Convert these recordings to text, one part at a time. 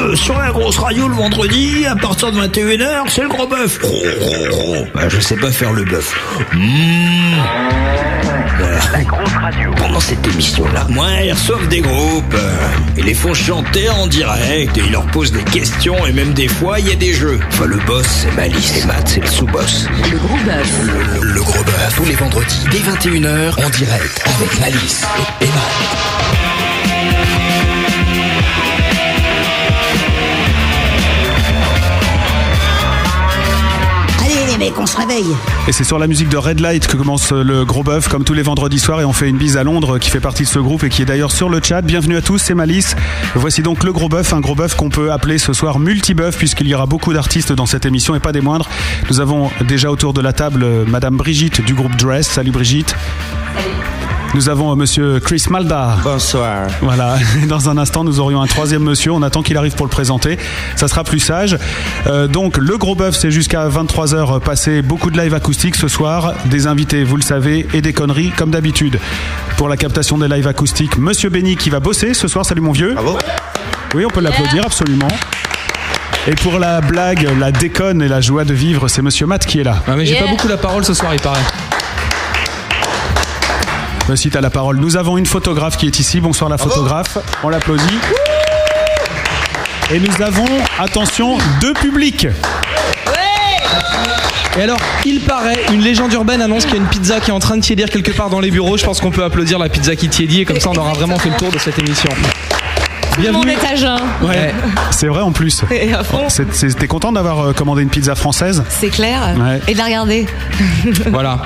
euh, sur la grosse radio le vendredi, à partir de 21h, c'est le gros bœuf. Bah, je sais pas faire le bœuf. Mmh. Voilà. La grosse radio. Pendant cette émission-là, moi, ils reçoivent des groupes. euh, Ils les font chanter en direct et ils leur posent des questions et même des fois, il y a des jeux. Enfin, le boss, c'est Malice. Et Matt, c'est le sous-boss. Le gros bœuf. Le, le gros bœuf, tous les vendredis, dès 21h, en direct, avec Malice et Emma. Allez les mecs, on se réveille. Et c'est sur la musique de Red Light que commence le gros bœuf, comme tous les vendredis soirs, et on fait une bise à Londres, qui fait partie de ce groupe et qui est d'ailleurs sur le chat. Bienvenue à tous, c'est Malice. Voici donc le gros bœuf, un gros bœuf qu'on peut appeler ce soir multi-bœuf, puisqu'il y aura beaucoup d'artistes dans cette émission et pas des moindres. Nous avons déjà autour de la table euh, Madame Brigitte du groupe Dress. Salut Brigitte. Nous avons euh, Monsieur Chris Malda. Bonsoir. Voilà, dans un instant, nous aurions un troisième monsieur. On attend qu'il arrive pour le présenter. Ça sera plus sage. Euh, donc, le gros bœuf, c'est jusqu'à 23h passé. Beaucoup de live acoustiques ce soir. Des invités, vous le savez, et des conneries, comme d'habitude. Pour la captation des lives acoustiques, monsieur Benny qui va bosser ce soir. Salut, mon vieux. Bravo. Oui, on peut l'applaudir, absolument. Et pour la blague, la déconne et la joie de vivre, c'est monsieur Matt qui est là. Ah, mais j'ai Yeah. pas beaucoup la parole ce soir, il paraît. Le site à la parole. Nous avons une photographe qui est ici. Bonsoir la photographe. On l'applaudit. Et nous avons, attention, deux publics. Et alors, il paraît, une légende urbaine annonce qu'il y a une pizza qui est en train de tiédir quelque part dans les bureaux. Je pense qu'on peut applaudir la pizza qui tiédit et comme ça on aura vraiment fait le tour de cette émission. Mon Bienvenue. étage 1. Ouais. C'est vrai en plus. Et à fond. C'est- c'est- T'es content d'avoir euh, commandé une pizza française C'est clair. Ouais. Et de la regarder. Voilà.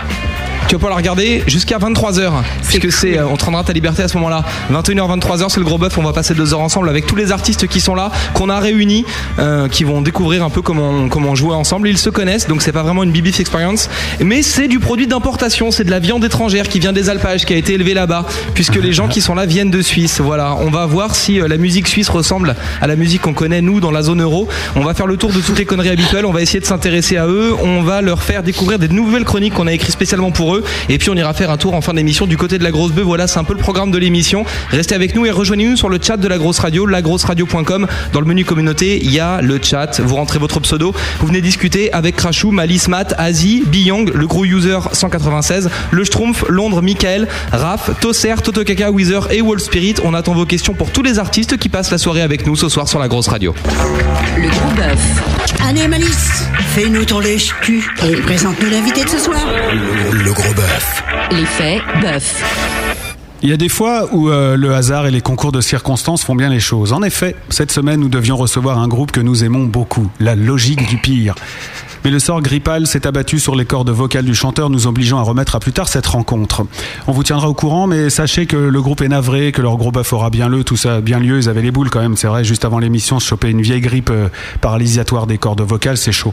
Tu vas pouvoir la regarder jusqu'à 23h. Puisque c'est. euh, On te rendra ta liberté à ce moment-là. 21h, 23h, c'est le gros bœuf. On va passer deux heures ensemble avec tous les artistes qui sont là, qu'on a réunis, euh, qui vont découvrir un peu comment, on- comment on jouait ensemble. Ils se connaissent, donc c'est pas vraiment une Bibif Experience. Mais c'est du produit d'importation. C'est de la viande étrangère qui vient des Alpages, qui a été élevée là-bas. Puisque les gens qui sont là viennent de Suisse. Voilà. On va voir si euh, la musique suisse ressemble à la musique qu'on connaît, nous, dans la zone euro. On va faire le tour de toutes les conneries habituelles. On va essayer de s'intéresser à eux. On va leur faire découvrir des nouvelles chroniques qu'on a écrites spécialement pour eux. Et puis on ira faire un tour en fin d'émission du côté de la grosse bœuf. Voilà, c'est un peu le programme de l'émission. Restez avec nous et rejoignez-nous sur le chat de la grosse radio, lagrosseradio.com. Dans le menu communauté, il y a le chat. Vous rentrez votre pseudo. Vous venez discuter avec Krachou, Malice Matt, Azi, Biyang, le gros user 196, le Schtroumpf, Londres, Michael, Raph, Tosser, Totokaka, Weezer et Wall Spirit. On attend vos questions pour tous les artistes qui passent la soirée avec nous ce soir sur la grosse radio. Le gros bœuf. Allez Malice, fais-nous ton lèche-cul et présente-nous l'invité de ce soir. Le, le gros bœuf, L'effet bœuf. Il y a des fois où euh, le hasard et les concours de circonstances font bien les choses. En effet, cette semaine, nous devions recevoir un groupe que nous aimons beaucoup, la logique du pire. Mais le sort grippal s'est abattu sur les cordes vocales du chanteur, nous obligeant à remettre à plus tard cette rencontre. On vous tiendra au courant, mais sachez que le groupe est navré, que leur gros bœuf aura bien lieu, tout ça a bien lieu. Ils avaient les boules quand même, c'est vrai. Juste avant l'émission, se choper une vieille grippe euh, paralysatoire des cordes vocales, c'est chaud.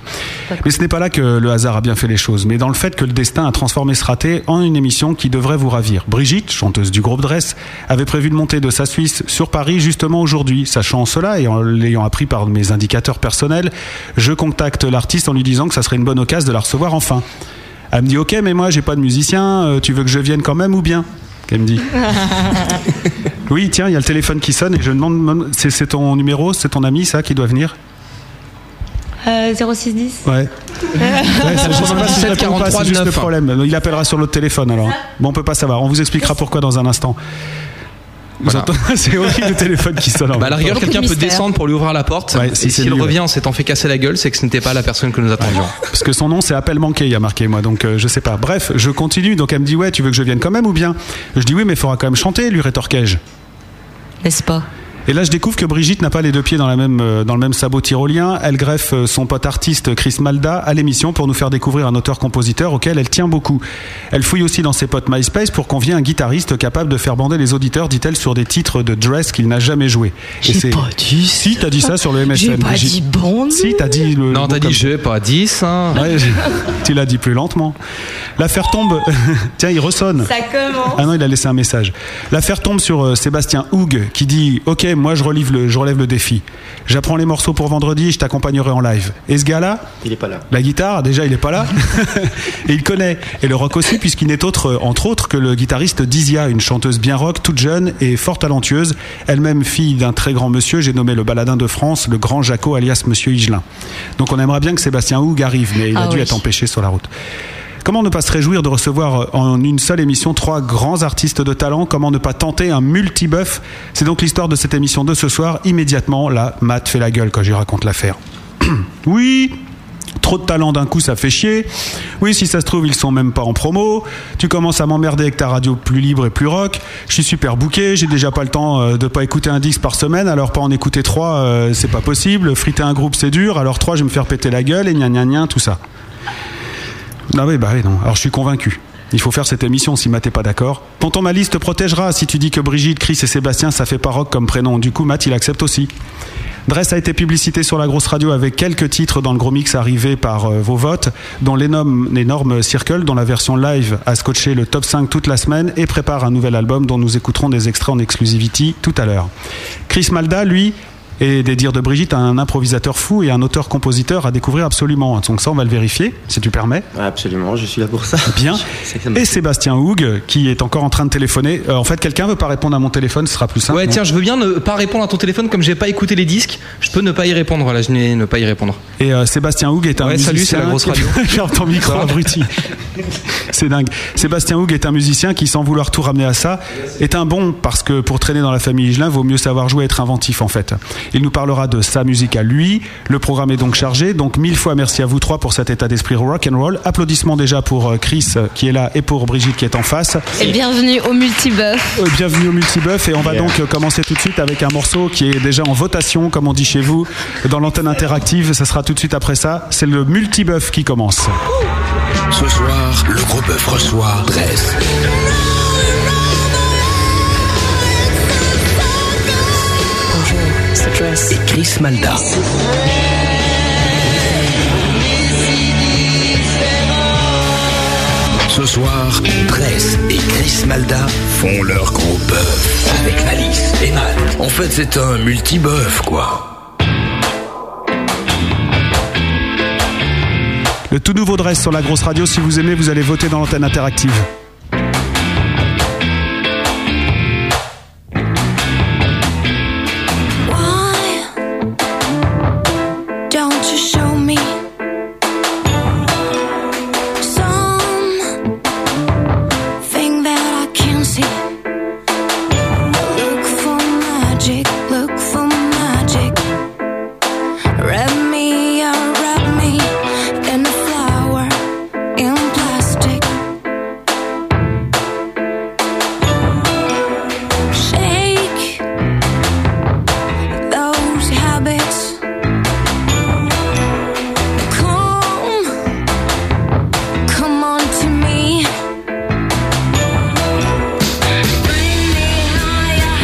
Mais ce n'est pas là que le hasard a bien fait les choses, mais dans le fait que le destin a transformé ce raté en une émission qui devrait vous ravir. Brigitte, chanteuse du groupe Dress, avait prévu de monter de sa Suisse sur Paris justement aujourd'hui. Sachant cela et en l'ayant appris par mes indicateurs personnels, je contacte l'artiste en lui disant que ça serait une bonne occasion de la recevoir enfin. Elle me dit OK, mais moi j'ai pas de musicien, euh, tu veux que je vienne quand même ou bien Elle me dit. oui, tiens, il y a le téléphone qui sonne et je demande même- c'est c'est ton numéro, c'est ton ami ça qui doit venir Euh, 0610. Ouais. ouais c'est- je sais pas si je 77, réponds ou pas, c'est 43, juste le 9. problème. Il appellera sur l'autre téléphone alors. Bon, on peut pas savoir. On vous expliquera pourquoi dans un instant. Vous Voilà. entendez- c'est horrible le téléphone qui sonne. en Bah, à même la temps. rigueur, Beaucoup de quelqu'un peut mystère. descendre pour lui ouvrir la porte. Ouais, et si c'est lui, s'il ouais. revient en s'étant fait casser la gueule, c'est que ce n'était pas la personne que nous attendions. Parce que son nom c'est appel manqué, il y a marqué moi, donc euh, je sais pas. Bref, je continue. Donc elle me dit ouais, tu veux que je vienne quand même ou bien Je dis oui, mais il faudra quand même chanter, lui rétorquai-je. N'est-ce pas Et là, je découvre que Brigitte n'a pas les deux pieds dans, la même, euh, dans le même sabot tyrolien. Elle greffe euh, son pote artiste Chris Malda à l'émission pour nous faire découvrir un auteur-compositeur auquel elle tient beaucoup. Elle fouille aussi dans ses potes MySpace pour convier un guitariste capable de faire bander les auditeurs, dit-elle, sur des titres de dress qu'il n'a jamais joué. Et c'est- dit Si, t'as dit ça sur le MSN. J'ai pas Brigitte. dit bon. Si, t'as dit le. Non, le t'as mot dit comme- je pas 10. Hein. Ouais, je- tu l'as dit plus lentement. L'affaire tombe. Tiens, il ressonne. Ça commence. Ah non, il a laissé un message. L'affaire tombe sur euh, Sébastien Houg qui dit Ok, moi je relève le, je relève le défi. J'apprends les morceaux pour vendredi et je t'accompagnerai en live. Et ce gars-là, Il est pas là. la guitare, déjà, il n'est pas là. et il connaît. Et le rock aussi, puisqu'il n'est autre, euh, entre autres, que le guitariste Dizia, une chanteuse bien rock, toute jeune et fort talentueuse. Elle-même fille d'un très grand monsieur, j'ai nommé le baladin de France, le grand Jaco, alias Monsieur Higelin. Donc on aimerait bien que Sébastien Houg arrive, mais il a Ah dû oui. être empêché sur la route. Comment ne pas se réjouir de recevoir euh, en une seule émission trois grands artistes de talent Comment ne pas tenter un multi-buff C'est donc l'histoire de cette émission de ce soir. Immédiatement, là, Matt fait la gueule quand je lui raconte l'affaire. oui Trop de talent d'un coup, ça fait chier. Oui, si ça se trouve, ils sont même pas en promo. Tu commences à m'emmerder avec ta radio plus libre et plus rock. Je suis super bouqué, j'ai déjà pas le temps euh, de pas écouter un disque par semaine, alors pas en écouter trois, euh, c'est pas possible. Friter un groupe, c'est dur, alors trois, je vais me faire péter la gueule et gna gna gna, tout ça. Ah oui, bah oui, non. Alors je suis convaincu. Il faut faire cette émission si Matt n'est pas d'accord. Tonton Malice te protégera si tu dis que Brigitte, Chris et Sébastien, ça fait pas rock comme prénom. Du coup, Matt, il accepte aussi. Dress a été publicité sur la grosse radio avec quelques titres dans le gros mix arrivé par euh, vos votes, dont l'énorme l'énorme Circle, dont la version live a scotché le top 5 toute la semaine et prépare un nouvel album dont nous écouterons des extraits en exclusivity tout à l'heure. Chris Malda, lui, et des dires de Brigitte, un improvisateur fou et un auteur-compositeur à découvrir absolument. Donc ça, on va le vérifier, si tu permets. Absolument, je suis là pour ça. Bien. C'est que ça me- Et Sébastien Houg, qui est encore en train de téléphoner. Euh, en fait, quelqu'un veut pas répondre à mon téléphone, ce sera plus simple. Ouais, non tiens, je veux bien ne pas répondre à ton téléphone comme j'ai pas écouté les disques. Je peux ne pas y répondre. Voilà, je n'ai ne pas y répondre. Et euh, Sébastien Houg est un Ouais, musicien. salut, c'est la grosse radio. Ferme ton micro, abruti. C'est dingue. Sébastien Houg est un musicien qui, sans vouloir tout ramener à ça, est un bon parce que pour traîner dans la famille Higelin, vaut mieux savoir jouer et être inventif en fait. Il nous parlera de sa musique à lui. Le programme est donc chargé. Donc mille fois merci à vous trois pour cet état d'esprit rock and roll. Applaudissements déjà pour euh, Chris euh, qui est là et pour Brigitte qui est en face. Et bienvenue au multibuff. Euh, Bienvenue au Multibuff et on va donc euh, commencer tout de suite avec un morceau qui est déjà en votation, comme on dit chez vous, dans l'antenne interactive. Ça sera tout de suite après ça. C'est le Multibuff qui commence. Ce soir, le gros bœuf reçoit Dresse. Et Chris Malda. Ce soir, Dress et Chris Malda font leur gros bœuf avec Alice et Matt. En fait, c'est un multi-bœuf, quoi. Le tout nouveau dress sur la grosse radio. Si vous aimez, vous allez voter dans l'antenne interactive. Why don't you show me something that I can see? Look for magic, look for magic. Wrap me or wrap me in a flower in plastic. Shake those habits. Come, oh, come on to me. Bring me higher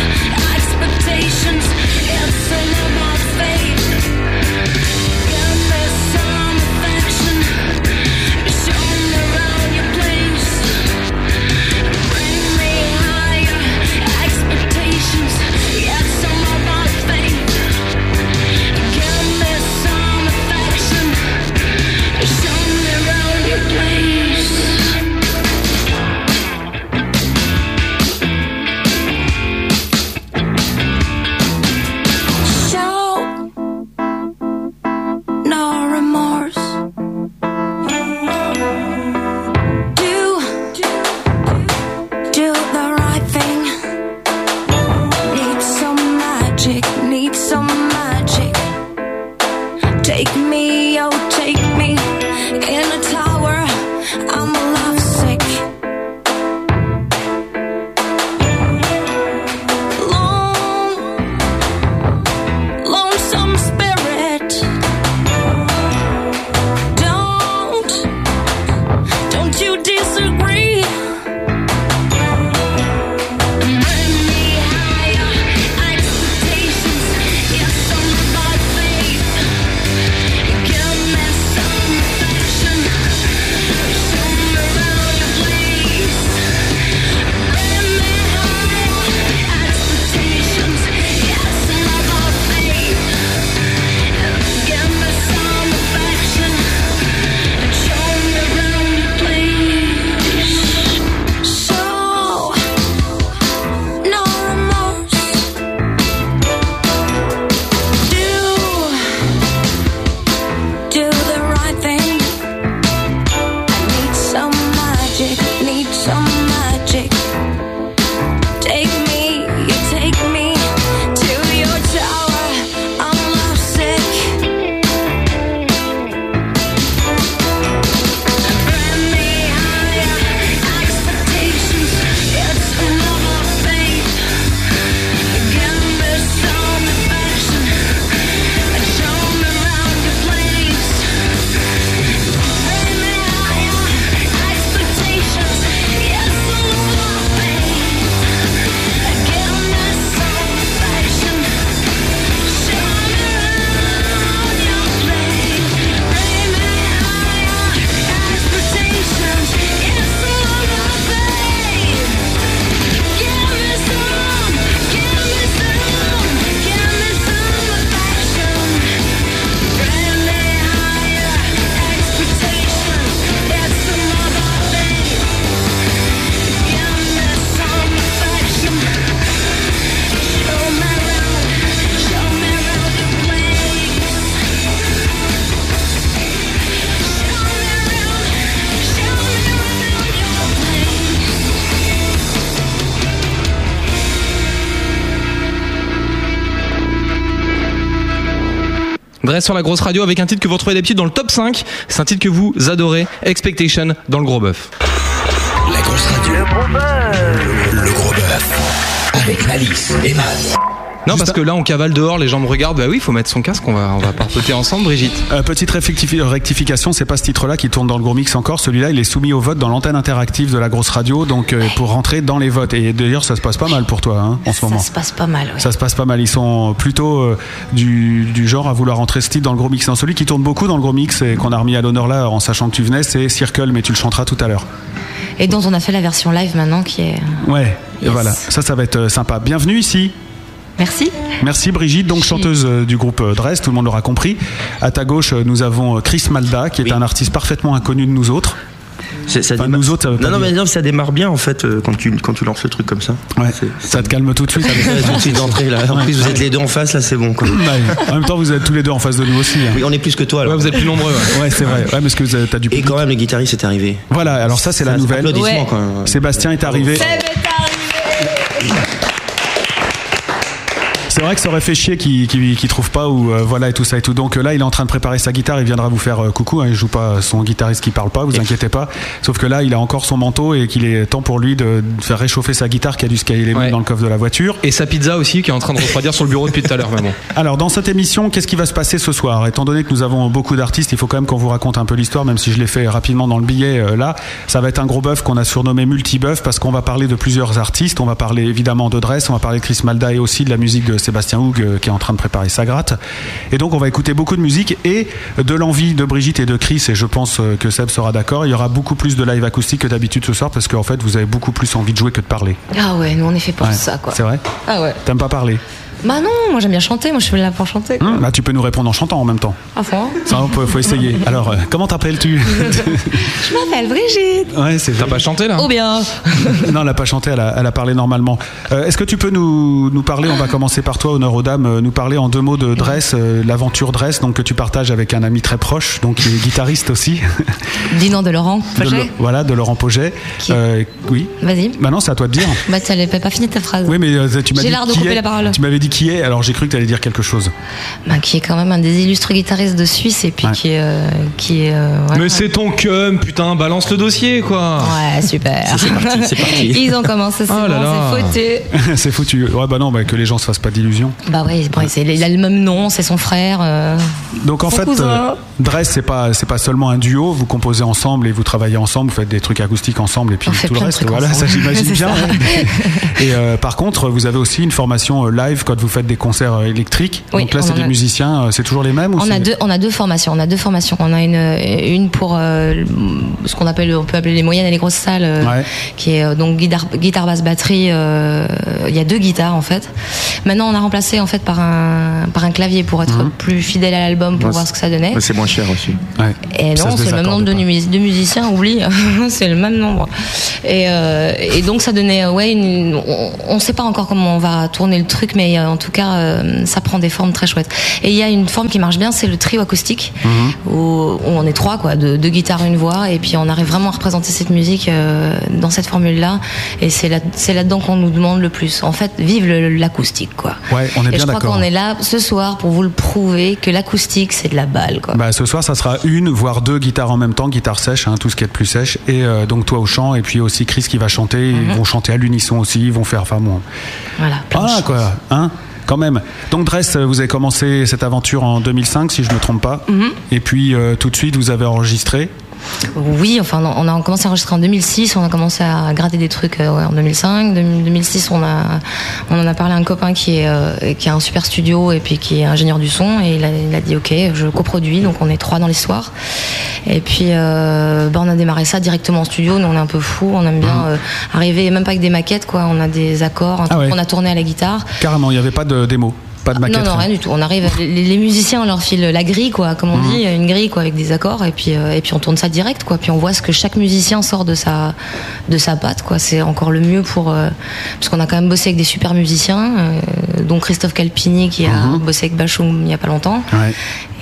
expectations. It's all about faith. Give me some affection. Show me around your place. Bring me higher expectations. It's all about faith. Give me some affection. Show me around your place. Show no remorse. Do do the right thing. Need some magic. Need some magic. Take me, oh take me in a tower. I'm lovesick. Long lonesome spirit. Don't, don't you disagree? Bring me higher expectations. Yes, Grèce sur la grosse radio avec un titre que vous retrouvez d'habitude dans le top 5. C'est un titre que vous adorez, Expectation dans le gros bœuf. La grosse radio. Le, le gros bœuf. Avec Malice et Matt. Non, parce que là on cavale dehors, les gens me regardent. Bah oui, faut mettre son casque, on va, on va parpoter ensemble, Brigitte. Euh, petite rectifi- rectification, c'est pas ce titre-là qui tourne dans le gros mix encore. Celui-là, il est soumis au vote dans l'antenne interactive de la grosse radio, donc euh, pour rentrer dans les votes. Et d'ailleurs, ça se passe pas mal pour toi hein, en ce Ça moment. se passe pas mal, oui. Ça se passe pas mal. Ils sont plutôt euh, du, du genre à vouloir rentrer ce titre dans le gros mix. Non, celui qui tourne beaucoup dans le gros mix et qu'on a remis à l'honneur là en sachant que tu venais, c'est Circle, mais tu le chanteras tout à l'heure. Et dont on a fait la version live maintenant qui est. Ouais, Yes. voilà. Ça, ça va être euh, sympa. Bienvenue ici. Merci. Merci Brigitte, donc chanteuse euh, du groupe euh, Dress, tout le monde l'aura compris. À ta gauche, euh, nous avons euh, Chris Malda, qui est un artiste parfaitement inconnu de nous autres. C'est- ça Enfin, démarre- nous autres, ça veut pas non, non, dire. mais non, ça démarre bien en fait euh, quand tu, quand tu lances le truc comme ça. Ouais, C'est- ça te calme tout de suite. Ouais, tout de suite d'entrée là. En plus, vous êtes les deux en face là, c'est bon quoi. Ouais, en même temps, vous êtes tous les deux en face de nous aussi. hein. Oui, on est plus que toi Ouais, alors. vous êtes plus nombreux. ouais. Ouais, c'est vrai. Ouais, parce que vous avez- t'as du Et public. quand même, le guitariste est arrivé. Voilà, alors ça, c'est la nouvelle. Applaudissements Ouais. quand même. Sébastien est arrivé. C'est vrai que ça aurait fait chier qu'il qu'il- qu'il trouve pas ou euh, voilà et tout ça et tout. Donc euh, là, il est en train de préparer sa guitare, il viendra vous faire euh, coucou. hein. il joue pas son guitariste qui parle pas, vous inquiétez pas. Sauf que là, il a encore son manteau et qu'il est temps pour lui de, de faire réchauffer sa guitare qui a dû se cailler les mains Ouais. dans le coffre de la voiture. Et sa pizza aussi qui est en train de refroidir sur le bureau depuis tout à l'heure, maman. Alors dans cette émission, qu'est-ce qui va se passer ce soir Étant donné que nous avons beaucoup d'artistes, il faut quand même qu'on vous raconte un peu l'histoire, même si je l'ai fait rapidement dans le billet euh, là. Ça va être un gros bœuf qu'on a surnommé multi-bœuf parce qu'on va parler de plusieurs artistes. On va parler évidemment de Dress, on va parler de Chris Malda et aussi de la musique de Sébastien Houg euh, qui est en train de préparer sa gratte. Et donc on va écouter beaucoup de musique et de l'envie de Brigitte et de Chris. Et je pense euh, que Seb sera d'accord. Il y aura beaucoup plus de live acoustique que d'habitude ce soir parce qu'en fait vous avez beaucoup plus envie de jouer que de parler. Ah ouais, nous on est fait pour Ouais. ça, quoi. C'est vrai Ah ouais. T'aimes pas parler Bah non, moi j'aime bien chanter, moi je suis là pour chanter. quoi. Hum, Bah tu peux nous répondre en chantant en même temps. Ah bon Ça, on peut- faut essayer. Alors, euh, comment t'appelles-tu Je m'appelle Brigitte. Ouais, c'est T'as pas chanté là Ou Oh, bien. Non, elle a pas chanté, elle a, elle a parlé normalement. Euh, Est-ce que tu peux nous, nous parler, on va commencer par toi, honneur aux dames, euh, nous parler en deux mots de Dress, euh, l'aventure Dress, donc que tu partages avec un ami très proche, donc qui est guitariste aussi. Dinan de Laurent. De Faché Lo- voilà, de Laurent Poget. Euh, oui. Vas-y. Maintenant, c'est à toi de dire. Bah ça l'avais pas fini ta phrase. Oui, mais euh, tu m'as J'ai dit l'art de qui couper est. la parole. Tu m'avais dit qui est, alors j'ai cru que tu allais dire quelque chose. Bah, qui est quand même un des illustres guitaristes de Suisse et puis Ouais. qui est. euh, qui est euh, voilà. Mais c'est ton cum, putain, balance le dossier quoi. Ouais, super. C'est parti, c'est parti. Ils ont commencé, c'est Oh là là. bon, c'est foutu. c'est foutu. Ouais, bah non, bah, que les gens se fassent pas d'illusions. Bah ouais, bon, c'est- il a le même nom, c'est son frère. euh. Donc en Son fait, cousin. euh, Dress, c'est pas c'est pas seulement un duo. Vous composez ensemble et vous travaillez ensemble. Vous faites des trucs acoustiques ensemble et puis On fait tout le plein de reste. trucs Voilà, ça ensemble. j'imagine C'est bien. ça. ouais. Et euh, par contre, vous avez aussi une formation euh, live quand vous faites des concerts euh, électriques. Oui, Donc là, on c'est en des a- musiciens. euh, C'est toujours les mêmes ou On a c'est- deux, on a deux formations. On a deux formations. On a une, une pour euh, ce qu'on appelle, on peut appeler les moyennes et les grosses salles, euh, Ouais. qui est euh, donc guitare, guitare, basse, batterie. euh, Il y a deux guitares en fait. Maintenant, on a remplacé en fait par un par un clavier pour être Mhm. plus fidèle à l'album, pour Ouais, voir ce que ça donnait. Ouais, C'est moins cher aussi. Ouais. Et Ça non, se c'est le même désaccorde nombre de, pas. numis- de musiciens, oublie, c'est le même nombre. Et, euh, et donc ça donnait, euh, ouais, une- on- on ne sait pas encore comment on va tourner le truc, mais euh, en tout cas, euh, ça prend des formes très chouettes. Et il y a une forme qui marche bien, c'est le trio acoustique, où, où on est trois, quoi, deux, deux guitares, une voix, et puis on arrive vraiment à représenter cette musique euh, dans cette formule-là. Et c'est là, c'est là-dedans qu'on nous demande le plus. En fait, vive le- l'acoustique, quoi. Ouais, on est et bien je crois d'accord. hein. qu'on est là ce soir pour vous le prouver que l'acoustique, c'est de la balle, quoi. Bah, ce soir, ça sera une, voire deux guitares en même temps, guitare sèche, hein, tout ce qui est de plus sèche, et euh, donc toi au chant, et puis aussi Chris qui va chanter. Ils Mhm. vont chanter à l'unisson aussi. Ils vont faire, enfin bon, Voilà, plein de Ah, choses. quoi, hein quand même. Donc Dress, euh, vous avez commencé cette aventure en 2005, si je ne me trompe pas. Mhm. Et puis euh, tout de suite, vous avez enregistré. Oui, enfin, on a commencé à enregistrer en 2006, on a commencé à gratter des trucs euh, ouais, en 2005. Deux- 2006, on, a, on en a parlé à un copain qui, est, euh, qui a un super studio et puis qui est ingénieur du son. Et il a, il a dit, OK, je coproduis, donc on est trois dans l'histoire. Et puis, euh, bah, on a démarré ça directement en studio. Nous, on est un peu fous, on aime bien euh, arriver, même pas avec des maquettes, quoi. On a des accords, Mmh. un Ah truc ouais. qu'on a tourné à la guitare. Carrément, il n'y avait pas de démo, pas de maquette. Non, non, rien du tout. On arrive, les, les musiciens, on leur file la grille, quoi, comme on Mhm. dit, une grille, quoi, avec des accords, et puis, euh, et puis on tourne ça direct, quoi. Puis on voit ce que chaque musicien sort de sa, de sa patte, quoi. C'est encore le mieux pour, euh, parce qu'on a quand même bossé avec des super Mhm. musiciens, euh, dont Christophe Calpini qui a bossé avec Bachoum il y a pas longtemps. Ouais.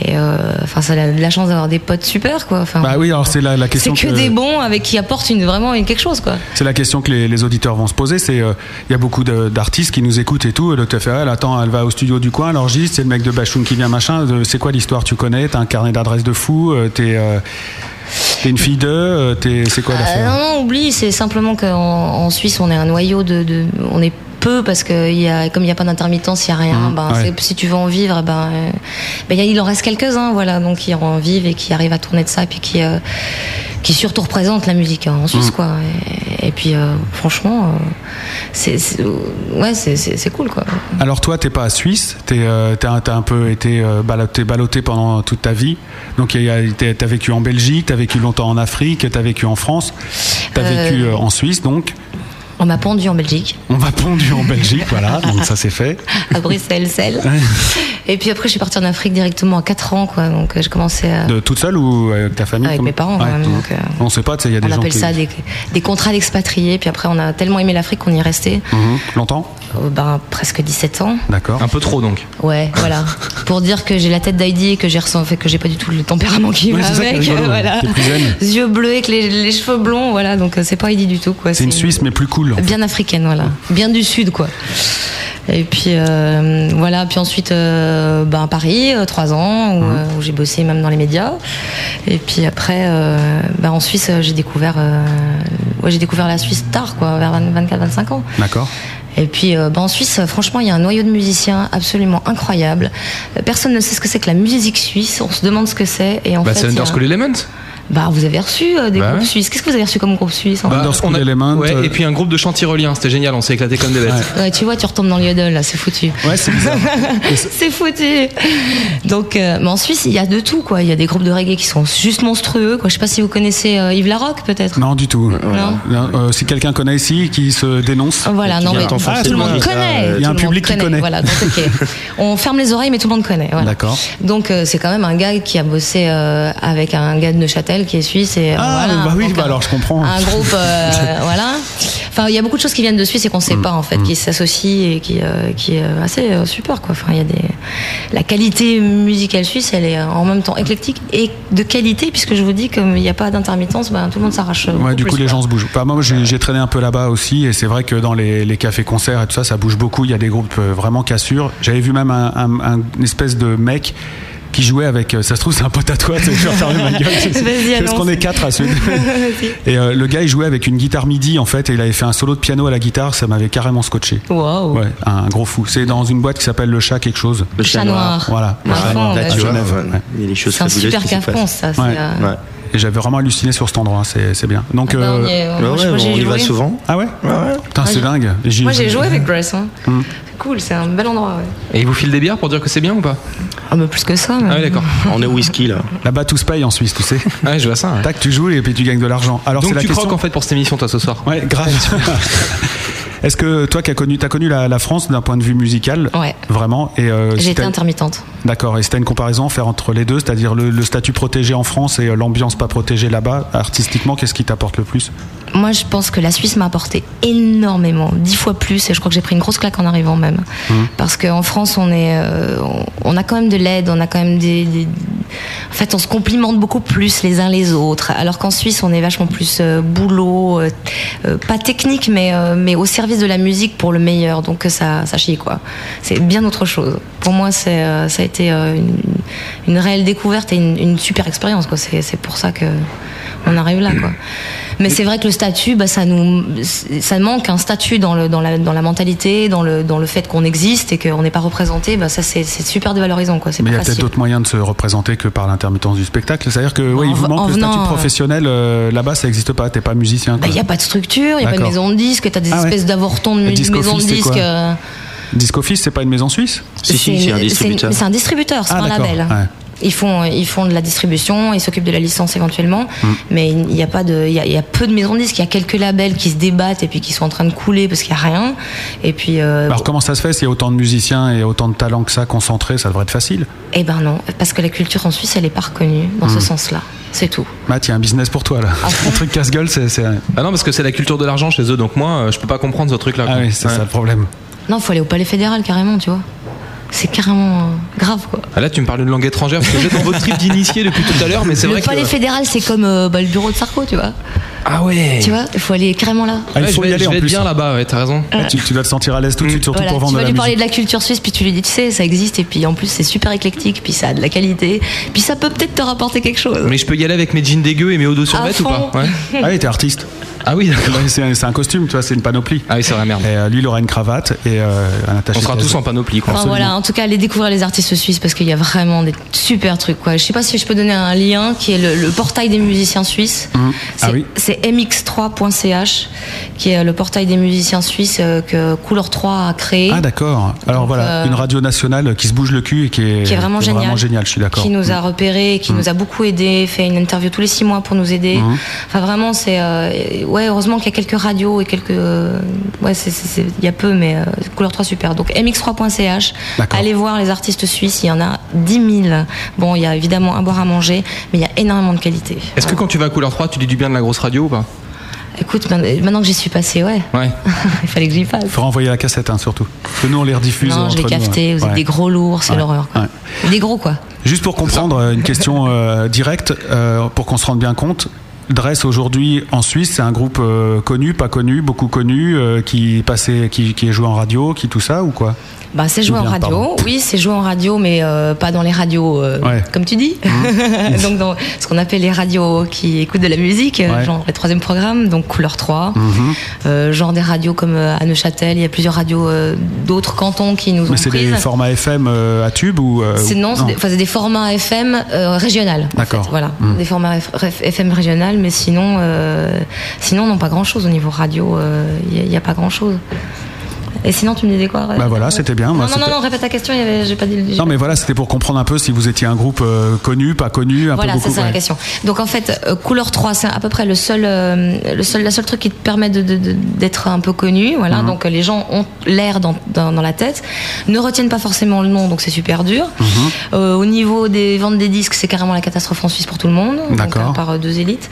Et Et euh, enfin, ça a de la chance d'avoir des potes super, quoi. Enfin, Bah oui, alors c'est la, la question. Ah. c'est que, des bons avec qui apportent une, vraiment une, quelque chose, quoi. C'est la question que les, les auditeurs vont se poser. C'est euh, il y a beaucoup de- d'artistes qui nous écoutent et tout. Et le fait, elle attends, elle va au studio du coin, elle enregistre. C'est le mec de Bachoun qui vient, machin. De- C'est quoi l'histoire Tu connais T'as un carnet d'adresses de fou. euh, T'es euh, t'es une fille de. euh, t'es- C'est quoi Ah, l'affaire non, non, oublie, c'est simplement qu'en en Suisse, on est un noyau de. de- on est peu parce que il y a, comme il n'y a pas d'intermittence, il n'y a rien. Mhm, ben, ouais. c'est- Si tu veux en vivre, eh ben, euh, ben, il y a- il en reste quelques-uns voilà, donc qui en vivent et qui arrivent à tourner de ça et puis qui, euh, qui surtout représentent la musique hein, en Suisse. Quoi. Et, et puis, euh, franchement, euh, c'est c'est- euh, ouais, c'est- c'est c'est cool. Quoi. Alors toi, t'es pas suisse. T'es euh, t'as t'as un peu été euh, bala- t'es ballotté pendant toute ta vie. Donc il y a- t'es- t'as vécu en Belgique, t'as vécu longtemps en Afrique, t'as vécu en France, t'as Euh, vécu euh, en Suisse. Donc On m'a pendu en Belgique, on va pendu en Belgique, voilà. Donc ça c'est fait. à Bruxelles, celle. et puis après, je suis partie en Afrique directement à 4 ans. Quoi, donc, euh, je commençais à. De toute seule ou avec ta famille Avec comme- mes parents, quand même, donc, euh, On sait pas, tu sais, il y a des On gens appelle qui... ça des, des contrats d'expatriés. Puis après, on a tellement aimé l'Afrique qu'on y est resté. Mhm. Longtemps Euh, ben, presque 17 ans. D'accord. Un peu trop donc. Ouais, voilà. Pour dire que j'ai la tête d'Heidi et que j'ai ressens, fait que j'ai pas du tout le tempérament qui Ouais, va c'est ça qui est avec. rigolo, voilà. t'es plus jeune. Yeux bleus avec les, les cheveux blonds, voilà. Donc euh, c'est pas Heidi du tout, quoi. C'est une Suisse, mais plus cool. Bien africaine, voilà. Bien du sud, quoi. Et puis euh, voilà, puis ensuite euh, ben, à Paris, euh, trois ans, où, Mmh. euh, où j'ai bossé même dans les médias. Et puis après, euh, ben, en Suisse, euh, j'ai découvert, euh, ouais, j'ai découvert la Suisse tard, quoi, vers 24-25 ans. D'accord. Et puis euh, bah, en Suisse, euh, franchement, il y a un noyau de musiciens absolument incroyable. Euh, Personne ne sait ce que c'est que la musique suisse. On se demande ce que c'est. Et en Bah, fait, c'est il y a un- Underschool Element. Bah, vous avez reçu euh, des Bah groupes ouais. suisses. Qu'est-ce que vous avez reçu comme groupe suisse en Bah, fait Underschool Element, euh, Ouais, et puis un groupe de chantiroliens, c'était génial, on s'est éclaté comme des bêtes. Ouais, tu vois, tu retombes dans le yodel, là, c'est foutu. Ouais, c'est bizarre. C'est foutu. Donc, euh, mais en Suisse, il y a de tout, quoi. Il y a des groupes de reggae qui sont juste monstrueux, quoi. Je sais pas si vous connaissez euh, Yves Larocque, peut-être. non, du tout. Non. Non, euh, si quelqu'un connaît ici, qui se dénonce. Voilà, non, vient mais t'enfoncer tout le le monde doigt. connaît. Il y a un euh, tout le monde public qui connaît. Voilà, donc, ok. On ferme les oreilles, mais tout le monde connaît. voilà. D'accord. Donc euh, c'est quand même un gars qui a bossé euh, avec un gars de Neuchâtel qui est suisse. Et, euh, Ah, voilà, bah oui, donc, bah un- alors je comprends. Un groupe, euh, voilà. Enfin, il y a beaucoup de choses qui viennent de Suisse et qu'on ne sait pas en fait, qui s'associent et qui, euh, qui est assez euh, super quoi. Enfin, il y a des la qualité musicale suisse, elle est euh, en même temps éclectique et de qualité puisque je vous dis comme il n'y a pas d'intermittence, ben, tout le monde s'arrache. Ouais, beaucoup du coup, plus, les quoi. gens se bougent. Enfin, moi, j'ai j'ai traîné un peu là-bas aussi, et c'est vrai que dans les, les cafés-concerts et tout ça, ça bouge beaucoup. Il y a des groupes euh, vraiment cassures. J'avais vu même un, un- un- une espèce de mec qui jouait avec. euh, Ça se trouve, c'est un pote à toi, tu sais, je vais fermer ma gueule. Vas-y, Parce annonce. qu'on est quatre à ce. et euh, le gars, il jouait avec une guitare midi, en fait, et il avait fait un solo de piano à la guitare, ça m'avait carrément scotché. Waouh. Ouais, un gros fou. C'est dans une boîte qui s'appelle Le Chat quelque chose. Le Chat noir. Voilà. Ouais, Ouais. bon, Là, bah, tu c'est- vois, Genève, ouais. il y a des choses C'est un fabuleuses super qui s'y carton, passent. ça. c'est, Ouais. euh, Ouais. Et j'avais vraiment halluciné sur cet endroit, hein, c'est c'est bien. Donc. Ah bah, on euh, y Ouais, est, moi, je- moi, ouais, j'ai on y va joué. souvent. Ah ouais, Putain, c'est j'ai- dingue. Moi j'ai joué avec Grace. Hein. Mm. C'est cool, c'est un bel endroit. Ouais. Et ils vous filent des bières pour dire que c'est bien ou pas Ah, mais plus que ça. Ah oui, d'accord. On est au whisky là. Là-bas, tout se paye en Suisse, tu sais. Ouais, je vois ça. ouais. Tac, tu joues et puis tu gagnes de l'argent. Alors c'est Donc la tu question. croques en fait pour cette émission toi ce soir. Ouais, grave. Est-ce que toi qui as connu, t'as connu la, la France d'un point de vue musical Ouais. Vraiment et euh, si J'ai été t'as- intermittente. D'accord. Et c'était une comparaison à faire entre les deux, c'est-à-dire le, le statut protégé en France et euh, l'ambiance pas protégée là-bas. Artistiquement, qu'est-ce qui t'apporte le plus Moi je pense que la Suisse m'a apporté énormément, dix fois plus, et je crois que j'ai pris une grosse claque en arrivant même. Parce qu'en France on est, euh, on- on a quand même de l'aide, on a quand même des, des- En fait on se complimente beaucoup plus les uns les autres, alors qu'en Suisse on est vachement plus euh, boulot, euh, euh, pas technique mais, euh, mais au service de la musique pour le meilleur, donc euh, ça, ça chie quoi. C'est bien autre chose. Pour moi c'est, euh, ça a été euh, une, une réelle découverte et une, une super expérience quoi, c'est c'est pour ça que on arrive là quoi. Mais c'est vrai que le statut, bah, ça nous, ça manque un statut dans le dans la dans la mentalité, dans le dans le fait qu'on existe et qu'on n'est pas représenté. Bah ça c'est c'est super dévalorisant quoi. C'est Mais il y pas a peut-être facile. d'autres moyens de se représenter que par l'intermittence du spectacle. C'est-à-dire que ouais, En il vous v- en manque le statut venant, euh, professionnel euh, là-bas, ça n'existe pas. T'es pas musicien. Bah, quoi. il n'y a pas de structure, il n'y a pas de D'accord. maison de disque, t'as des Ah ouais. espèces d'avortons de Le mu- disque maison de office, c'est disque. quoi euh, Disc Office, c'est pas une maison suisse Si, si, une- c'est un distributeur. C'est un distributeur, c'est Ah, pas un d'accord, label. ouais. Ils font, euh, ils font de la distribution, ils s'occupent de la licence éventuellement, Mm. mais il n'y a pas de, il y a, il y a peu de maisons de disques. Il y a quelques labels qui se débattent et puis qui sont en train de couler parce qu'il n'y a rien. Et puis, euh, Alors comment ça se fait s'il y a autant de musiciens et autant de talents que ça concentrés, ça devrait être facile. Eh ben non, parce que la culture en Suisse, elle est pas reconnue dans Mm. ce sens-là. C'est tout. Matt, il y a un business pour toi là. Ah, Un truc casse-gueule, c'est c'est- Ah non, parce que c'est la culture de l'argent chez eux, donc moi euh, je peux pas comprendre ce truc là. ah oui, c'est ça le problème. Non, faut aller au palais fédéral carrément, tu vois. c'est carrément euh, grave quoi. Ah, là, tu me parles une langue étrangère parce que vous êtes dans votre trip d'initié depuis tout à l'heure, mais c'est le vrai que. palais fédéral, c'est comme euh, bah, le bureau de Sarko, tu vois. Ah ouais. Tu vois, il faut aller carrément là. Ah, il Ouais, faut je vais, y aller je en vais être plus. bien là-bas, ouais, t'as raison. Ah, tu, tu dois te sentir à l'aise tout de suite, surtout Voilà, pour tu vendre vas de la lui parler musique. de la culture suisse, puis tu lui dis, tu sais, ça existe, et puis en plus c'est super éclectique, puis ça a de la qualité, puis ça peut peut-être te rapporter quelque chose. Mais je peux y aller avec mes jeans dégueux et mes hauts de survêt À ou pas fond. Ouais. Ah oui, t'es artiste. Ah oui, d'accord. Ouais, C'est c'est un costume, tu vois, c'est une panoplie. Ah oui, c'est vrai, merde. Et euh, lui, il aura une cravate et euh, un attaché. On sera tous case. en panoplie, quoi. Enfin, voilà, en tout cas, allez découvrir les artistes suisses parce qu'il y a vraiment des super trucs. Quoi. Je sais pas si je peux donner un lien qui est le, le portail des musiciens suisses. C'est Ah oui. c'est mx3.ch qui est le portail des musiciens suisses euh, que Couleur 3 a créé. Ah d'accord. Alors voilà, euh, une radio nationale qui se bouge le cul et qui est, qui est vraiment génial, je suis d'accord. Mm. Qui nous a repérés, qui nous a beaucoup aidés, fait une interview tous les six mois pour nous aider. Mm. Enfin, vraiment, c'est euh, ouais, heureusement qu'il y a quelques radios et quelques euh, ouais, c'est- c'est- c'est- il y a peu, mais euh, couleur 3 super. Donc mx3.ch, D'accord. allez voir les artistes suisses, il y en a 10 000. Bon, il y a évidemment à boire à manger, mais il y a énormément de qualité. Est-ce que quand tu vas à Couleur 3, tu dis du bien de la grosse radio ou pas Écoute, maintenant maintenant que j'y suis passée, ouais, Ouais. il fallait que j'y passe. Faut renvoyer la cassette hein, surtout. Parce que nous on les rediffuse. Non, je entre l'ai nous, cafeté, hein. vous êtes Ouais. des gros lourds, c'est Ouais, l'horreur. quoi. Des gros quoi. Juste pour comprendre euh, une question euh, directe, euh, pour qu'on se rende bien compte. Dress aujourd'hui en Suisse, c'est un groupe euh, connu, pas connu, beaucoup connu, euh, qui passait, qui, qui est joué en radio, qui tout ça ou quoi Bah, c'est joué Ou en bien, radio, pardon. oui, c'est joué en radio, mais euh, pas dans les radios, euh, Ouais. Mmh. comme tu dis. donc, dans ce qu'on appelle les radios qui écoutent de la musique, euh, Ouais. Mmh. genre le troisième programme, donc Couleur 3, euh, genre des radios comme euh, à Neuchâtel, il y a plusieurs radios euh, d'autres cantons qui nous ont Mais c'est des prises. formats FM euh, à tube ou euh, Ah, C'est ou- non, c'est des, enfin, c'est des formats FM euh, régional. en D'accord. Hmm. fait, voilà, des formats F- F- FM régional, mais sinon, euh, sinon, non pas grand chose au niveau radio. Il n'y a, pas grand chose. Et sinon, tu me disais quoi Bah voilà, c'était bien. Moi, Non, non, non, c'était- non, répète ta question. il y avait- J'ai pas dit. le- j'ai Non, mais voilà, c'était pour comprendre un peu si vous étiez un groupe euh, connu, pas connu, un Voilà, peu c'est beaucoup. ça la ouais. question. Donc en fait, euh, couleur 3, c'est à peu près le seul, euh, le seul, la seule truc qui te permet de- de- de- d'être un peu connu. Voilà, Mhm. donc euh, les gens ont l'air dans, dans, dans la tête, ne retiennent pas forcément le nom, donc c'est super dur. Mhm. Euh, au niveau des ventes des disques, c'est carrément la catastrophe en Suisse pour tout le monde, donc, D'accord. à part euh, deux élites.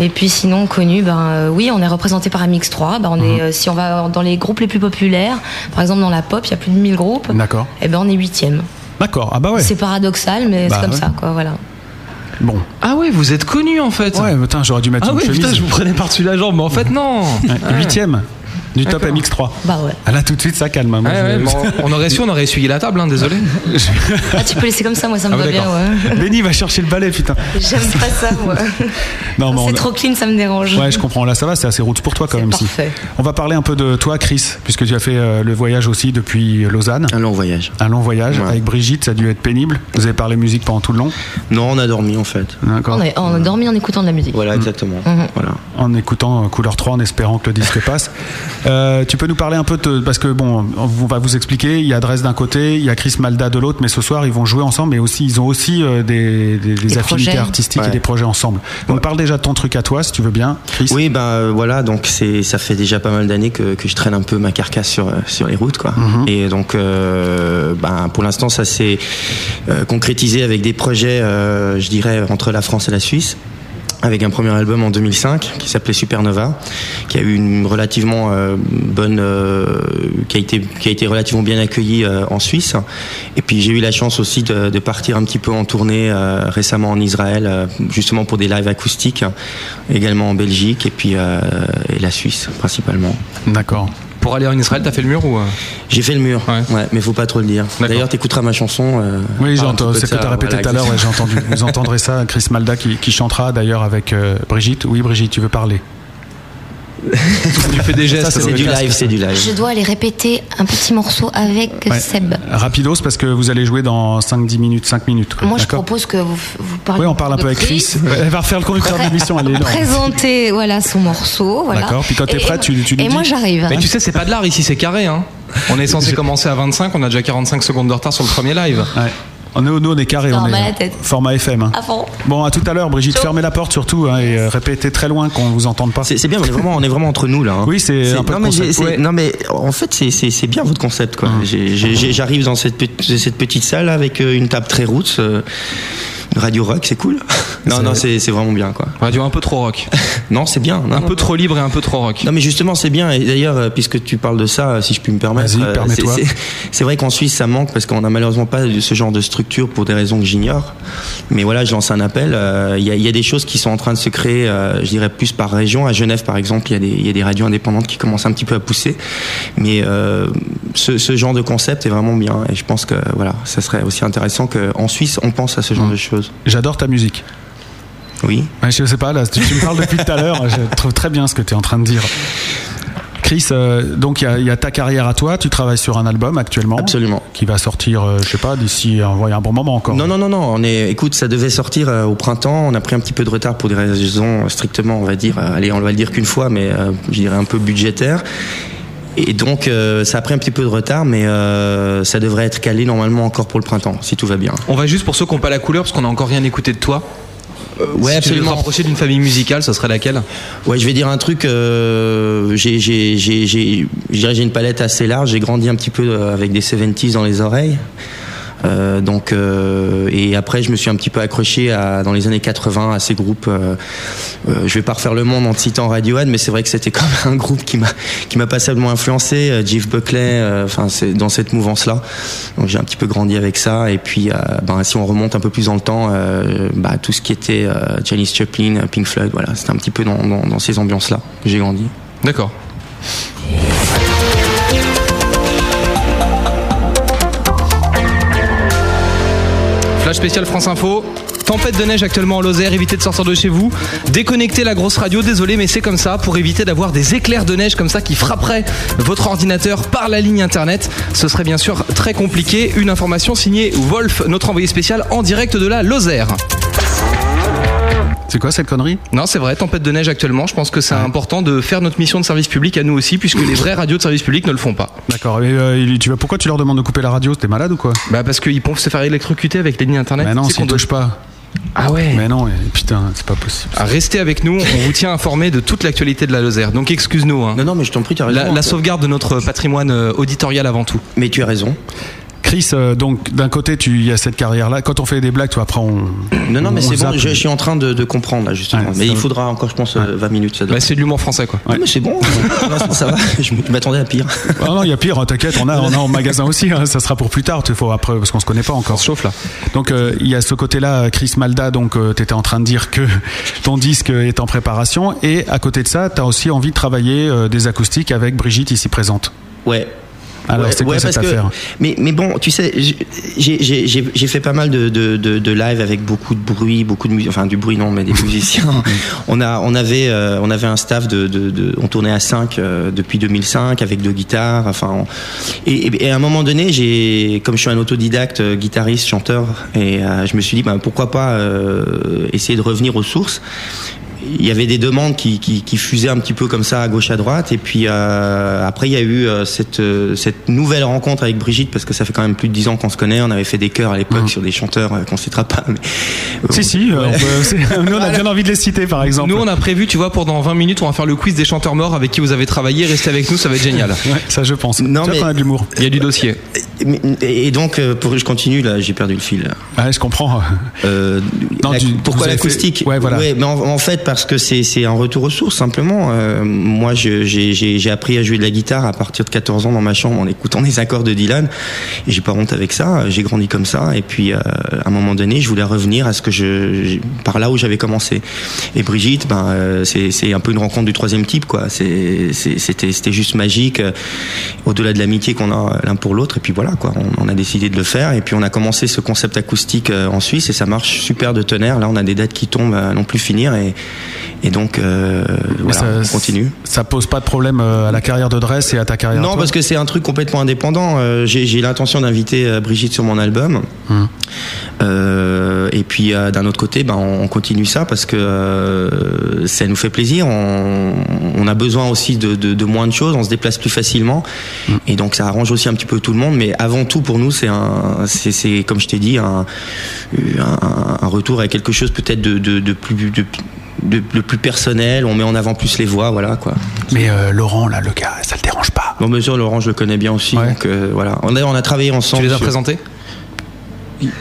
Et puis sinon connu, ben euh, oui, on est représenté par Amix 3. Ben on Mhm. est, euh, si on va dans les groupes les plus populaires, par exemple dans la pop, il y a plus de 1000 groupes. D'accord. Et ben on est huitième. D'accord. Ah bah ouais. C'est paradoxal, mais Bah c'est comme ouais. ça, quoi. Voilà. Bon. Ah ouais, vous êtes connu en fait. Ouais, putain, j'aurais dû mettre Ah une ouais, chemise. putain, je vous prenais par-dessus la jambe, mais en fait, non. Ouais, Huitième du top MX3. Bah ouais. Ah là, tout de suite, ça calme. hein. Moi, Ouais, ouais, je- bon, on aurait su, on aurait essuyé la table, hein, désolé. Ah, tu peux laisser comme ça, moi ça me Ah, va ouais, bien. d'accord. Ouais. Benny va chercher le balai, putain. J'aime pas ça, moi. Non, mais Oh, C'est on- trop clean, ça me dérange. Ouais, je comprends. Là, ça va, c'est assez route pour toi quand C'est même. si. parfait. On va parler un peu de toi, Chris, puisque tu as fait euh, le voyage aussi depuis Lausanne. Un long voyage. Un long voyage Ouais. avec Brigitte, ça a dû être pénible. Vous avez parlé musique pendant tout le long. Non, on a dormi en fait. D'accord. On, a, on a dormi en écoutant de la musique. Mm. Voilà, exactement. Mhm. Voilà. en écoutant euh, Couleur 3 en espérant que le disque passe. Euh, tu peux nous parler un peu de, parce que bon, on va vous expliquer, il y a Dress d'un côté, il y a Chris Malda de l'autre, mais ce soir ils vont jouer ensemble et aussi ils ont aussi euh, des, des- des Des affinités projets. artistiques Ouais. et des projets ensemble. On parle déjà de ton truc à toi si tu veux bien, Chris. Oui, ben euh, voilà, donc c'est ça fait déjà pas mal d'années que, que je traîne un peu ma carcasse sur euh, sur les routes, quoi. Mhm. Et donc, euh, ben pour l'instant, ça s'est euh, concrétisé avec des projets, euh, je dirais, entre la France et la Suisse. Avec un premier album en 2005 qui s'appelait Supernova, qui a eu une relativement euh, bonne, euh, qui a été qui a été relativement bien accueilli euh, en Suisse. Et puis j'ai eu la chance aussi de, de partir un petit peu en tournée euh, récemment en Israël, euh, justement pour des lives acoustiques, également en Belgique et puis euh, et la Suisse principalement. D'accord. Pour aller en Israël, t'as fait le mur ou. euh J'ai fait le mur, Ouais. ouais. mais faut pas trop le dire. D'accord. D'ailleurs, t'écouteras ma chanson. euh, Oui, parle un petit j'entends, peu c'est de ce que ça, tu as répété voilà, tout à l'heure, ouais, exactement. j'ai entendu. Vous entendrez ça, Chris Malda qui, qui chantera d'ailleurs avec euh, Brigitte. Oui, Brigitte, tu veux parler Tu fais des gestes. c'est C'est ouais. du live, c'est du Je live. dois aller répéter un petit morceau avec Ouais. Seb. Rapidos parce que vous allez jouer dans 5-10 minutes, 5 minutes. quoi. Moi, je D'accord propose que vous, vous parlez. Oui, on parle un peu avec Chris. Elle va refaire le conducteur d'émission, elle est énorme. Présenter voilà son morceau. Voilà. D'accord. Puis quand t'es Et- prête, tu- tu nous Et moi, dis. j'arrive. hein. Mais tu sais, c'est pas de l'art ici, c'est carré. Hein. On est censé commencer à 25, on a déjà 45 secondes de retard sur le premier live. Ouais. On est, nous, on est carré, on Format est la tête. format FM. hein. À fond. Bon, à tout à l'heure, Brigitte. Ciao. Fermez la porte surtout hein, et euh, répétez très loin qu'on vous entende pas. C'est c'est bien, on est vraiment, on est vraiment entre nous là. hein. Oui, c'est un peu non, le mais j'ai- concept, c'est- ouais. non mais en fait, c'est- c'est c'est bien votre concept quoi. Ah. J'ai- j'ai- j'ai- J'arrive dans cette, petite- cette petite salle avec euh, une table très route, euh, une radio rock, c'est cool. Non, non, c'est c'est vraiment bien, quoi. Radio un peu trop rock. non, c'est bien. non, Un non. peu trop libre et un peu trop rock. Non mais justement c'est bien et d'ailleurs euh, puisque tu parles de ça euh, si je puis me permettre Vas-y, euh, permets-toi. c'est- c'est- c'est vrai qu'en Suisse ça manque parce qu'on n'a malheureusement pas de ce genre de structure pour des raisons que j'ignore mais voilà je lance un appel euh, il y, a, il y a des choses qui sont en train de se créer euh, je dirais plus par région à Genève par exemple il y a des, il y a des radios indépendantes qui commencent un petit peu à pousser mais euh, ce, ce genre de concept est vraiment bien et je pense que voilà ça serait aussi intéressant qu'en Suisse on pense à ce genre de choses J'adore ta musique. oui Ouais, je sais pas, là, tu, tu me parles depuis tout à l'heure, je trouve très bien ce que tu es en train de dire. Chris, euh, donc il y a- il y, a ta carrière à toi, tu travailles sur un album actuellement. Absolument. Qui va sortir, euh, je sais pas, d'ici un, ouais, un bon moment encore. Non, non, non, non. On est, écoute, ça devait sortir euh, au printemps. On a pris un petit peu de retard pour des raisons euh, strictement, on va dire, euh, allez, on va le dire qu'une fois, mais euh, je dirais un peu budgétaire. Et donc, euh, ça a pris un petit peu de retard, mais euh, ça devrait être calé normalement encore pour le printemps, si tout va bien. On va juste pour ceux qui n'ont pas la couleur parce qu'on n'a encore rien écouté de toi. Euh, ouais, Euh, si tu devais te absolument. rapprocher d'une famille musicale, ça serait laquelle Ouais, je vais dire un truc. Euh, j'ai, j'ai, j'ai, j'ai, je dirais que j'ai une palette assez large. J'ai grandi un petit peu euh, avec des 70s dans les oreilles. Euh, donc euh, et après je me suis un petit peu accroché à, dans les années 80 à ces groupes. Euh, euh, je vais pas refaire le monde en citant Radiohead, mais c'est vrai que c'était quand même un groupe qui m'a qui m'a passablement influencé. Euh, Jeff Buckley, euh, enfin c'est dans cette mouvance-là. Donc j'ai un petit peu grandi avec ça. Et puis euh, ben si on remonte un peu plus dans le temps, euh, bah, tout ce qui était euh, Janis Joplin, Pink Floyd, voilà, c'était un petit peu dans, dans, dans ces ambiances-là que j'ai grandi. D'accord. Flash spécial France Info. Tempête de neige actuellement en Lozère, évitez de sortir de chez vous. Déconnectez la grosse radio, désolé mais c'est comme ça, pour éviter d'avoir des éclairs de neige comme ça qui frapperaient votre ordinateur par la ligne internet. Ce serait bien sûr très compliqué. Une information signée Wolf, notre envoyé spécial en direct de la Lozère. C'est quoi cette connerie Ah. Non, c'est vrai, tempête de neige actuellement, je pense que c'est important de faire notre mission de service public à nous aussi, puisque les vraies radios de service public ne le font pas. D'accord, mais euh, il- tu vas pourquoi tu leur demandes de couper la radio T'es malade ou quoi Bah parce qu'ils peuvent se faire électrocuter avec les lignes internet. Mais non, C'est s'ils qu'on doit- touchent pas. Ah ouais. Mais non, mais putain, c'est pas possible. Ah, Restez avec nous, on vous tient informé de toute l'actualité de la Lozère. Donc excuse-nous. hein. Non, non, mais je t'en prie, tu as raison. La, la sauvegarde de notre patrimoine euh, auditorial avant tout. Mais tu as raison. Chris, euh, donc d'un côté, tu- il y a cette carrière-là. Quand on fait des blagues, tu vois, après on. Non, non, mais on c'est bon, zappe. je, je suis en train de, de comprendre là justement. Ouais, mais ça il va. faudra encore, je pense, euh, 20 minutes. Ça doit. Bah, c'est de l'humour français quoi. Non, mais c'est bon, pour l'instant, ça va. Je m'attendais à pire. Ah non, il y a pire, hein, t'inquiète, on a, on a en magasin aussi, hein, ça sera pour plus tard, tu- faut après, parce qu'on se connaît pas encore. Chauffe là. Donc euh, il y a ce côté-là, euh, Chris Malda, donc euh, t'étais en train de dire que ton disque est en préparation, et à côté de ça, t'as aussi envie de travailler euh, des acoustiques avec Brigitte ici présente. Ouais. Alors, c'est quoi cette parce que- affaire mais, mais bon, tu sais, j'ai- j'ai j'ai- j'ai fait pas mal de, de, de, de live avec beaucoup de bruit, beaucoup de musique, enfin du bruit non, mais des musiciens. on, a, on, avait, euh, on avait un staff de, de, de- On tournait à 5 depuis 2005 avec deux guitares. Enfin, on- et, et- et à un moment donné, j'ai, comme je suis un autodidacte, euh, guitariste, chanteur, et euh, je me suis dit, ben, pourquoi pas euh, essayer de revenir aux sources il y avait des demandes qui, qui, qui fusaient un petit peu comme ça à gauche à droite et puis euh, après il y a eu euh, cette, euh, cette nouvelle rencontre avec Brigitte parce que ça fait quand même plus de dix ans qu'on se connaît on avait fait des chœurs à l'époque sur des chanteurs euh, qu'on citera pas mais euh, Mmh. Si, si, euh, on peut- c'est- nous on a bien envie de les citer par exemple. Nous on a prévu, tu vois, pour dans 20 minutes, on va faire le quiz des chanteurs morts avec qui vous avez travaillé. Restez avec nous, ça va être génial. Ouais, ça je pense. Non, tu vois mais- qu'on a de l'humour. Il y a du dossier. mais- et donc euh, pour je continue là j'ai perdu le fil là. Ouais, je comprends. Euh, Non, la- tu- vous pourquoi avez l'acoustique fait- ouais, voilà. mais en, en fait, parce que c'est c'est un retour aux sources, simplement. Euh, moi, je- j'ai j'ai- j'ai appris à jouer de la guitare à partir de 14 ans dans ma chambre en écoutant des accords de Dylan. Et j'ai pas honte avec ça. J'ai grandi comme ça. Et puis, euh, à un moment donné, je voulais revenir à ce que je, j'ai- par là où j'avais commencé. Et Brigitte, ben, euh, c'est c'est un peu une rencontre du troisième type, quoi. C'est- c'est- C'était c'était juste magique. euh, Au-delà de l'amitié qu'on a euh, l'un pour l'autre. Et puis voilà, quoi. On, on a décidé de le faire. Et puis, on a commencé ce concept acoustique euh, en Suisse et ça marche super de tonnerre. Là, on a des dates qui tombent à non plus finir. Et, et donc, euh, Mais voilà, on ça, continue. Ça pose pas de problème euh, à la carrière de Dress et à ta carrière. Non, bah- parce que c'est un truc complètement indépendant. Euh, J'ai j'ai l'intention d'inviter euh, Brigitte sur mon album. Hum. Euh, et puis euh, d'un autre côté, ben, on continue ça parce que euh, ça nous fait plaisir. On, on a besoin aussi de, de- de moins de choses, on se déplace plus facilement. Et donc ça arrange aussi un petit peu tout le monde. Mais avant tout, pour nous, c'est un, c'est- c'est comme je t'ai dit, un, un, un retour à quelque chose peut-être de, de- de plus. de- de- de plus personnel, on met en avant plus les voix, voilà quoi. Mais euh, Laurent, là, le gars, ça le dérange pas. Bon, bien sûr, Laurent, je le connais bien aussi, Ouais. donc euh, voilà. On a, on a travaillé ensemble. Tu les as sur- présentés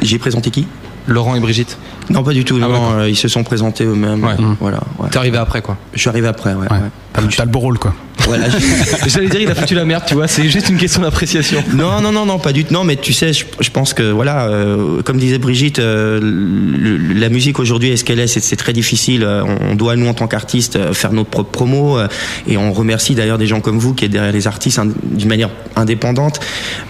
J'ai présenté qui Laurent et Brigitte Non, pas du tout. Ah, non, d'accord. euh, ils se sont présentés eux-mêmes. Ouais. Mmh. euh, Voilà. ouais. T'es arrivé après quoi. Je suis arrivé après. Ouais. Ouais. ouais. T'as le- T'as le beau rôle, quoi. Voilà, je- J'allais dire il a foutu la merde, tu vois, c'est juste une question d'appréciation. Non, non, non, non, pas du tout. Non, mais tu sais, je, je pense que voilà, euh, comme disait Brigitte, euh, le- le- la musique aujourd'hui est ce qu'elle est. C'est c'est très difficile. Euh, On, on doit nous en tant qu'artistes euh, faire notre propre promo, euh, et on remercie d'ailleurs des gens comme vous qui est derrière les artistes ind- d'une manière indépendante.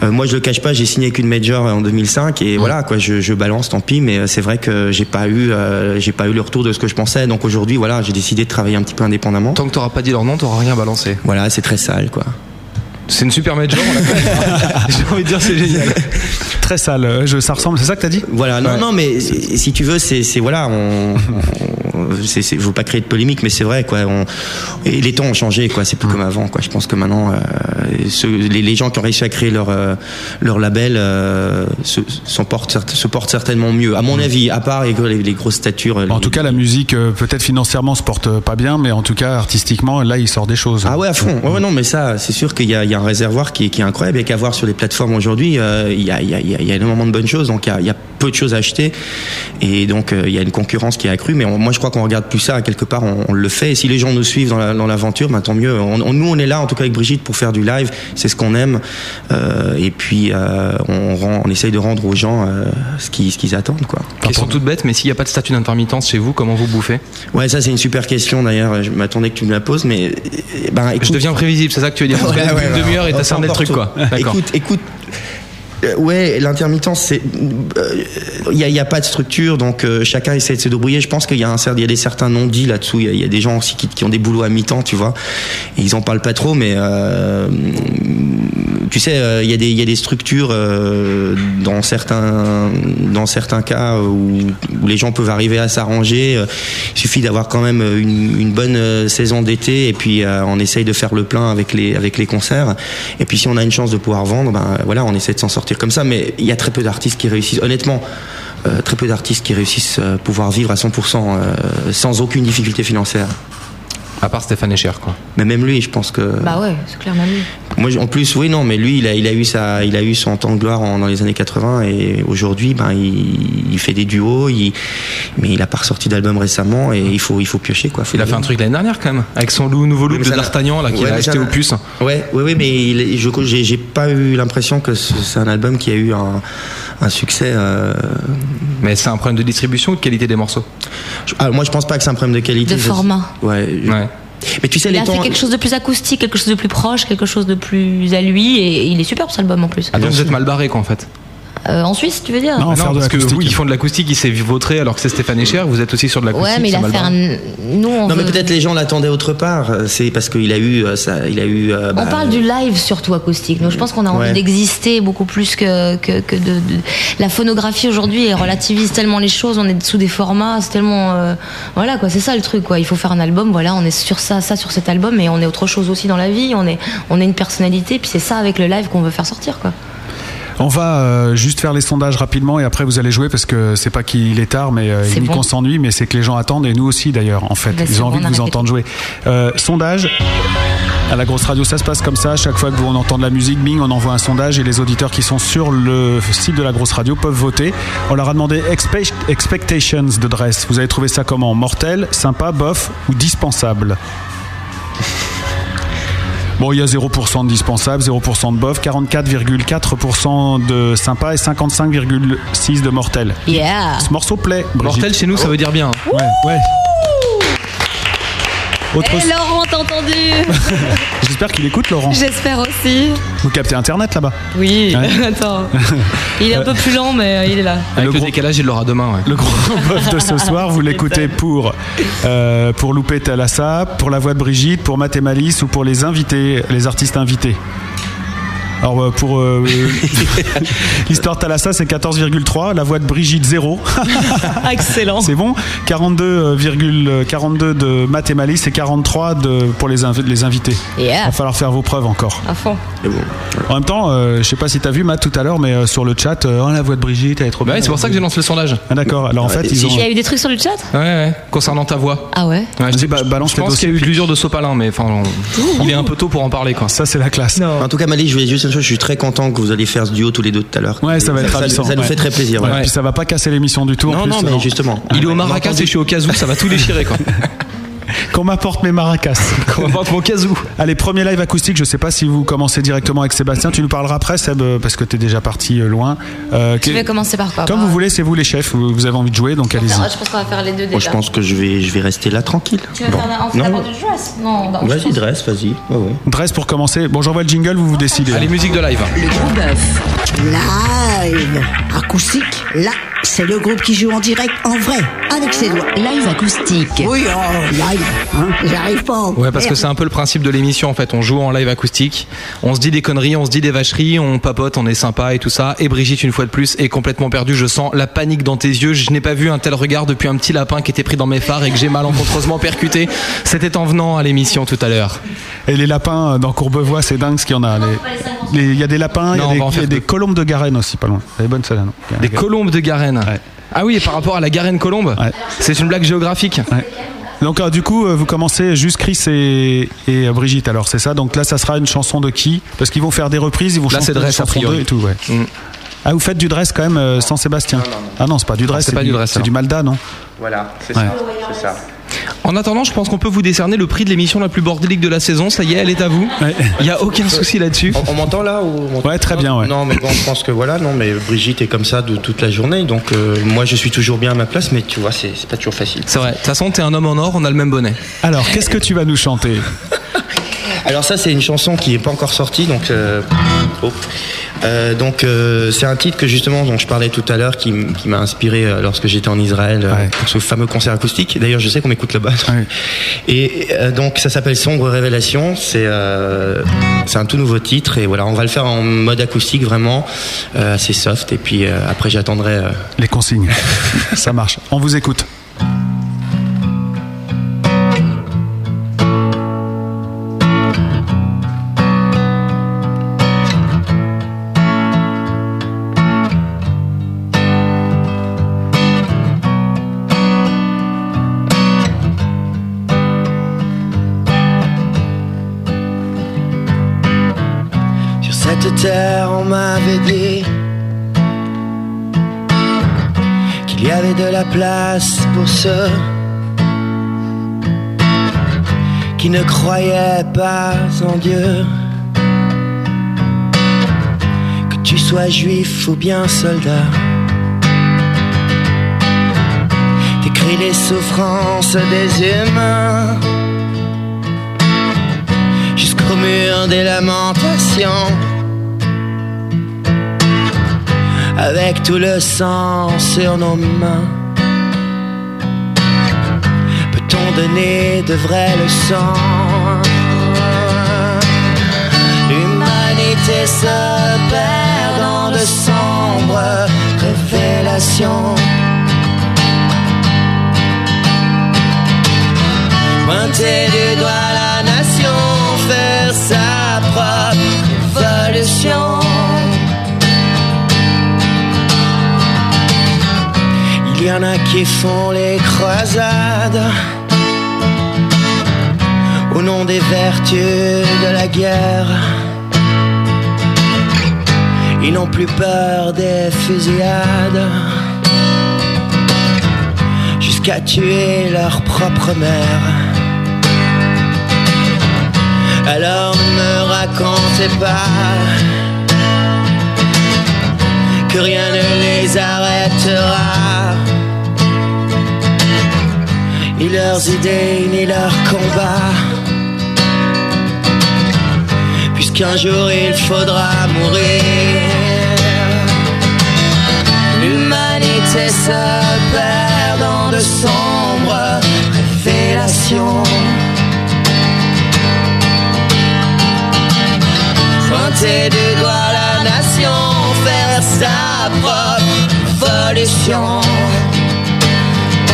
Euh, moi, je le cache pas, j'ai signé qu'une major euh, en 2005, et voilà quoi, je, je balance, tant pis. Mais euh, c'est vrai que j'ai pas eu, euh, j'ai pas eu le retour de ce que je pensais. Donc aujourd'hui, voilà, j'ai décidé de travailler un petit peu indépendamment. Tant que t'auras pas dit leur nom, t'auras rien balancé. Voilà, c'est très sale, quoi. C'est une super major, on la connaît. J'ai envie de dire c'est génial. Très sale, euh, je- ça ressemble, c'est ça que t'as dit Voilà, non, non, mais si si tu veux, c'est, c'est voilà, on, on- c'est, c'est- je veux pas créer de polémique, mais c'est vrai, quoi. On, et les temps ont changé, quoi. C'est plus comme avant, quoi. Je pense que maintenant, euh, ceux- les, les gens qui ont réussi à créer leur euh, leur label euh, se, s'en portent, cert- se portent certainement mieux, à mon avis. À part les, les, les grosses statures. En les- tout cas, la musique, euh, peut-être financièrement, se porte euh, pas bien, mais en tout cas, artistiquement, là, il sort des choses. Ah ouais, à fond. Ouais, ouais, non, mais ça, c'est sûr qu'il y a, il y a un réservoir qui est, qui est incroyable. Il y a qu'à voir sur les plateformes aujourd'hui. euh, il, y a, il, y a, il y a- il y a énormément de bonnes choses. Donc, il y a, il y a peu de choses à acheter. Et donc, euh, il y a une concurrence qui est accrue. Mais on- moi, je crois qu'on regarde plus ça. Quelque part, on, on le fait. Et si les gens nous suivent dans la- dans l'aventure, bah, tant mieux. On- on- nous, on est là, en tout cas avec Brigitte, pour faire du live. C'est ce qu'on aime. Euh, et puis, euh, on, rend, on essaye de rendre aux gens euh, ce qu'ils ce qu'ils attendent, quoi. Question toute bête, mais s'il n'y a pas de statut d'intermittence chez vous, comment vous bouffez Ouais, ça, c'est une super question, d'ailleurs. Je m'attendais que tu me la poses. Mais, eh ben, écoute, Je deviens prévisible, c'est ça que tu veux dire. Ouais, ouais, une ouais. demi-heure et t'as Peu cerné le importe truc quoi. où. D'accord. Écoute, écoute. euh, Ouais, l'intermittence, c'est, il n'y a, y a pas de structure, donc euh, chacun essaie de se débrouiller. Je pense qu'il y a un, cer- il y a des certains non-dits là-dessous. Il y a- il y, a des gens aussi qui, qui ont des boulots à mi-temps, tu vois. Et ils en parlent pas trop, mais euh, tu sais, euh, il y a des, il y a des structures euh, dans certains, dans certains cas où, où les gens peuvent arriver à s'arranger. Euh, Il suffit d'avoir quand même une, une bonne euh, saison d'été et puis euh, on essaye de faire le plein avec les, avec les concerts. Et puis si on a une chance de pouvoir vendre, ben voilà, on essaie de s'en sortir comme ça. Mais il y a très peu d'artistes qui réussissent. Honnêtement. euh, très peu d'artistes qui réussissent euh, pouvoir vivre à 100% euh, sans aucune difficulté financière. À part Stéphane Echer quoi. Mais même lui, je pense que Bah ouais, c'est clair, même lui. moi, je- en plus, oui, non, mais lui, il a, il a eu sa, il a eu son temps de gloire en- dans les années 80 et aujourd'hui, ben, il, il fait des duos, il, mais il a pas ressorti d'album récemment et il faut, il faut piocher quoi. Faut Il a le fait dire. un truc l'année dernière quand même, avec son loup- nouveau look Mais de ça n'a- D'Artagnan là qu'il Ouais, a mais ça acheté n'a- aux puces. Ouais, ouais, ouais, mais il, je, j'ai, j'ai pas eu l'impression que ce- c'est un album qui a eu un, un succès. euh, Mais c'est un problème de distribution ou de qualité des morceaux je- ah, moi, je pense pas que c'est un problème de qualité. De je- format. Ouais. je- Ouais. Mais tu sais, Il les a temps. fait quelque chose de plus acoustique, quelque chose de plus proche, quelque chose de plus à lui, et il est superbe cet album en plus. Attends, Ah, vous êtes mal barré quoi en fait. Euh, en Suisse, tu veux dire Ah, Non, Ah faire de parce que l'acoustique. vous, ils font de l'acoustique, il s'est vautré alors que c'est Stéphane Echer, vous êtes aussi sur de l'acoustique. Ouais, mais il c'est a mal fait un. barré. Nous, on Non, mais veut- peut-être les gens l'attendaient autre part. euh, C'est parce qu'il a eu, euh, ça, il a eu. Ah euh, bah, On parle du live surtout acoustique. Donc je pense qu'on a envie Ouais. d'exister beaucoup plus que, que, que de, de- La phonographie aujourd'hui elle relativise tellement les choses, on est sous des formats, c'est tellement. euh, Voilà quoi, c'est ça le truc quoi. Il faut faire un album, voilà, on est sur ça, ça sur cet album, mais on est autre chose aussi dans la vie, on est, on est une personnalité, puis c'est ça avec le live qu'on veut faire sortir quoi. On va euh, juste faire les sondages rapidement et après vous allez jouer parce que c'est pas qu'il est tard, mais euh, C'est ni bon. qu'on s'ennuie, mais c'est que les gens attendent et nous aussi d'ailleurs en fait. Bah, Ils c'est ont bon, envie on de vous arrête. entendre jouer. Euh, sondage. À la grosse radio, ça se passe comme ça. Chaque fois que vous on entend de la musique, bing, on envoie un sondage et les auditeurs qui sont sur le site de la grosse radio peuvent voter. On leur a demandé expe- expectations de Dress. Vous avez trouvé ça comment Mortel, sympa, bof ou dispensable Bon, il y a 0% de dispensable, 0% de bof, 44,4% de sympa et 55,6% de mortel. Yeah Ce morceau plaît. Brigitte. Mortel chez nous, ça veut dire bien. hein. Ouais, ouais. Autre... Et Eh, Laurent, t'as entendu J'espère qu'il écoute Laurent. J'espère aussi. Vous captez Internet là-bas. Oui, Ouais. attends. Il est un peu plus lent, mais euh, il est là. Avec le, gros- décalage, il l'aura demain. Ouais. Le gros bof de ce soir, vous l'écoutez pour euh, pour louper Talassa, pour la voix de Brigitte, pour Matt et Malice ou pour les invités, les artistes invités. Alors euh, pour euh, l'histoire de Talassa, c'est 14,3, la voix de Brigitte 0. Excellent. C'est bon euh, 42,42 de Matt et Malice et 43 de, pour les, invi- les invités. Yeah. va falloir faire vos preuves encore. À fond. En même temps, euh, je sais pas si t'as vu Matt tout à l'heure, mais euh, sur le chat, euh, Oh, la voix de Brigitte, elle est trop Bah bien. ouais, c'est pour ça que j'ai lancé le sondage. Ah, d'accord, alors en fait, ils ont. Il y a eu des trucs sur le chat Ouais, ouais, concernant ta voix. Ah ouais Ouais, je, Vas-y, ba- balance je tes pense dossiers. qu'il y a eu de l'usure de sopalin, mais enfin, on- il est un peu tôt pour en parler quoi. Ça, c'est la classe. En tout cas, Mali, je voulais juste seule chose, je suis très content que vous allez faire ce duo tous les deux tout à l'heure. Ouais, ça va être ravissant. Ça nous ouais. fait très plaisir. Ouais, ouais. Puis ça va pas casser l'émission du tout. en Non, plus, hein. non, mais justement. Il est au On a Maracas et je entendu- suis au Kazoo, ça va tout déchirer quoi. Qu'on m'apporte mes maracas. Qu'on va mon Kazoo. Allez, premier live acoustique. Je sais pas si vous commencez directement avec Sébastien. Tu nous parleras après, Seb, euh, parce que t'es déjà parti euh, loin. Euh, Je que- vais commencer par quoi Comme par- vous voulez, c'est vous les chefs. Vous, vous avez envie de jouer, donc Je allez-y. pense qu'on va faire les Oh, deux Moi, je déjà. pense que je vais, je vais rester là tranquille. Tu vas Bon. faire un- on fait Non, d'abord du dress Non, non, je vas-y, pense- dresse, vas-y. Ouais, ouais. Dresse pour commencer. Bon, j'envoie le jingle. Vous vous décidez. hein. Allez, musique de live. Le gros bœuf. Live. Acoustique. Là, c'est le groupe qui joue en direct, en vrai, avec ses doigts. Live acoustique. Oui, oh, live. Hein, J'arrive pas. Ouais, parce que c'est un peu le principe de l'émission en fait. On joue en live acoustique, on se dit des conneries, on se dit des vacheries, on papote, on est sympa et tout ça. Et Brigitte, une fois de plus, est complètement perdue. Je sens la panique dans tes yeux. Je n'ai pas vu un tel regard depuis un petit lapin qui était pris dans mes phares et que j'ai malencontreusement percuté. C'était en venant à l'émission tout à l'heure. Et les lapins euh, dans Courbevoie, c'est dingue ce qu'il y en a. les- les- Il y a des lapins, il y a Non, on des, va en il y a faire des deux. colombes de Garenne aussi, pas loin. Elle est bonne celle-là, non Il y a un Des gars- colombes de Garenne. Ouais. Ah oui, et par rapport à la Garenne colombe, Ouais. c'est une blague géographique. Ouais. Donc euh, du coup, euh, vous commencez juste Chris et, et, euh, Brigitte. Alors c'est ça. Donc là, ça sera une chanson de qui Parce qu'ils vont faire des reprises, ils vont Là, chanter c'est une Dress, a chanson priori. d'eux et tout. Ouais. Mm. Ah, vous faites du dress quand même euh, sans Sébastien Ah non, c'est pas du dress. c'est pas du dress, C'est alors. du Malda, non Voilà, c'est Ouais. ça. C'est ça. En attendant, je pense qu'on peut vous décerner le prix de l'émission la plus bordélique de la saison. Ça y est, elle est à vous. Ouais. Il y a aucun souci là-dessus. On, on m'entend là ou on m'entend Ouais, très pas bien, ouais. Non, mais bon, je pense que voilà, non, mais Brigitte est comme ça de toute la journée, donc euh, moi je suis toujours bien à ma place, mais tu vois, c'est c'est pas toujours facile. C'est vrai. De toute façon, t'es un homme en or, on a le même bonnet. Alors, qu'est-ce que tu vas nous chanter Alors ça, c'est une chanson qui n'est pas encore sortie, donc euh, oh. Euh, donc euh, c'est un titre que justement dont je parlais tout à l'heure, qui, m- qui m'a inspiré euh, lorsque j'étais en Israël euh, Ouais. pour ce fameux concert acoustique. D'ailleurs, je sais qu'on m'écoute là-bas. Ouais. Et euh, donc ça s'appelle Sombre Révélation. C'est euh, c'est un tout nouveau titre et voilà, on va le faire en mode acoustique vraiment euh, assez soft. Et puis euh, après, j'attendrai. euh, Les consignes. ça marche. On vous écoute. Sur cette terre, on m'avait dit qu'il y avait de la place pour ceux qui ne croyaient pas en Dieu. Que tu sois juif ou bien soldat, t'écris les souffrances des humains jusqu'au mur des lamentations. Avec tout le sang sur nos mains, peut-on donner de vraies leçons L'humanité se perd dans de sombres révélations. Pointer du doigt la nation, faire sa propre évolution. Il y en a qui font les croisades au nom des vertus de la guerre. Ils n'ont plus peur des fusillades jusqu'à tuer leur propre mère. Alors ne me racontez pas que rien ne les arrêtera. Ni leurs idées, ni leurs combats. Puisqu'un jour il faudra mourir. L'humanité se perd dans de sombres révélations. Pointer du doigt la nation, faire sa propre évolution. Oh,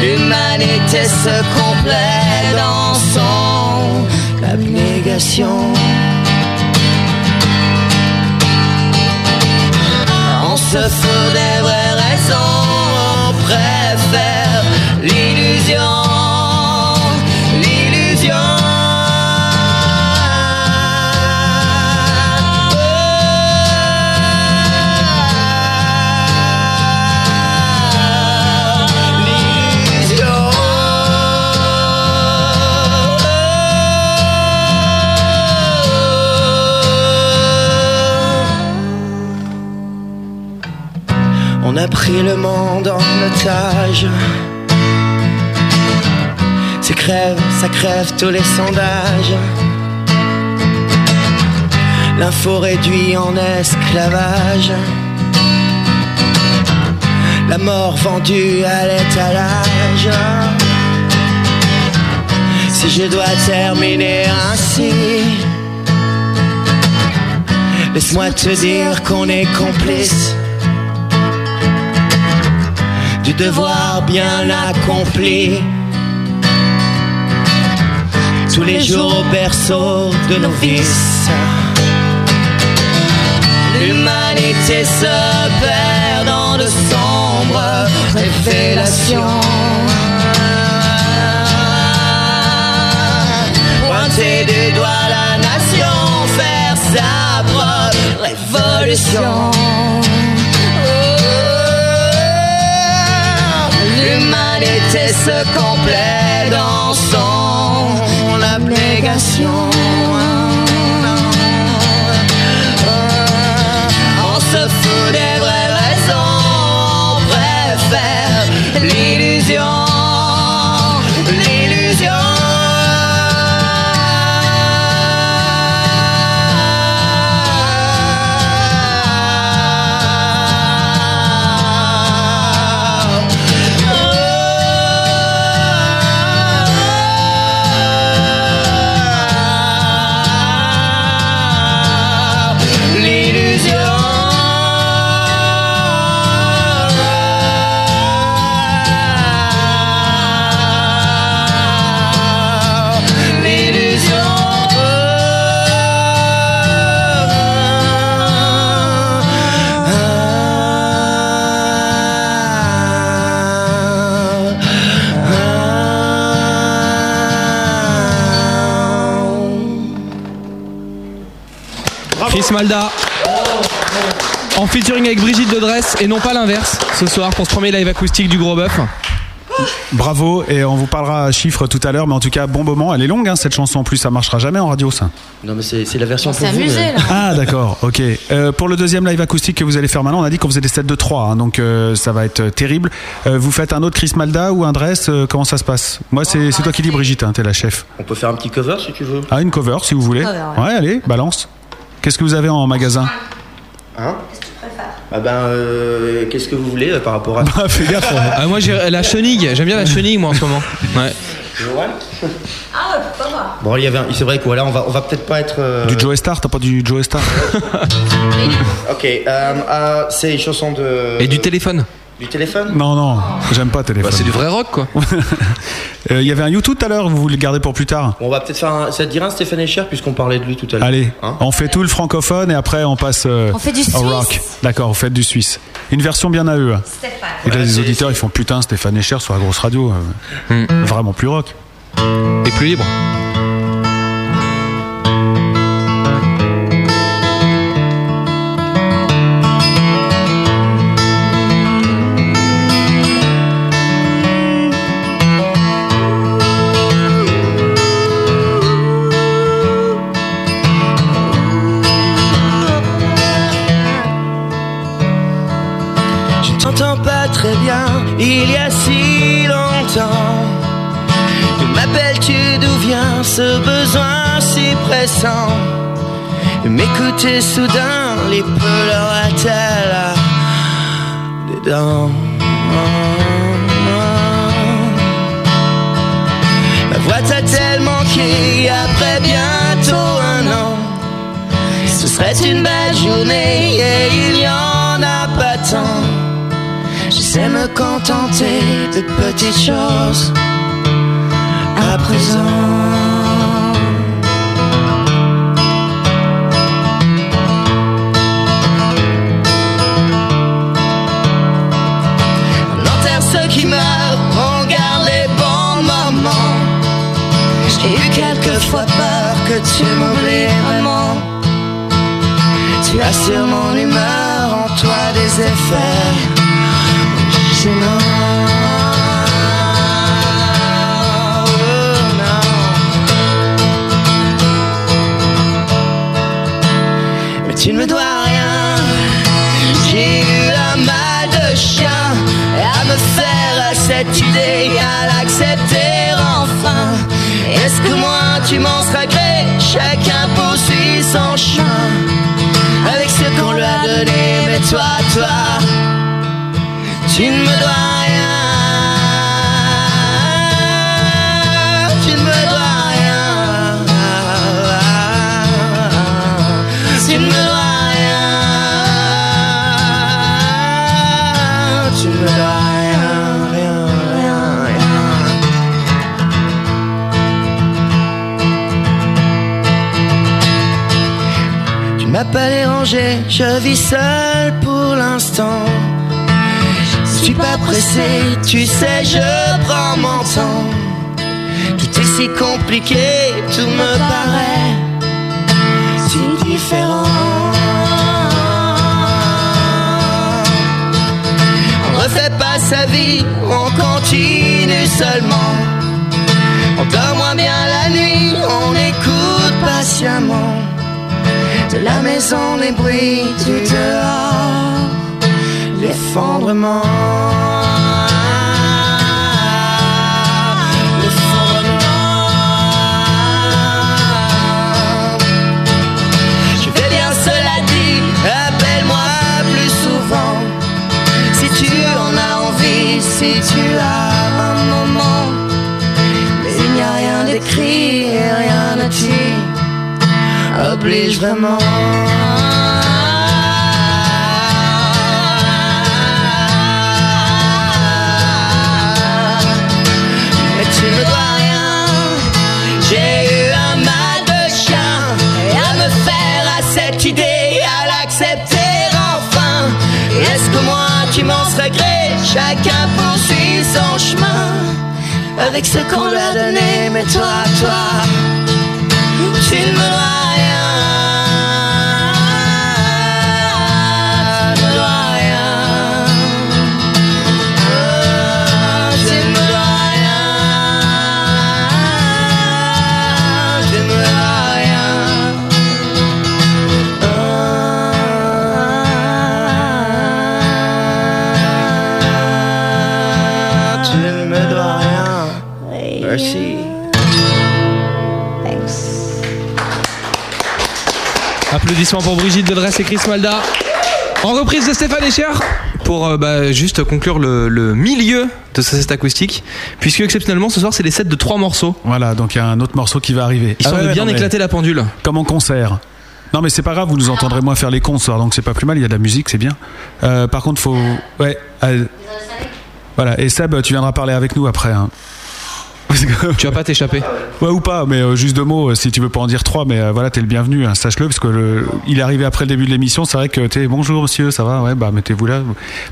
L'humanité se complaît dans son abnégation. On se fout des vraies raisons, on préfère l'illusion, l'illusion. On a pris le monde en otage. Ça crève, ça crève tous les sondages. L'info réduit en esclavage. La mort vendue à l'étalage. Si je dois terminer ainsi, laisse-moi te dire qu'on est complice du devoir bien accompli. Tous les jours au berceau de nos vices, l'humanité se perd dans de sombres révélations. Pointer du doigt la nation, faire sa propre révolution. Oh, L'humanité se complaît dans son abnégation. Oh, On se fout des vraies raisons, on préfère l'illusion. L'illusion. Ah, Chris Malda. En featuring avec Brigitte de Dresse et non pas l'inverse ce soir pour ce premier live acoustique du Gros Bœuf. Bravo, et on vous parlera chiffres tout à l'heure, mais en tout cas, bon moment, elle est longue hein, cette chanson en plus, ça marchera jamais en radio ça. Non mais c'est c'est la version s'est pour vous, amusé mais- là. Ah d'accord, ok. Euh, pour le deuxième live acoustique que vous allez faire maintenant, on a dit qu'on faisait des sets de 3, donc euh, ça va être euh, terrible. Euh, vous faites un autre Chris Malda ou un Dress, euh, comment ça se passe Moi, c'est c'est toi qui dis Brigitte, hein, t'es la chef. On peut faire un petit cover si tu veux. Ah, une cover si vous voulez. Cover, ouais. Ouais, allez, balance. Qu'est-ce que vous avez en magasin Hein Qu'est-ce que tu préfères Ah ben, euh, qu'est-ce que vous voulez euh, par rapport à Ah, Fais gaffe, on- Ah, moi j'ai la chenille, j'aime bien la chenille moi en ce moment. Ouais. Joël Ah ouais, pas Bon, il y avait un... c'est vrai que là, on va, on va peut-être pas être. euh, Du Joe Star, t'as pas du Joe Star Ok, euh, euh, c'est une chanson de. Et du téléphone. Du téléphone Non, non, j'aime pas téléphone. Bah, c'est du vrai rock quoi. Euh, Il y avait un YouTube tout à l'heure, vous le gardez pour plus tard Bon, on va peut-être faire un. Ça te dira un Stéphane Escher puisqu'on parlait de lui tout à l'heure. Allez, Hein on fait tout le francophone et après on passe euh, On fait du au Suisse. rock. D'accord, on fait du suisse. Une version bien à eux. hein. Et là, Ouais, les c'est- auditeurs, ils font putain, Stéphane Escher sur la grosse radio. euh, Vraiment plus rock. Et plus libre. Je t'entends pas très bien, il y a si longtemps. D'où m'appelles-tu, d'où vient ce besoin si pressant De m'écouter soudain, les pleurs à des dents Ma voix t'a tellement manqué après bientôt un an. Ce serait une belle journée et il n'y en a pas tant. Je sais me contenter de petites choses à présent. On enterre ceux qui meurent, on garde les bons moments. J'ai eu quelquefois peur que tu m'oublies vraiment. Tu as sur mon humeur en toi des effets gênants. Oh, non. Mais tu ne me dois rien. J'ai eu un mal de d'immenses regrets, chacun poursuit son chemin. Avec ce qu'on lui a donné, mais toi, toi, tu ne me dois rien. Tu ne me dois rien. Tu ne me dois rien. Tu ne me dois rien, rien, rien, rien. Tu m'as pas dérangé, je vis seul pour l'instant. Je suis pas pressé, tu sais, je prends mon temps. Tout est si compliqué, tout me paraît si différent. On refait pas sa vie, on continue seulement. On dort moins bien la nuit, on écoute patiemment de la maison les bruits du dehors, l'effondrement. L'effondrement. Je vais bien, cela dit, appelle-moi plus souvent. Si tu en as envie, si tu as un moment. Mais il n'y a rien d'écrit et rien de dit. Oblige vraiment. Mais tu me dois rien. J'ai eu un mal de chien et à me faire à cette idée, à l'accepter enfin. Et Est-ce que moi, d'immenses regrets, chacun poursuit son chemin avec ce qu'on lui a donné. Mais toi, toi, tu ne me dois rien. Tu me dois rien. Ah, tu ne me dois rien. Tu ne me dois rien. Ah, tu ne me dois rien. Merci. Applaudissements pour Brigitte Deldress et Chris Malda. En reprise de Stéphane Echer pour euh, bah, juste conclure le, le milieu de ce set acoustique, puisque exceptionnellement ce soir c'est les sets de trois morceaux. Voilà, donc il y a un autre morceau qui va arriver. Histoire Ah ouais, de bien non, mais- éclater la pendule. Comme en concert. Non mais c'est pas grave, vous nous entendrez moins faire les cons ce soir, donc c'est pas plus mal, il y a de la musique, c'est bien. Euh, par contre, faut... Ouais. euh, Voilà, et Seb, tu viendras parler avec nous après. hein. Tu vas pas t'échapper. Ouais ou pas, mais euh, juste deux mots, euh, si tu veux pas en dire trois, mais euh, voilà, t'es le bienvenu, hein, sache-le, parce que le- il est arrivé après le début de l'émission, c'est vrai que t'es bonjour monsieur, ça va, ouais, bah mettez-vous là.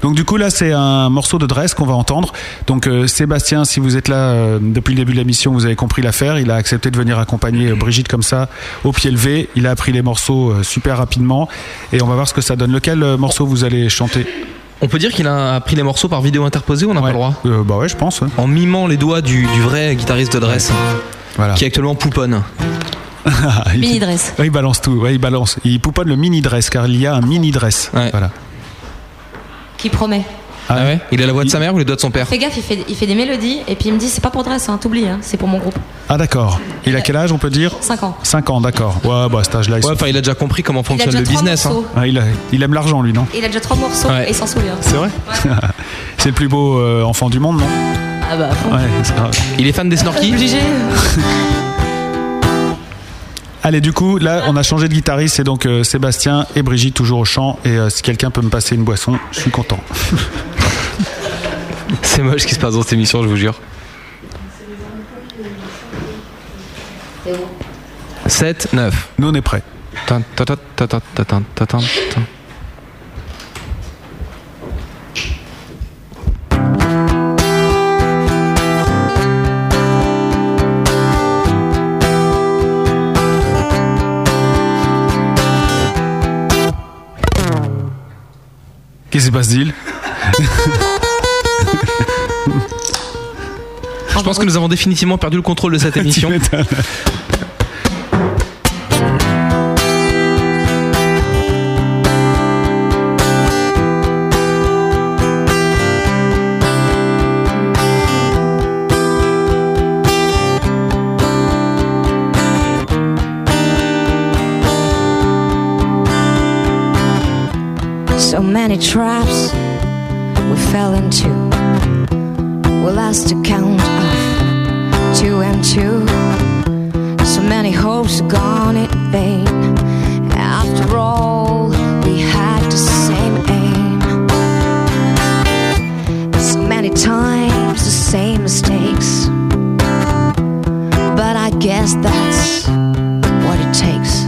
Donc du coup là c'est un morceau de Dress qu'on va entendre. Donc euh, Sébastien, si vous êtes là euh, depuis le début de l'émission, vous avez compris l'affaire, il a accepté de venir accompagner euh, Brigitte comme ça, au pied levé, il a appris les morceaux euh, super rapidement, et on va voir ce que ça donne. Lequel euh, morceau vous allez chanter On peut dire qu'il a pris les morceaux par vidéo interposée, on n'a pas le droit Euh, Bah ouais, je pense. ouais. En mimant les doigts du, du vrai guitariste de Dress, Voilà. qui est actuellement pouponne. Il- Mini dress. Ouais, il balance tout, ouais, il balance. Il pouponne le mini dress, car il y a un mini dress. Ouais. Voilà. Qui promet. Ah ouais Il a la voix de sa mère ou les doigts de son père Fais gaffe, il fait, il fait des mélodies et puis il me dit c'est pas pour Dress, hein, t'oublies, hein, c'est pour mon groupe. Ah d'accord. Il a quel âge on peut dire 5 ans. 5 ans, d'accord. Ouais, bah à cet âge-là, il, Ouais, s'en- enfin il a déjà compris comment Il a fonctionne déjà le trois business. hein. morceaux. Ouais, il, a- il aime l'argent lui, non Il a déjà trois morceaux Ouais. et il s'en souvient. C'est vrai C'est le plus beau euh, enfant du monde, non Ah bah, faut- Ouais, c'est grave. Il est fan des snorkies obligé. Allez, du coup, là, on a changé de guitariste, c'est donc euh, Sébastien et Brigitte toujours au chant. Et euh, si quelqu'un peut me passer une boisson, je suis content. C'est moche ce qui se passe dans cette émission, je vous jure. 7, 9. Nous, on est prêts. Qu'est-ce qui se passe-t-il Je pense que nous avons définitivement perdu le contrôle de cette émission. So many traps we fell into. We lost the count of two and two. So many hopes gone in vain. After all, we had the same aim. So many times the same mistakes. But I guess that's what it takes.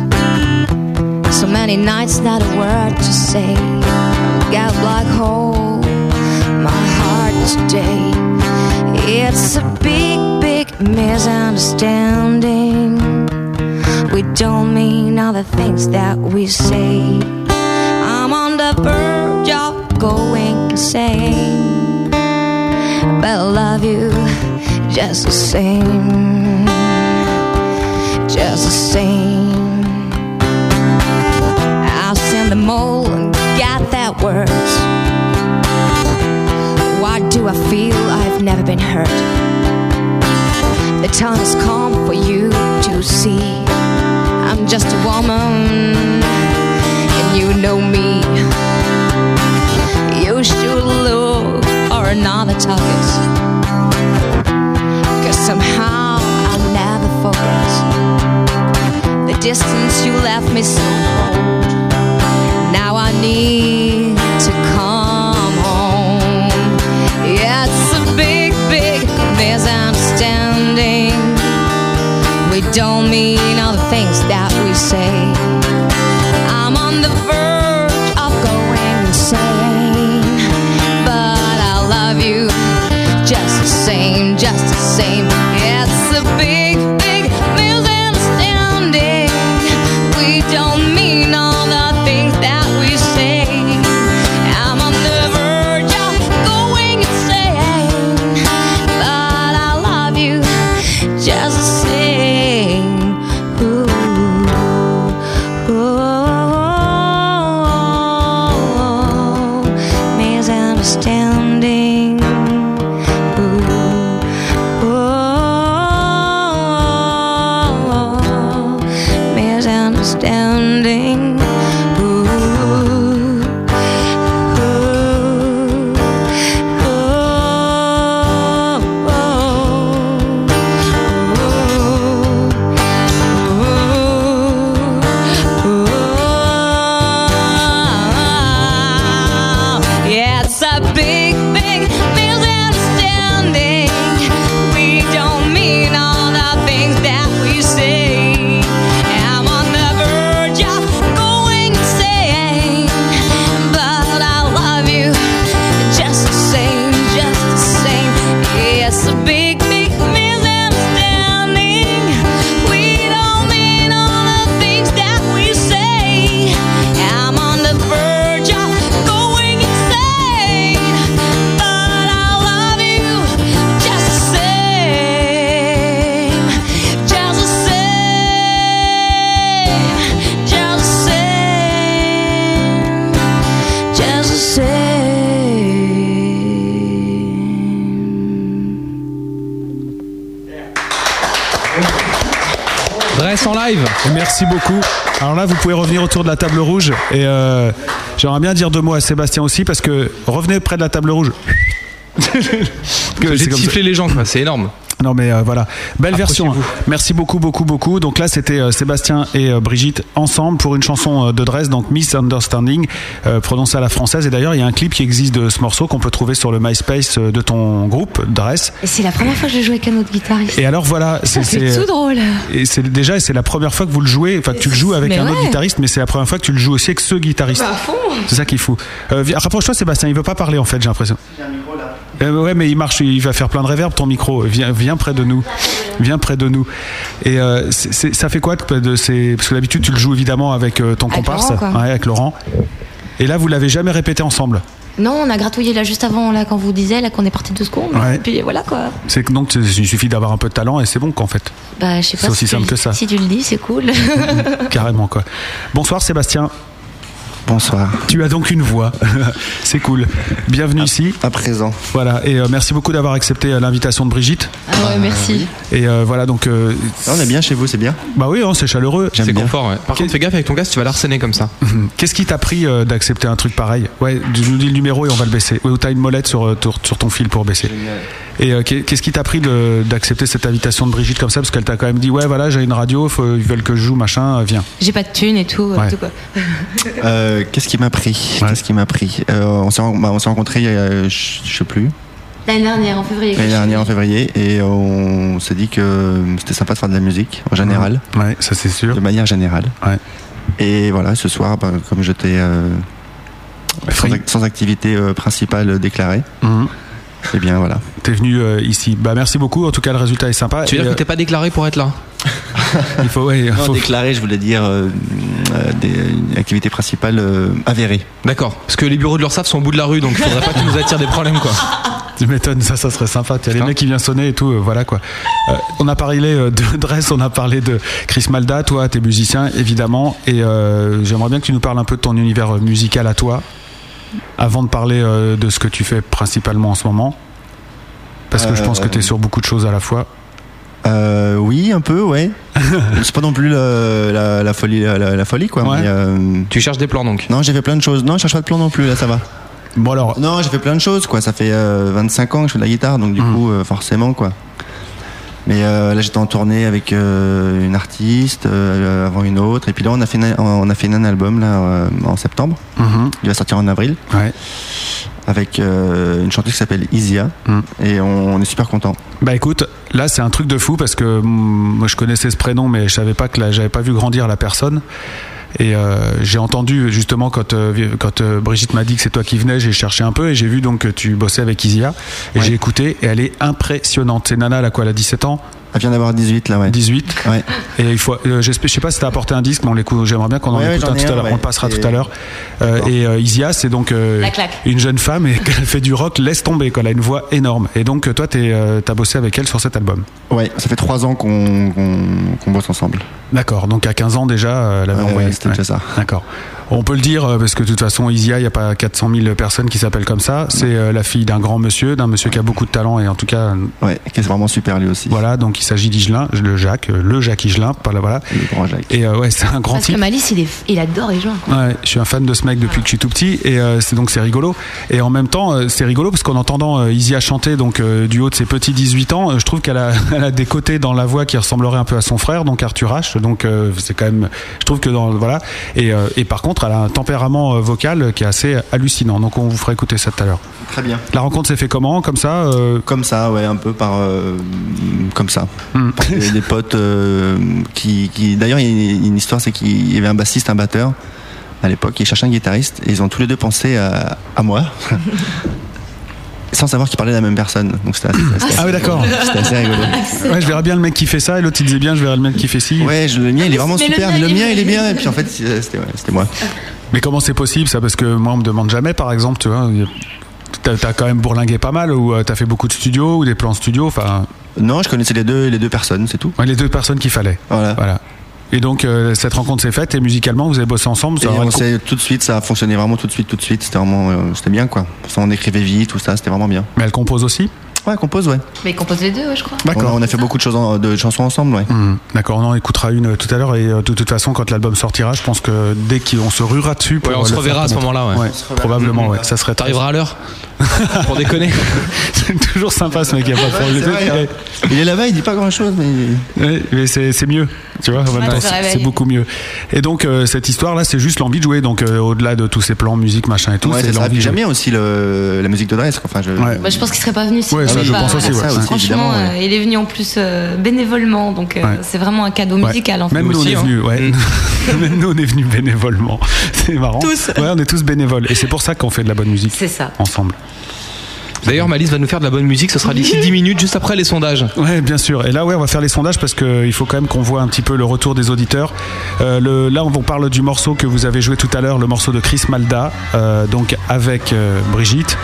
So many nights, not a word to say. Got a black hole, my heart today. It's a big, big misunderstanding. We don't mean all the things that we say. I'm on the verge of going insane. But I love you just the same. Just the same. I'll send them all and get their words. Why do I feel I've never been hurt? The time has come for you to see. I'm just a woman, and you know me. You should look for another target. Cause somehow I'll never forget the distance you left me so cold. Now I need to come home. Yeah, it's a big, big misunderstanding. We don't mean all the things that we say. I'm on the verge of going insane. But I love you just the same, just the same. It's a big, big misunderstanding. We don't mean all the things that we say. I'm on the verge of going insane, but I love you just the same. Ooh, ooh, misunderstanding. Ooh, ooh, misunderstanding. Ooh, ooh, yeah, it's a big, big misunderstanding. We don't mean all the things that we say. I'm on the verge of going insane, but I love you just the same, just the same. It's a big, big misunderstanding. We don't mean all the things that we say. I'm on the verge of going insane, but I love you just the same, just the same, just the same, just the same. Brest en live. Merci beaucoup. Alors là, vous pouvez revenir autour de la table rouge et euh, j'aimerais bien dire deux mots à Sébastien aussi parce que revenez près de la table rouge. Que j'ai C'est comme ça. sifflé les gens, quoi. C'est énorme. Non mais euh, voilà, belle version. Merci beaucoup, beaucoup, beaucoup. Donc là, c'était euh, Sébastien et euh, Brigitte ensemble pour une chanson euh, de Dress, donc Misunderstanding, euh, prononcée à la française. Et d'ailleurs, il y a un clip qui existe de ce morceau qu'on peut trouver sur le MySpace euh, de ton groupe Dress. Et c'est la première fois que je joue avec un autre guitariste. Et euh, alors voilà, Ça, c'est tout drôle. Et c'est déjà, c'est la première fois que vous le jouez, enfin que tu le joues avec Mais un autre ouais. guitariste, mais c'est la première fois que tu le joues aussi avec ce guitariste. Bah, à fond. C'est ça qui est fou. Euh, viens, Rapproche-toi, Sébastien. Il veut pas parler en fait, j'ai l'impression. Euh, ouais, mais il marche, il va faire plein de réverb ton micro. Viens, viens près de nous. Viens près de nous. Et euh, c'est- c'est- ça fait quoi de, de ces- Parce que d'habitude, tu le joues évidemment avec euh, ton Avec comparse, Laurent, quoi. Ouais, avec Laurent. Et là, vous l'avez jamais répété ensemble. Non, on a gratouillé là juste avant, là, quand vous disiez, là, qu'on est parti deux secondes. Ouais. Puis voilà, quoi. C'est que donc, c'est- il suffit d'avoir un peu de talent et c'est bon qu'en fait. Bah, je sais pas. C'est si aussi tu simple le- que ça. Ah Si tu le dis, c'est cool. Carrément quoi. Bonsoir Sébastien. Bonsoir. Tu as donc une voix. C'est cool. Bienvenue ici. À présent. Voilà. Et euh, merci beaucoup d'avoir accepté euh, l'invitation de Brigitte. Ah ouais, merci. Et euh, voilà, donc. euh, Ah, On est bien chez vous, c'est bien. Bah oui, hein, c'est chaleureux. C'est confort, ouais. Par contre, fais gaffe avec ton gaz, tu vas l'arsener comme ça. Qu'est-ce qui t'a pris euh, d'accepter un truc pareil Ouais, tu nous dis le numéro et on va le baisser. Ouais, Ou t'as une molette sur, euh, tour- sur ton fil pour baisser. Et euh, qu'est- qu'est-ce qui t'a pris de- d'accepter cette invitation de Brigitte comme ça Parce qu'elle t'a quand même dit Ouais, voilà, j'ai une radio, faut- ils veulent que je joue, machin, euh, viens. J'ai pas de thune et tout, euh, tout quoi. Euh, Qu'est-ce qui m'a pris Qu'est-ce qui m'a pris Euh, On s'est ren- bah, on s'est rencontrés, il y a- je je sais plus, L'année dernière, en février. l'année dernière en février, et on s'est dit que c'était sympa de faire de la musique en général. Ouais, ça c'est sûr. De manière générale. Et voilà, ce soir, bah, comme j'étais euh, Bah, sans, ac- sans activité euh, principale déclarée, et bien voilà. T'es venu euh, ici. Bah merci beaucoup. En tout cas, le résultat est sympa. Tu veux Et, dire euh, que t'es pas déclaré pour être là Il faut, ouais, Non, faut- déclaré, je voulais dire euh, euh, des, une activité principale euh, avérée. D'accord. Parce que les bureaux de l'URSSAF sont au bout de la rue, donc faudrait pas que tu nous attires des problèmes, quoi. Tu m'étonnes, ça, ça serait sympa. Tu as les mecs qui viennent sonner et tout, euh, voilà quoi. Euh, on a parlé euh, de Dress, on a parlé de Chris Malda, toi, t'es musicien évidemment, et euh, j'aimerais bien que tu nous parles un peu de ton univers euh, musical à toi, avant de parler euh, de ce que tu fais principalement en ce moment, parce que je pense que Euh, t'es sur beaucoup de choses à la fois. Euh, oui, un peu, ouais. c'est pas non plus la, la- la folie, la, la folie quoi. mais, euh, Tu cherches des plans, donc. Non, j'ai fait plein de choses. Non, je cherche pas de plan non plus, là, ça va. Bon alors. Non, j'ai fait plein de choses, quoi. Ça fait euh, 25 ans que je fais de la guitare, donc du Mmh. coup, euh, forcément, quoi. Mais euh, là, j'étais en tournée avec euh, une artiste, euh, avant une autre, et puis là, on a fait, une- on a fait un album là euh, en septembre. Mhm. Il va sortir en avril. Avec euh, une chanteuse qui s'appelle Isia, Mmh. et on, on est super content. Bah écoute, là c'est un truc de fou parce que mm, moi je connaissais ce prénom mais je savais pas que la- j'avais pas vu grandir la personne. Et euh, j'ai entendu justement quand euh, vi- quand euh, Brigitte m'a dit que c'est toi qui venais, j'ai cherché un peu et j'ai vu donc que tu bossais avec Isia et j'ai écouté et elle est impressionnante. C'est Nana elle a quoi elle a 17 ans Elle vient d'avoir 18 là ouais. 18 Ouais. Et il faut euh, j'espère- je sais pas si t'as apporté un disque mais on l'écoute j'aimerais bien qu'on en Ouais, ouais, écoute j'en un ai tout à un, l'heure, ouais. on le passera Et- tout à l'heure. Euh, et euh, Isia c'est donc euh, La claque. une jeune femme et qu'elle fait du rock, laisse tomber quand elle a une voix énorme. Et donc toi t'es, euh, t'as bossé avec elle sur cet album. Ouais, ça fait 3 ans qu'on qu'on- qu'on bosse ensemble. D'accord, donc à 15 ans déjà, euh, elle avait Ouais, envoyé. c'était déjà ça. D'accord. On peut le dire, euh, parce que de toute façon, Isia, il n'y a pas 400 000 personnes qui s'appellent comme ça. C'est euh, la fille d'un grand monsieur, d'un monsieur qui a beaucoup de talent et en tout cas. Ouais, qui est vraiment super lui aussi. Voilà, donc il s'agit d'Igelin, le Jacques, euh, le Jacques Igelin, par là, voilà. Le grand Jacques. Et euh, ouais, c'est un grand Parce que type. Malice, il, est, il adore les gens. quoi. Ouais, je suis un fan de ce mec depuis que je suis tout petit et euh, c'est donc c'est rigolo et en même temps euh, c'est rigolo parce qu'en entendant euh, Isia chanter donc euh, du haut de ses petits 18 ans euh, je trouve qu'elle a, elle a des côtés dans la voix qui ressemblerait un peu à son frère donc Arthur H donc euh, c'est quand même je trouve que dans voilà et, euh, et par contre elle a un tempérament euh, vocal qui est assez hallucinant donc on vous fera écouter ça tout à l'heure Très bien. la rencontre s'est fait comment comme ça euh, Comme ça, ouais, un peu par. euh, comme ça. Hmm. Par des, des potes euh, qui. qui- D'ailleurs, il y a une histoire, c'est qu'il y avait un bassiste, un batteur, à l'époque, qui cherchait un guitariste, et ils ont tous les deux pensé à, à moi. Sans savoir qu'ils parlaient de la même personne. Donc c'était assez- c'était ah assez- oui d'accord C'était assez rigolo. Ah, ouais je verrai bien le mec qui fait ça et l'autre il disait bien je verrai le mec qui fait ci Ouais, je- le mien il est vraiment Mais le super, mien, mais le il mien est- il est bien. Et puis en fait, c'est- c'était ouais, c'était moi. Mais comment c'est possible ça Parce que moi, on me demande jamais, par exemple, tu vois. T'as t'as quand même bourlingué pas mal, ou euh, t'as fait beaucoup de studios, ou des plans studio, enfin. Non, je connaissais les deux, les deux personnes, c'est tout. les deux personnes qu'il fallait. Voilà. Et donc, euh, cette rencontre s'est faite, et musicalement, vous avez bossé ensemble. Et ça aurait on le coup- s'est tout de suite, ça a fonctionné vraiment tout de suite, tout de suite. C'était vraiment, euh, c'était bien quoi. On écrivait vite, tout ça, c'était vraiment bien. Mais elle compose aussi Ouais, elle compose, ouais. Mais ils composent les deux, ouais, je crois. D'accord. On, a fait beaucoup de choses, en- de chansons ensemble, ouais. Hmm, D'accord, on en écoutera une euh, tout à l'heure, et euh, de toute façon, quand l'album sortira, je pense que dès qu'on se ruera dessus. pour euh, Ouais, on le se faire reverra à ce connaître. moment-là, ouais. On se reverra. Probablement, Mhm. ouais. Ça serait très- T'arriveras à l'heure Pour déconner. C'est toujours sympa ce mec, il a pas de problème. c'est vrai, hein. Il est là-bas, il dit pas grand-chose, mais. Ouais, mais c'est c'est mieux, tu vois. en même Ouais, ça temps, c'est réveille. c'est beaucoup mieux. Et donc euh, cette histoire-là, c'est juste l'envie de jouer. Donc euh, au-delà de tous ces plans, musique, machin et tout, Ouais, c'est ça sera plus l'envie de jouer. jamais aussi le- la musique de Dress. quoi. Enfin, je... Ouais. Moi, Bah, je pense qu'il serait pas venu si Ouais, ça, bah, je pense aussi, ouais. Ça aussi, Franchement, évidemment, euh, il est venu en plus euh, bénévolement, donc euh, Ouais. c'est vraiment un cadeau Ouais. musical. En hein. fait. Même nous, on est venus, ouais. Mm. Même nous, on est venus bénévolement. C'est marrant. Tous. Ouais, on est tous bénévoles. Et c'est pour ça qu'on fait de la bonne musique. C'est ça. Ensemble. D'ailleurs, Malice va nous faire de la bonne musique, ce sera d'ici 10 minutes, juste après les sondages. Ouais, bien sûr. Et là, ouais, on va faire les sondages parce qu'il faut quand même qu'on voit un petit peu le retour des auditeurs. Euh, le, là, on vous parle du morceau que vous avez joué tout à l'heure, le morceau de Chris Malda, euh, donc avec euh, Brigitte.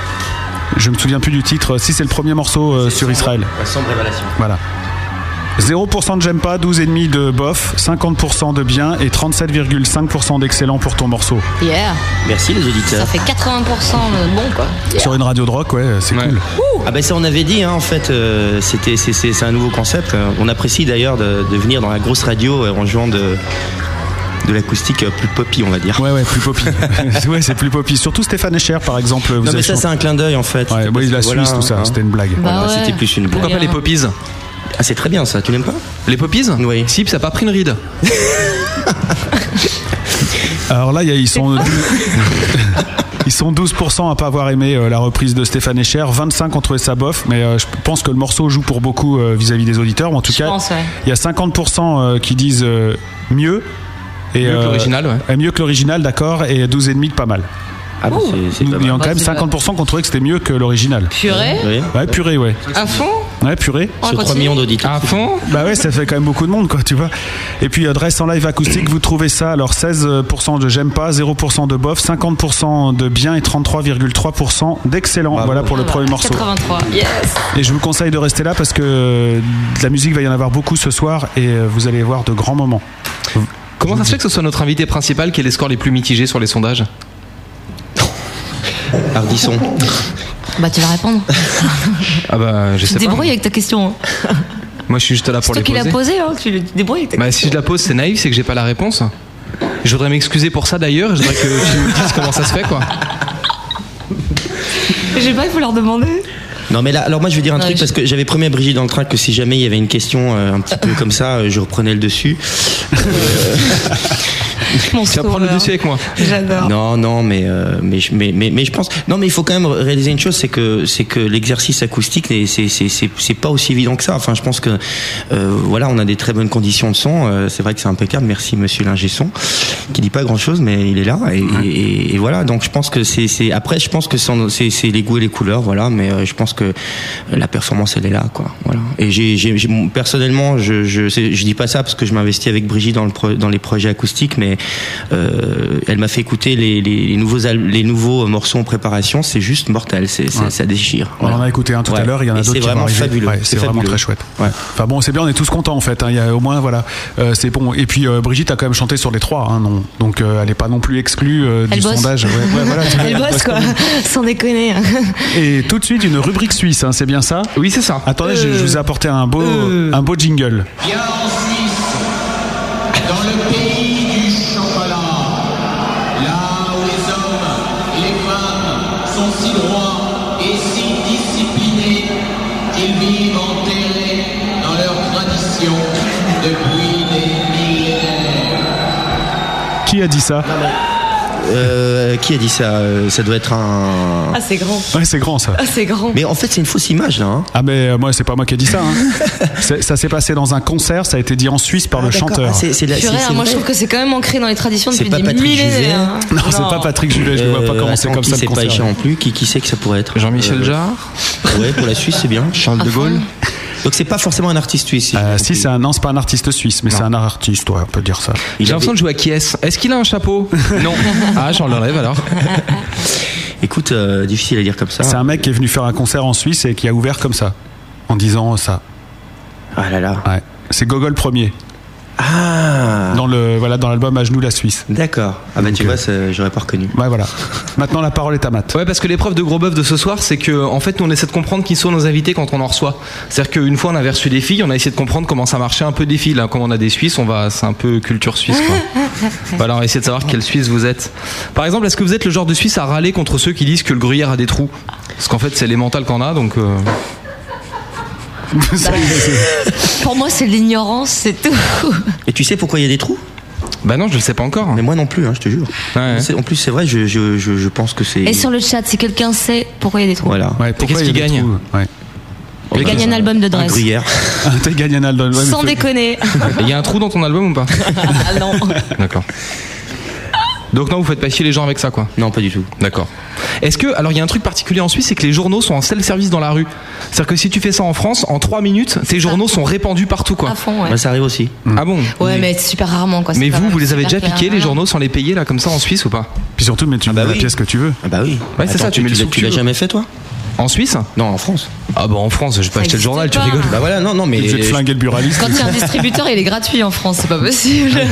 Je me souviens plus du titre. Si c'est le premier morceau euh, sur Israël. Sombre Révélation. Voilà. 0% de j'aime pas, 12,5 de bof, 50% de bien et 37,5% d'excellent pour ton morceau. Yeah. Merci les auditeurs. hein. Ça fait 80% de euh, bon, quoi. Sur une radio de rock, ouais, Euh, c'est cool. Ah ben ça on avait dit hein, en fait euh, c'était c'est- c'est c'est un nouveau concept. Euh, On apprécie d'ailleurs de, de venir dans la grosse radio euh, en jouant de de l'acoustique euh, plus poppy on va dire. Ouais ouais plus poppy. ouais c'est plus poppy. Surtout Stéphane Escher par exemple. Vous non mais avez ça chanté- c'est un clin d'œil en fait. Ouais, bah, oui, la Suisse, tout ça, c'était une blague. Bah hein. Voilà, ouais. C'était plus une blague. Pourquoi pas les poppies Ah c'est très bien ça. Tu n'aimes pas Les poppies Oui. Si, puis ça a pas pris une ride. Alors là, il y a- ils sont. Ils sont 12% à pas avoir aimé euh, la reprise de Stéphane Escher, 25 ont trouvé ça bof, mais euh, je pense que le morceau joue pour beaucoup euh, vis-à-vis des auditeurs, ou en tout cas, pense, ouais. il y a 50% euh, qui disent euh, mieux. Et, euh, Mieux que l'original, ouais. et Mieux que l'original, d'accord, et 12,5 de pas mal. Ah bah, c'est- c'est pas Il y a mal. quand même 50% qui ont trouvé que c'était mieux que l'original. Purée Ah, Oui. Ouais, purée, ouais. À fond Ouais, purée. On Sur continue. 3 millions d'auditeurs. À fond Bah ouais, ça fait quand même beaucoup de monde, quoi, tu vois. Et puis, euh, Dress en live acoustique, vous trouvez ça, alors 16% de j'aime pas, 0% de bof, 50% de bien et 33,3% d'excellent. Voilà pour Ah, le premier morceau. 83. Yes. Et je vous conseille de rester là parce que euh, de la musique va y en avoir beaucoup ce soir et euh, vous allez voir de grands moments. Comment ça se fait que ce soit notre invité principal qui ait les scores les plus mitigés sur les sondages Ardisson. Bah, tu vas répondre. Ah bah je Tu sais te pas. débrouilles avec ta question. hein. Moi je suis juste là C'est pour toi les qui l'as poser. posée, hein. Tu le- tu te débrouilles avec ta Bah si je la pose c'est naïf, c'est que j'ai pas la réponse. Je voudrais m'excuser pour ça d'ailleurs, et je voudrais que tu me dises comment ça se fait quoi. Je sais pas, il faut leur demander. Non mais là, alors moi je vais dire un Ouais, truc je- parce que j'avais promis à Brigitte dans le train que si jamais il y avait une question euh, un petit peu comme ça, euh, je reprenais le dessus. Mon Euh, Tu vas prendre le sauveur. dossier avec moi. J'adore. Non, non, mais, euh, mais, je- mais, mais, mais je pense. Non, mais il faut quand même réaliser une chose, c'est que c'est que l'exercice acoustique, n'est- c'est c'est c'est c'est pas aussi évident que ça. Enfin, je pense que euh, voilà, on a des très bonnes conditions de son. Euh, c'est vrai que c'est impeccable. Merci, Monsieur l'ingé son, qui dit pas grand chose, mais il est là. Et, et- et voilà. Donc, je pense que c'est c'est. Après, je pense que c'est en- c'est c'est les goûts et les couleurs, voilà. Mais euh, je pense que la performance, elle est là, quoi. Voilà. Et j'ai j'ai- j'ai- personnellement, je je c'est- je dis pas ça parce que je m'investis avec Brigitte dans le pro- dans les projets acoustiques, mais euh, elle m'a fait écouter les, les, les nouveaux al- les nouveaux euh, morceaux en préparation. C'est juste mortel. C'est c'est- ça déchire. On Voilà. en a écouté un tout à Ouais. l'heure, il y en a Et d'autres C'est qui vont vraiment arriver. fabuleux. Ouais, c'est vraiment fabuleux. très chouette. Ouais. Enfin bon, c'est bien, on est tous contents en fait. hein. Il y a au moins voilà, euh, c'est bon. Et puis euh, Brigitte a quand même chanté sur les trois, hein, non Donc euh, elle n'est pas non plus exclue euh, Elle du bosse. sondage. Ouais, ouais, voilà, tu vois, Elle bosse, quoi. Sans déconner. hein. Et tout de suite une rubrique suisse, hein, c'est bien ça Oui c'est ça. Attendez, je, je vous ai apporté un beau, Euh. un beau jingle. Viens en Suisse, dans le pays du chocolat, là où les hommes, les femmes sont si droits et si disciplinés qu'ils vivent enterrés dans leurs traditions depuis des millénaires. Qui a dit ça Euh, qui a dit ça Euh, Ça doit être un. Ah, c'est grand. Ouais, c'est grand ça. Ah, c'est grand. Mais en fait, c'est une fausse image là. hein. Ah mais euh, moi c'est pas moi qui ai dit ça. hein. C'est- ça s'est passé dans un concert, ça a été dit en Suisse par le D'accord. chanteur. Ah, c'est- c'est la- Purée, c'est- hein, c'est moi je vrai. trouve que c'est quand même ancré dans les traditions C'est depuis pas des Patrick Juvet. millénaires. hein. Non, c'est pas Patrick Juvet, je ne vois pas Euh, commencer attends, comme qui ça le c'est pas concert. Richard non plus. Qui, qui c'est que ça pourrait être Jean-Michel Euh, Jarre, Ouais, pour la Suisse, c'est bien. Charles de Gaulle. Donc c'est pas forcément un artiste suisse. si j'ai Euh, si compris. c'est un non, c'est pas un artiste suisse, mais c'est un artiste, ouais, on peut dire ça. J'ai Il avait- l'impression de jouer à qui est-ce Est-ce qu'il a un chapeau Non. Ah j'en l'enlève alors. Écoute, euh, difficile à dire comme ça. C'est un mec qui est venu faire un concert en Suisse et qui a ouvert comme ça, en disant ça. Ah là là. Ouais. C'est Gogol premier Ah. dans le voilà dans l'album À genoux la Suisse. euh, D'accord. Ah bah tu vois, ça, j'aurais pas reconnu. Ouais voilà. Maintenant la parole est à Matt. Ouais, parce que l'épreuve de gros bœuf de ce soir, c'est que en fait, nous on essaie de comprendre qui sont nos invités quand on en reçoit. C'est-à-dire qu'une fois on avait reçu des filles, on a essayé de comprendre comment ça marchait un peu des filles. Là. Comme on a des Suisses, on va, c'est un peu culture suisse. Quoi. voilà, on va essayer de savoir quelle Suisse vous êtes. Par exemple, est-ce que vous êtes le genre de Suisse à râler contre ceux qui disent que le gruyère a des trous Parce qu'en fait, c'est les mentales qu'on a, donc. euh, Pour moi, c'est de l'ignorance, c'est tout. Et tu sais pourquoi il y a des trous Bah non, je le sais pas encore. Mais moi non plus, hein, je te jure. Ouais. C'est- En plus, c'est vrai, je, je, je, je pense que c'est. Et sur le chat, si quelqu'un sait pourquoi il y a des trous. Voilà. Ouais, pourquoi qu'est-ce il y a qu'il des gagne trous Ouais. Il gagne un album de Un Dress. gruyère. T'as gagné un album. ouais, mais Sans faut- déconner. Il y a un trou dans ton album ou pas Ah, non. D'accord. Donc non, vous faites pas chier les gens avec ça, quoi. Non, pas du tout. D'accord. Est-ce que alors il y a un truc particulier en Suisse, c'est que les journaux sont en self-service dans la rue. C'est-à-dire que si tu fais ça en France, en 3 minutes, tes journaux sont répandus partout quoi. À fond, ouais. Bah, ça arrive aussi. Mm. Ah bon Ouais, mais super rarement, quoi. Mais c'est pas vous, vrai, vous les c'est avez déjà hyper piqués les rare. journaux sans les payer là comme ça en Suisse ou pas Puis surtout, mais tu bah mets la oui. pièce que tu veux. Ah bah oui. Ouais, c'est Attends, ça, tu tu, mets le l'as- sou que tu tu l'as veux. jamais fait toi En Suisse Non, en France. Ah bah en France, j'ai pas Ça acheté le existe journal, tu pas. rigoles. Bah voilà, non, non, mais- Vous êtes flingué le buraliste. Quand il y a un distributeur, il est gratuit en France, c'est pas possible.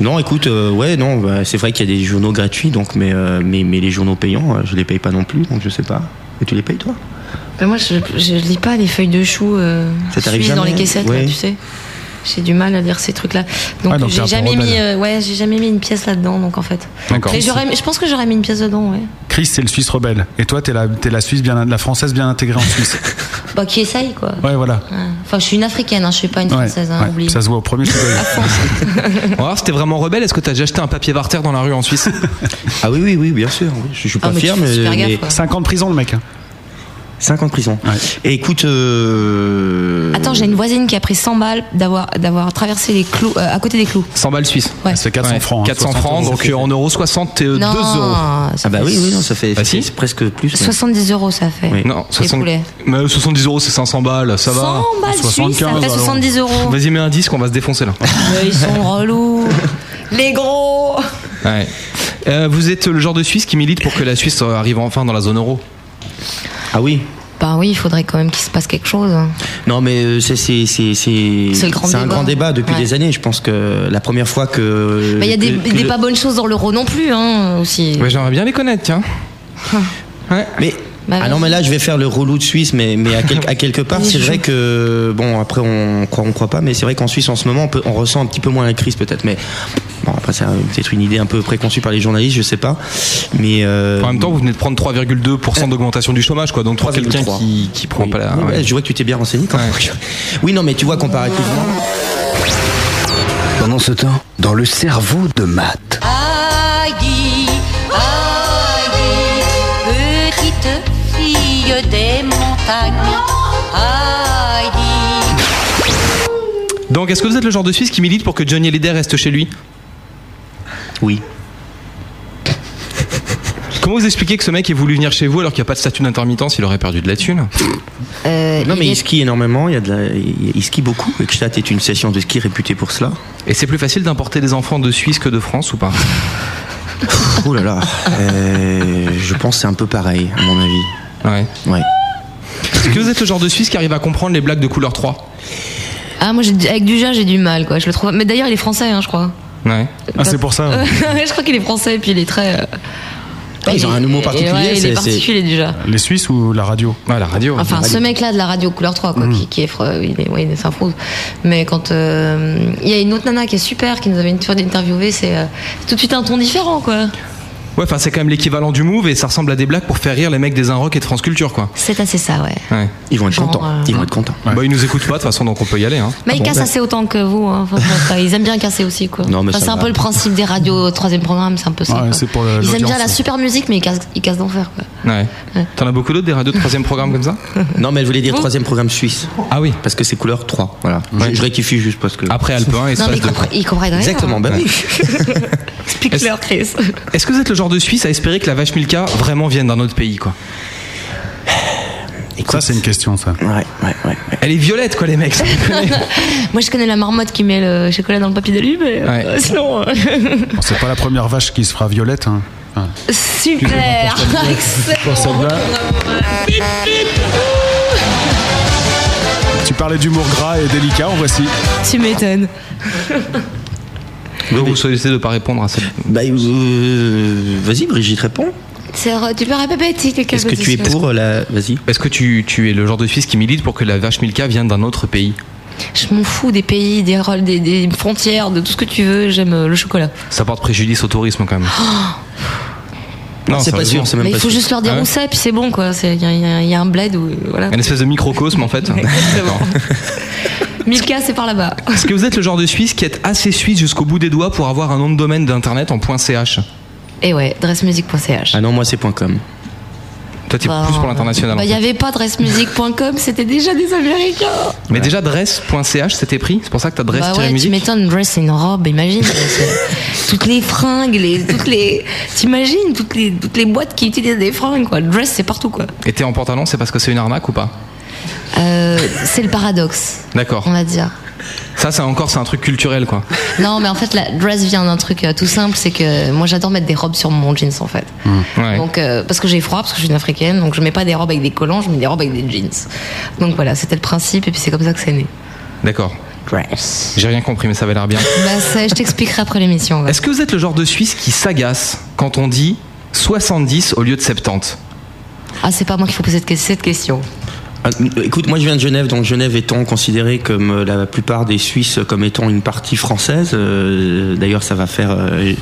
Non, écoute, euh, ouais, non, bah, c'est vrai qu'il y a des journaux gratuits, donc, mais, euh, mais, mais les journaux payants, euh, je les paye pas non plus, donc je sais pas. Et tu les payes toi Mais moi, je, je lis pas les feuilles de chou euh, Ça t'arrive suivies dans jamais les caissettes, là, Ouais. tu sais. J'ai du mal à lire ces trucs-là. Donc, Ah, donc t'es un peu j'ai jamais mis, rebelle. euh, ouais, j'ai jamais mis une pièce là-dedans, donc en fait. D'accord. Mais j'aurais- je pense que j'aurais mis une pièce dedans, ouais. Chris, c'est le Suisse rebelle. Et toi, t'es la, t'es la Suisse bien, la Française bien intégrée en Suisse. Bah, qui essaye, quoi. Ouais, voilà. Ouais. Enfin, je suis une africaine, hein, je suis pas une Ouais, française, hein, ouais. oublie. Ça se voit au premier On va voir si t'es vraiment rebelle. Est-ce que t'as déjà acheté un papier Varter dans la rue en Suisse Ah oui, oui, oui, bien sûr. oui. Je, je suis Ah, pas mais tu fier, fais mais. super mais- gaffe, ouais. 5 ans de prison, le mec. hein. 5 ans de prison. Et écoute. euh, Attends, j'ai une voisine qui a pris 100 balles d'avoir d'avoir traversé les clous euh, à côté des clous. 100 balles suisses. C'est 400 francs. hein, 400 60 francs, euros. donc euh, en euros 60, t'es, euh, 2 Non, euros. ça Ah bah fait- oui, oui, non, ça fait- Ah si presque plus. 70 euros, ça fait. Non, Les 60 poulets. Mais, euh, 70 euros, c'est 500 balles, ça va. 100 balles suisses, ça 75, fait alors. 70 euros. Vas-y, mets un disque, on va se défoncer là. Mais ils sont relous. Les gros. Ouais. Euh, vous êtes le genre de Suisse qui milite pour que la Suisse euh, arrive enfin dans la zone euro Ah oui Bah oui, il faudrait quand même qu'il se passe quelque chose. Non, mais euh, c'est c'est- c'est- c'est- C'est le grand c'est un débat. grand débat depuis Ouais. des années. Je pense que la première fois que. Bah, il y a des, que- que des le- pas bonnes choses dans l'euro non plus, hein, aussi. Ouais, j'aimerais bien les connaître, tiens. Mais. Bah, ah vas-y. non mais là je vais faire le relou de Suisse mais mais à, quel- à quelque part Vas-y, c'est je vrai joue. que bon après on croit on croit pas mais c'est vrai qu'en Suisse en ce moment on, peut- on ressent un petit peu moins la crise peut-être mais bon après c'est un- peut-être une idée un peu préconçue par les journalistes je sais pas mais euh, En même temps, vous venez de prendre 3,2% d'augmentation du chômage, quoi. Donc, pour quelqu'un 3,3. qui, qui prend pas la. Ouais, ouais. je vois que tu t'es bien renseigné quand même. oui non mais tu vois comparativement Pendant ce temps, dans le cerveau de Matt. Agui, Agui, petite fille des montagnes. Agui. Donc, est-ce que vous êtes le genre de Suisse qui milite pour que Johnny Hallyday reste chez lui Oui. Comment vous expliquez que ce mec ait voulu venir chez vous alors qu'il n'y a pas de statut d'intermittence Il aurait perdu de la thune. Euh, non mais il skie énormément il y a de la- il, il skie beaucoup et que Stadt est une session de ski réputée pour cela Et c'est plus facile d'importer des enfants de Suisse que de France ou pas oh là là Euh, je pense que c'est un peu pareil à mon avis ouais ouais Est-ce que vous êtes le genre de Suisse qui arrive à comprendre les blagues de couleur 3 Ah, moi, j'ai, avec Dujardin, j'ai du mal, quoi. Je le trouve. Mais d'ailleurs, il est français, hein, je crois. Ouais. Ah, c'est pour ça. ouais. je crois qu'il est français, et puis il est très. euh, Ah, ils ont un humour particulier, ouais, il c'est- est c'est- particulier déjà. Les Suisses ou la radio Ah, la radio. Enfin, ce mec-là de la radio couleur 3, Mm. quoi, qui, qui est, fr- il est, ouais, il est c'est un fraude. Mais quand euh, il y a une autre nana qui est super, qui nous avait une fois interviewé, c'est euh, c'est tout de suite un ton différent, quoi. Ouais, enfin, c'est quand même l'équivalent du move et ça ressemble à des blagues pour faire rire les mecs des Inrock et de France Culture, quoi. C'est assez ça, ouais. Ouais. Ils vont être Genre, contents. euh, Ah Ils vont être contents. Bah, ils nous écoutent pas, de toute façon, donc on peut y aller. Hein. Mais ils cassent Bah, assez autant que vous. hein. Enfin, enfin, ils aiment bien casser aussi, quoi. Non, mais Enfin, ça c'est un va. peu le principe des radios au troisième programme, c'est un peu ça. Ouais, quoi. c'est pour le- ils aiment bien l'audience, la ouais. super musique, mais ils cassent, ils cassent d'enfer, quoi. Ouais. T'en as beaucoup d'autres des radios de troisième programme comme ça Non, mais elle voulait dire Oh. troisième programme suisse. Ah oui. Parce que c'est couleur 3. Voilà. Je, je rectifie juste parce que. Après Alpin, Non, mais ils, compren- ils comprennent rien. Exactement, bah oui. Explique-leur, Chris. Est-ce que vous êtes le genre de Suisse à espérer que la vache Milka vraiment vienne d'un autre pays, quoi Ça, c'est une question, ça. Ouais, ouais, ouais. Elle est violette, quoi, les mecs. ça me connaît. Moi, je connais la marmotte qui met le chocolat dans le papier d'alu, mais euh, Ouais. sinon. euh, Bon, c'est pas la première vache qui se fera violette. hein. Enfin, Super Pour Excellent celle-là. Tu parlais d'humour gras et délicat, en voici. Tu m'étonnes. Donc, vous choisissez de pas répondre à cette. Bah, euh, vas-y, Brigitte, réponds. C'est re- Tu peux répéter quelques questions la. Vas-y. Est-ce que tu, tu es le genre de Suisse qui milite pour que la vache Milka vienne d'un autre pays Je m'en fous des pays, des, rôles, des, des frontières, de tout ce que tu veux, j'aime euh, le chocolat. Ça porte préjudice au tourisme, quand même. Non, c'est pas sérieusement. sûr, c'est même Mais il faut juste leur dire Ah ouais où c'est, puis c'est bon quoi. C'est- Il y, a- il y a- il y a un bled où. euh, Voilà. Un espèce de microcosme en fait. Milka, c'est par là-bas. Est-ce que vous êtes le genre de Suisse qui est assez suisse jusqu'au bout des doigts pour avoir un nom de domaine d'internet en .ch Et Eh ouais, dressmusic.ch. Ah non, moi, c'est point .com. Toi, t'es Bah, plus pour l'international. hein. Bah, en il n'y fait. avait pas dressmusic.com, c'était déjà des Américains. Mais déjà, dress.ch, c'était pris C'est pour ça que t'as bah ouais, tu dress-musique m'étonnes, dress c'est une robe, bah, imagine. euh, C'est- toutes les fringues, les, toutes les. T'imagines toutes les, toutes les boîtes qui utilisent des fringues quoi. Dress c'est partout quoi. Et t'es en pantalon, c'est parce que c'est une arnaque ou pas Euh, c'est le paradoxe, D'accord. on va dire. Ça, c'est encore c'est un truc culturel, quoi. Non, mais en fait, la dress vient d'un truc euh, tout simple, c'est que moi j'adore mettre des robes sur mon jeans en fait. Ouais. Donc, euh, parce que j'ai froid, parce que je suis une africaine, donc je mets pas des robes avec des collants, je mets des robes avec des jeans. Donc voilà, c'était le principe, et puis c'est comme ça que c'est né. D'accord. J'ai rien compris, mais ça avait l'air bien. Bah, ça, je t'expliquerai après l'émission. ouais. Est-ce que vous êtes le genre de Suisse qui s'agace quand on dit 70 au lieu de 70 Ah, c'est pas moi qu'il faut poser cette- cette question. Ah, Écoute, moi je viens de Genève, donc Genève étant considérée comme euh, la plupart des Suisses euh, comme étant une partie française. euh, D'ailleurs, ça va faire, euh,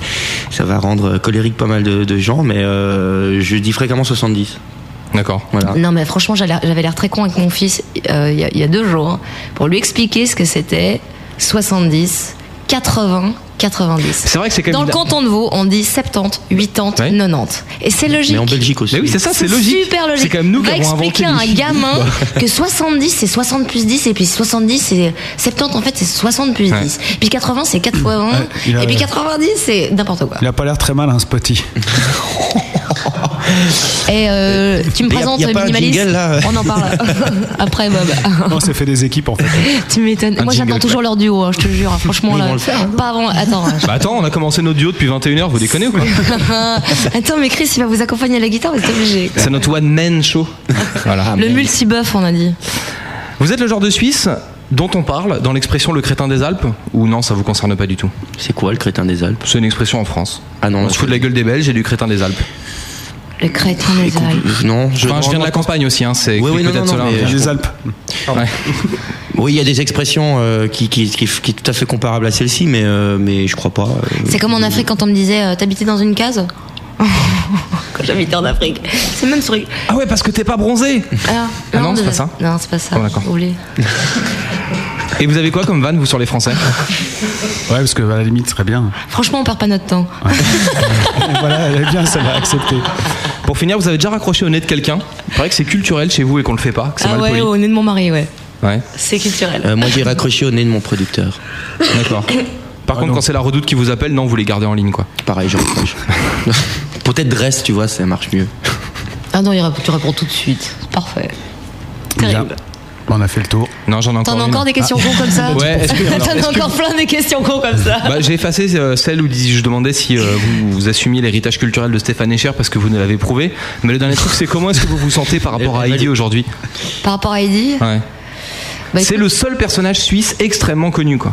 ça va rendre colérique pas mal de, de gens, mais euh, je dis fréquemment 70. D'accord. Voilà. Non, mais franchement, j'allais- j'avais l'air très con avec mon fils euh, il y, a- il y a deux jours pour lui expliquer ce que c'était 70, 80, 90. C'est vrai que c'est quand même Dans le une- canton de Vaud, on dit 70, 80, 90. Et c'est logique. Mais en Belgique aussi. Mais oui, c'est ça, c'est logique. Super logique. C'est quand même nous Va qui avons expliquer à inventé un l'idée, gamin quoi. que 70 c'est 60 plus 10 et puis 70 c'est 70 en fait c'est 60 plus 10. Et puis 80 c'est 4 fois 20 Ouais, il a- et puis 90 c'est n'importe quoi. Il a pas l'air très mal, hein, ce petit. Et euh, tu me Mais y a- présentes y a pas un minimaliste jingle, là On en parle après Bob. On s'est fait des équipes en fait. Tu m'étonnes. Un Moi, j'attends jingle, toujours ouais. leur duo, hein, je te jure. Franchement, Ils là. vont le faire, pas avant. Attends. Ah, hein. Bah attends, on a commencé nos duos depuis 21h, vous déconnez ou quoi attends, mais Chris, il va vous accompagner à la guitare, vous êtes obligé. C'est notre one man show. Ah, Voilà. Le multi-buff, on a dit. Vous êtes le genre de Suisse dont on parle dans l'expression le crétin des Alpes ou non, ça vous concerne pas du tout C'est quoi le crétin des Alpes C'est une expression en France. Ah non, on se fout de la gueule des Belges et du crétin des Alpes. Le crétin des Alpes. Non, euh, je, enfin, je viens de la campagne aussi, hein, c'est oui, non, peut-être non, cela. mais je- Ouais. Oui, il y a des expressions euh, qui, qui, qui, qui est tout à fait comparables à celle-ci, mais euh, mais je crois pas. euh, C'est comme en Afrique quand on me disait euh, T'habitais dans une case Quand j'habitais en Afrique. C'est le même truc. Ah ouais, parce que t'es pas bronzé Ah, Ah non, c'est de- pas ça Non, c'est pas ça. Oh, d'accord. Oublie. Et vous avez quoi comme vanne, vous, sur les Français Ouais, parce que à la limite, ce serait bien. Franchement, on perd pas notre temps. Ah, voilà, elle est bien, ça va accepter. Pour finir, vous avez déjà raccroché au nez de quelqu'un Il paraît que c'est culturel chez vous et qu'on le fait pas, que c'est Ah mal ouais, oh. poli. au nez de mon mari, ouais. Ouais. C'est culturel. euh, moi, j'ai raccroché au nez de mon producteur. Ah D'accord. Par contre, quand c'est la redoute qui vous appelle, non, vous les gardez en ligne, quoi. Pareil, je raccroche. Peut-être dresse, tu vois, ça marche mieux. Ah non, il répond- tu réponds tout de suite. Parfait. Bien. Bon, On a fait le tour. Non, j'en ai encore. T'en as une. Ah. encore des questions cons comme ça Ouais, est-ce que- alors, T'en est-ce as que- encore plein des questions cons comme ça Bah, j'ai effacé euh, celle où dis- je demandais si euh, vous, vous assumiez l'héritage culturel de Stéphane Escher parce que vous ne l'avez prouvé. Mais le dernier truc, c'est comment est-ce que vous vous sentez par rapport à Heidi aujourd'hui Par rapport à Eddie, Ouais. Bah, c'est le seul personnage suisse extrêmement connu, quoi.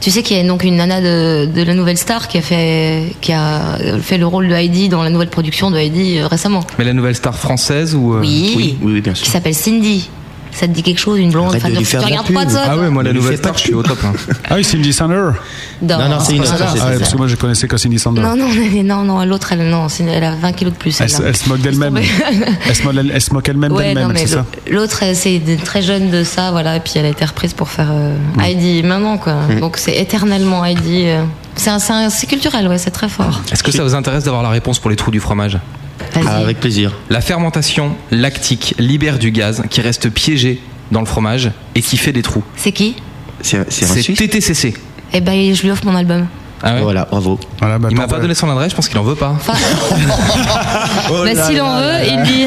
tu sais qu'il y a donc une nana de, de la nouvelle star qui a fait qui a fait le rôle de Heidi dans la nouvelle production de Heidi euh, récemment, Mais la nouvelle star française ou euh, Oui. Oui, bien qui s'appelle Cindy. Ça te dit quelque chose, une blonde Arrête enfin, de Tu lui faire de la regardes pub. pas ça Ah toi ouais, moi, la Ne lui nouvelle fais pas star, je suis au top. hein. Ah oui, Cindy Sander. Non, Non, non, c'est c'est une pas autre, ça. c'est Ah ouais, ça. parce que moi, je connaissais que Cindy Sander. Non, non, mais non, non, l'autre, elle, non, c'est- elle a 20 kilos de plus. Elle, celle-là. elle se moque d'elle-même. Elle se moque elle se moque elle-même Ouais, non, d'elle-même, mais c'est ça le- l'autre, elle, c'est des- très jeune de ça, voilà, et puis elle a été reprise pour faire euh, Heidi maintenant, quoi. Mm. Donc c'est éternellement Heidi. euh. C'est un- c'est un- c'est culturel, ouais, c'est très fort. Est-ce que ça vous intéresse d'avoir la réponse pour les trous du fromage Ah, Avec plaisir. La fermentation lactique libère du gaz qui reste piégé dans le fromage et qui fait des trous. C'est qui C'est C'est TTCC. Eh ben, je lui offre mon album. Voilà, bravo. Ah il m'a pas donné son adresse, je pense qu'il en veut pas. Oh bah, s'il en veut, il dit.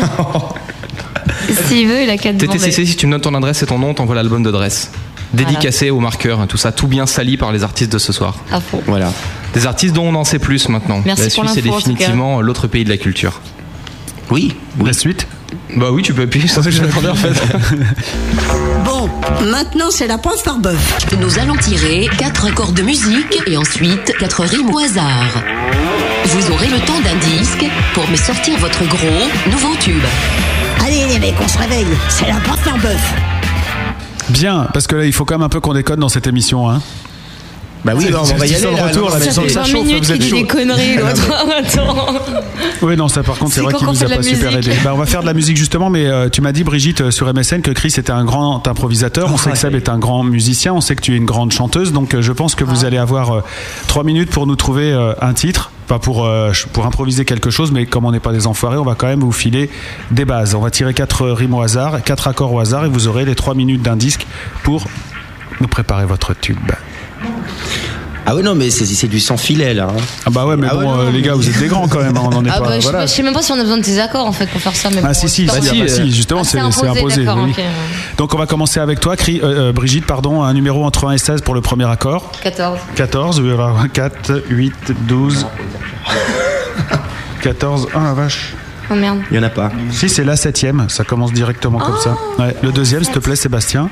s'il veut, il a qu'à demander. TTCC, si tu me donnes ton adresse et ton nom, t'envoies l'album de Dress. Dédicacé au marqueur, hein, tout ça, tout bien sali par les artistes de ce soir. À fond. Voilà. Des artistes dont on en sait plus maintenant. Merci La pour Suisse est l'info, en tout définitivement l'autre pays de la culture. Oui. La suite Bah oui, tu peux appuyer sur ce que j'attendais en fait. Bon, maintenant c'est la preuve par bœuf. Nous allons tirer quatre accords de musique et ensuite quatre rimes au hasard. Vous aurez le temps d'un disque pour me sortir votre gros nouveau tube. Allez les mecs, on se réveille. C'est la preuve par bœuf. Bien, parce que là, il faut quand même un peu qu'on déconne dans cette émission. Hein. Bah oui, non, on va y aller, là, retour, non, là, mais ça sans fait que ça 20 chauffe, minutes vous êtes qu'il dit chaud. des conneries, l'autre. Ah, Attends. Oui, non, ça par contre, c'est C'est vrai quand qu'il qu'on nous fait a de la pas super musique. aidé. Bah, on va faire de la musique justement, mais euh, tu m'as dit, Brigitte, euh, sur MSN, que Chris était un grand improvisateur. On sait que Seb est un grand musicien, on sait que tu es une grande chanteuse, donc euh, je pense que vous allez avoir euh, trois minutes pour nous trouver euh, un titre. Pas pour, euh, ch- pour improviser quelque chose, mais comme on n'est pas des enfoirés, on va quand même vous filer des bases. On va tirer quatre euh, rimes au hasard, quatre accords au hasard, et vous aurez les trois minutes d'un disque pour nous préparer votre tube. Ah ouais, non, mais c'est- c'est du sans filet là. hein. Ah bah ouais, mais bon, euh, les gars, vous êtes des grands quand même, hein, on en est Ah pas. bah, je, sais voilà. pas- je sais même pas si on a besoin de tes accords en fait pour faire ça. Mais Ah bon, si si, tant si, pis. ah, bah, si, justement Ah, c'est c'est imposé. d'accord, oui. ok. Donc on va commencer avec toi, Cri- euh, euh, Brigitte, pardon, un numéro entre 1 et 16 pour le premier accord. 14. 14, oui, alors, 4, 8, 12. 14, ah la vache. Oh merde. Il n'y en a pas. Si, c'est la septième, ça commence directement comme ça. Ouais, Le deuxième, s'il te plaît, Sébastien.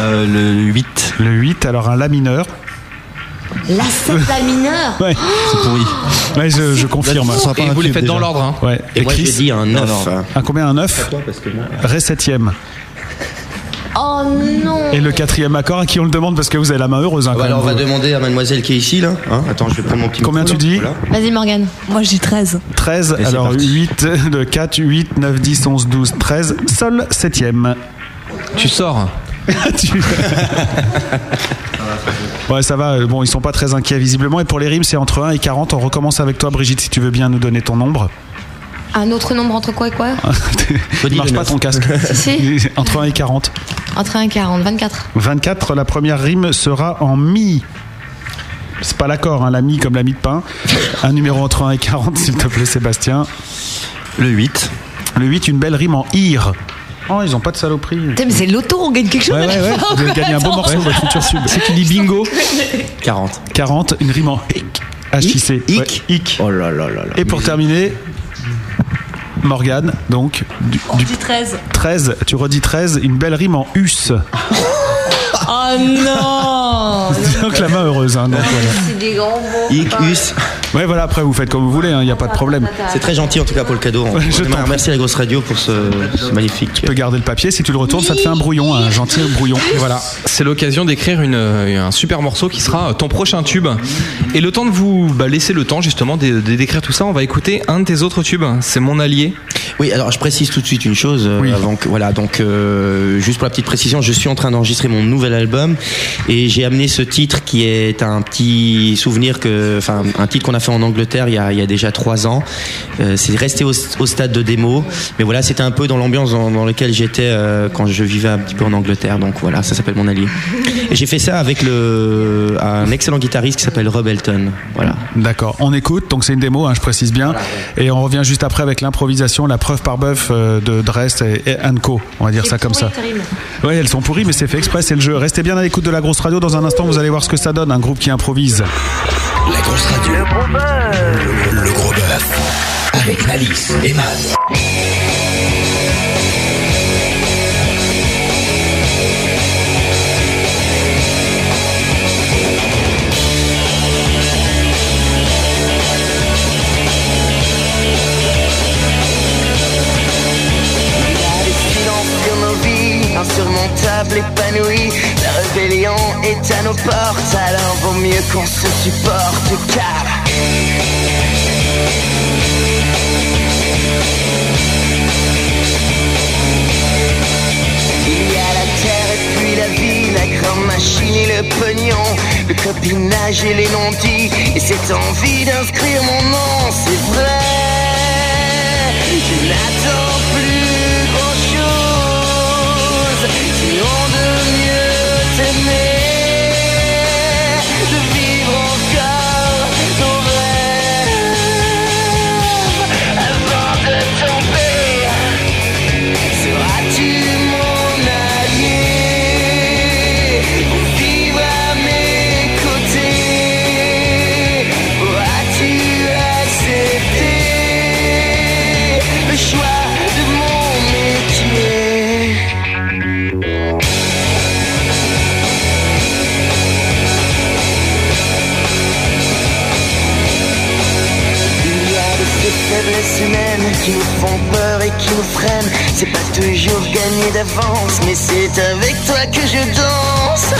Euh, le 8. Le 8, alors un La mineur. La 7 la mineure. Ouais, c'est pourri. Ouais, je, je confirme. Ça sera pas Et un vous les tube, faites dans déjà. l'ordre, hein. Ouais. Et moi, Chris je dis un Non, neuf. non. Un combien Un 9 euh, Ré septième. Oh non. Et le quatrième accord à qui on le demande parce que vous avez la main heureuse. hein, quand alors on va même. demander à mademoiselle qui est ici là. Hein Attends, je vais prendre mon petit Combien tu dis Vas-y Morgane. Moi j'ai 13. 13, Et c'est alors 8, de 4, 8, 9, 10, 11, 12, 13, seul septième. Tu sors Tu- Ouais, ça va, euh, bon, ils sont pas très inquiets visiblement. Et pour les rimes, c'est entre 1 et 40. On recommence avec toi, Brigitte, si tu veux bien nous donner ton nombre. Un autre nombre entre quoi et quoi Il marche pas ton casque. Si. Entre 1 et 40. Entre 1 et 40, 24. 24, la première rime sera en mi. C'est pas l'accord, hein, la mi comme la mi de pain. Un numéro entre 1 et 40, s'il te plaît, Sébastien. Le 8. Le 8, une belle rime en ir. Oh, ils ont pas de saloperie. Putain, mais c'est l'auto, on gagne quelque chose. Ouais, à la ouais, ouais, fin, vous avez quoi. gagné un beau Attends. morceau, votre futur sub. Si tu dis bingo, 40. 40, une rime en hic. H-I-C. Ouais, hic. Oh là là là là. Et pour terminer, Morgane, donc, du, du- 13. 13, tu redis 13, une belle rime en us. Oh Oh, non Donc la main heureuse, hein, donc voilà. C'est des grands mots. Ouais, voilà, après vous faites comme vous voulez, il n'y a pas de problème. C'est très gentil en tout cas pour le cadeau. On Je on t'en remercie la grosse radio pour ce, ce magnifique. Tu peux garder le papier, si tu le retournes, ça te fait un brouillon, un gentil brouillon. Et voilà. C'est l'occasion d'écrire une, euh, un super morceau qui sera euh, ton prochain tube. Et le temps de vous bah, laisser le temps justement de, de décrire tout ça, on va écouter un de tes autres tubes. C'est mon allié. Oui, alors je précise tout de suite une chose euh, avant que voilà donc euh, juste pour la petite précision, je suis en train d'enregistrer mon nouvel album et j'ai amené ce titre qui est un petit souvenir que enfin un titre qu'on a fait en Angleterre il y a, il y a déjà trois ans. Euh, c'est resté au, au stade de démo, mais voilà c'était un peu dans l'ambiance dans, dans laquelle j'étais euh, quand je vivais un petit peu en Angleterre. Donc voilà, ça s'appelle mon allié. Et j'ai fait ça avec le un excellent guitariste qui s'appelle Rob Elton. Voilà. D'accord, on écoute, donc c'est une démo, hein, je précise bien. Et on revient juste après avec l'improvisation, la preuve par bœuf euh, de Drest et, et Anko, on va dire ça comme ça. Ouais, elles sont pourries, mais c'est fait exprès, c'est le jeu. Restez bien à l'écoute de la grosse radio, dans un instant vous allez voir ce que ça donne, un groupe qui improvise. La grosse radio. Le gros bœuf. Le, gros bœuf. Avec Malice et Matt. Y'a des silences comme nos vies, insurmontables, épanouis. La rébellion est à nos portes, alors vaut mieux qu'on se supporte car. Il y a la terre et puis la vie, la grande machine et le pognon, le copinage et les non-dits, et cette envie d'inscrire mon nom, c'est vrai. Je n'attends plus grand chose, sinon de mieux t'aimer, de vivre encore ton rêve avant de tomber. Seras-tu mon allié pour vivre à mes côtés? Pourras-tu accepter le choix de mon métier? Il y a de ces faiblesses humaines qui nous font peur et qui nous freinent. C'est pas toujours gagné d'avance, mais c'est avec toi que je danse.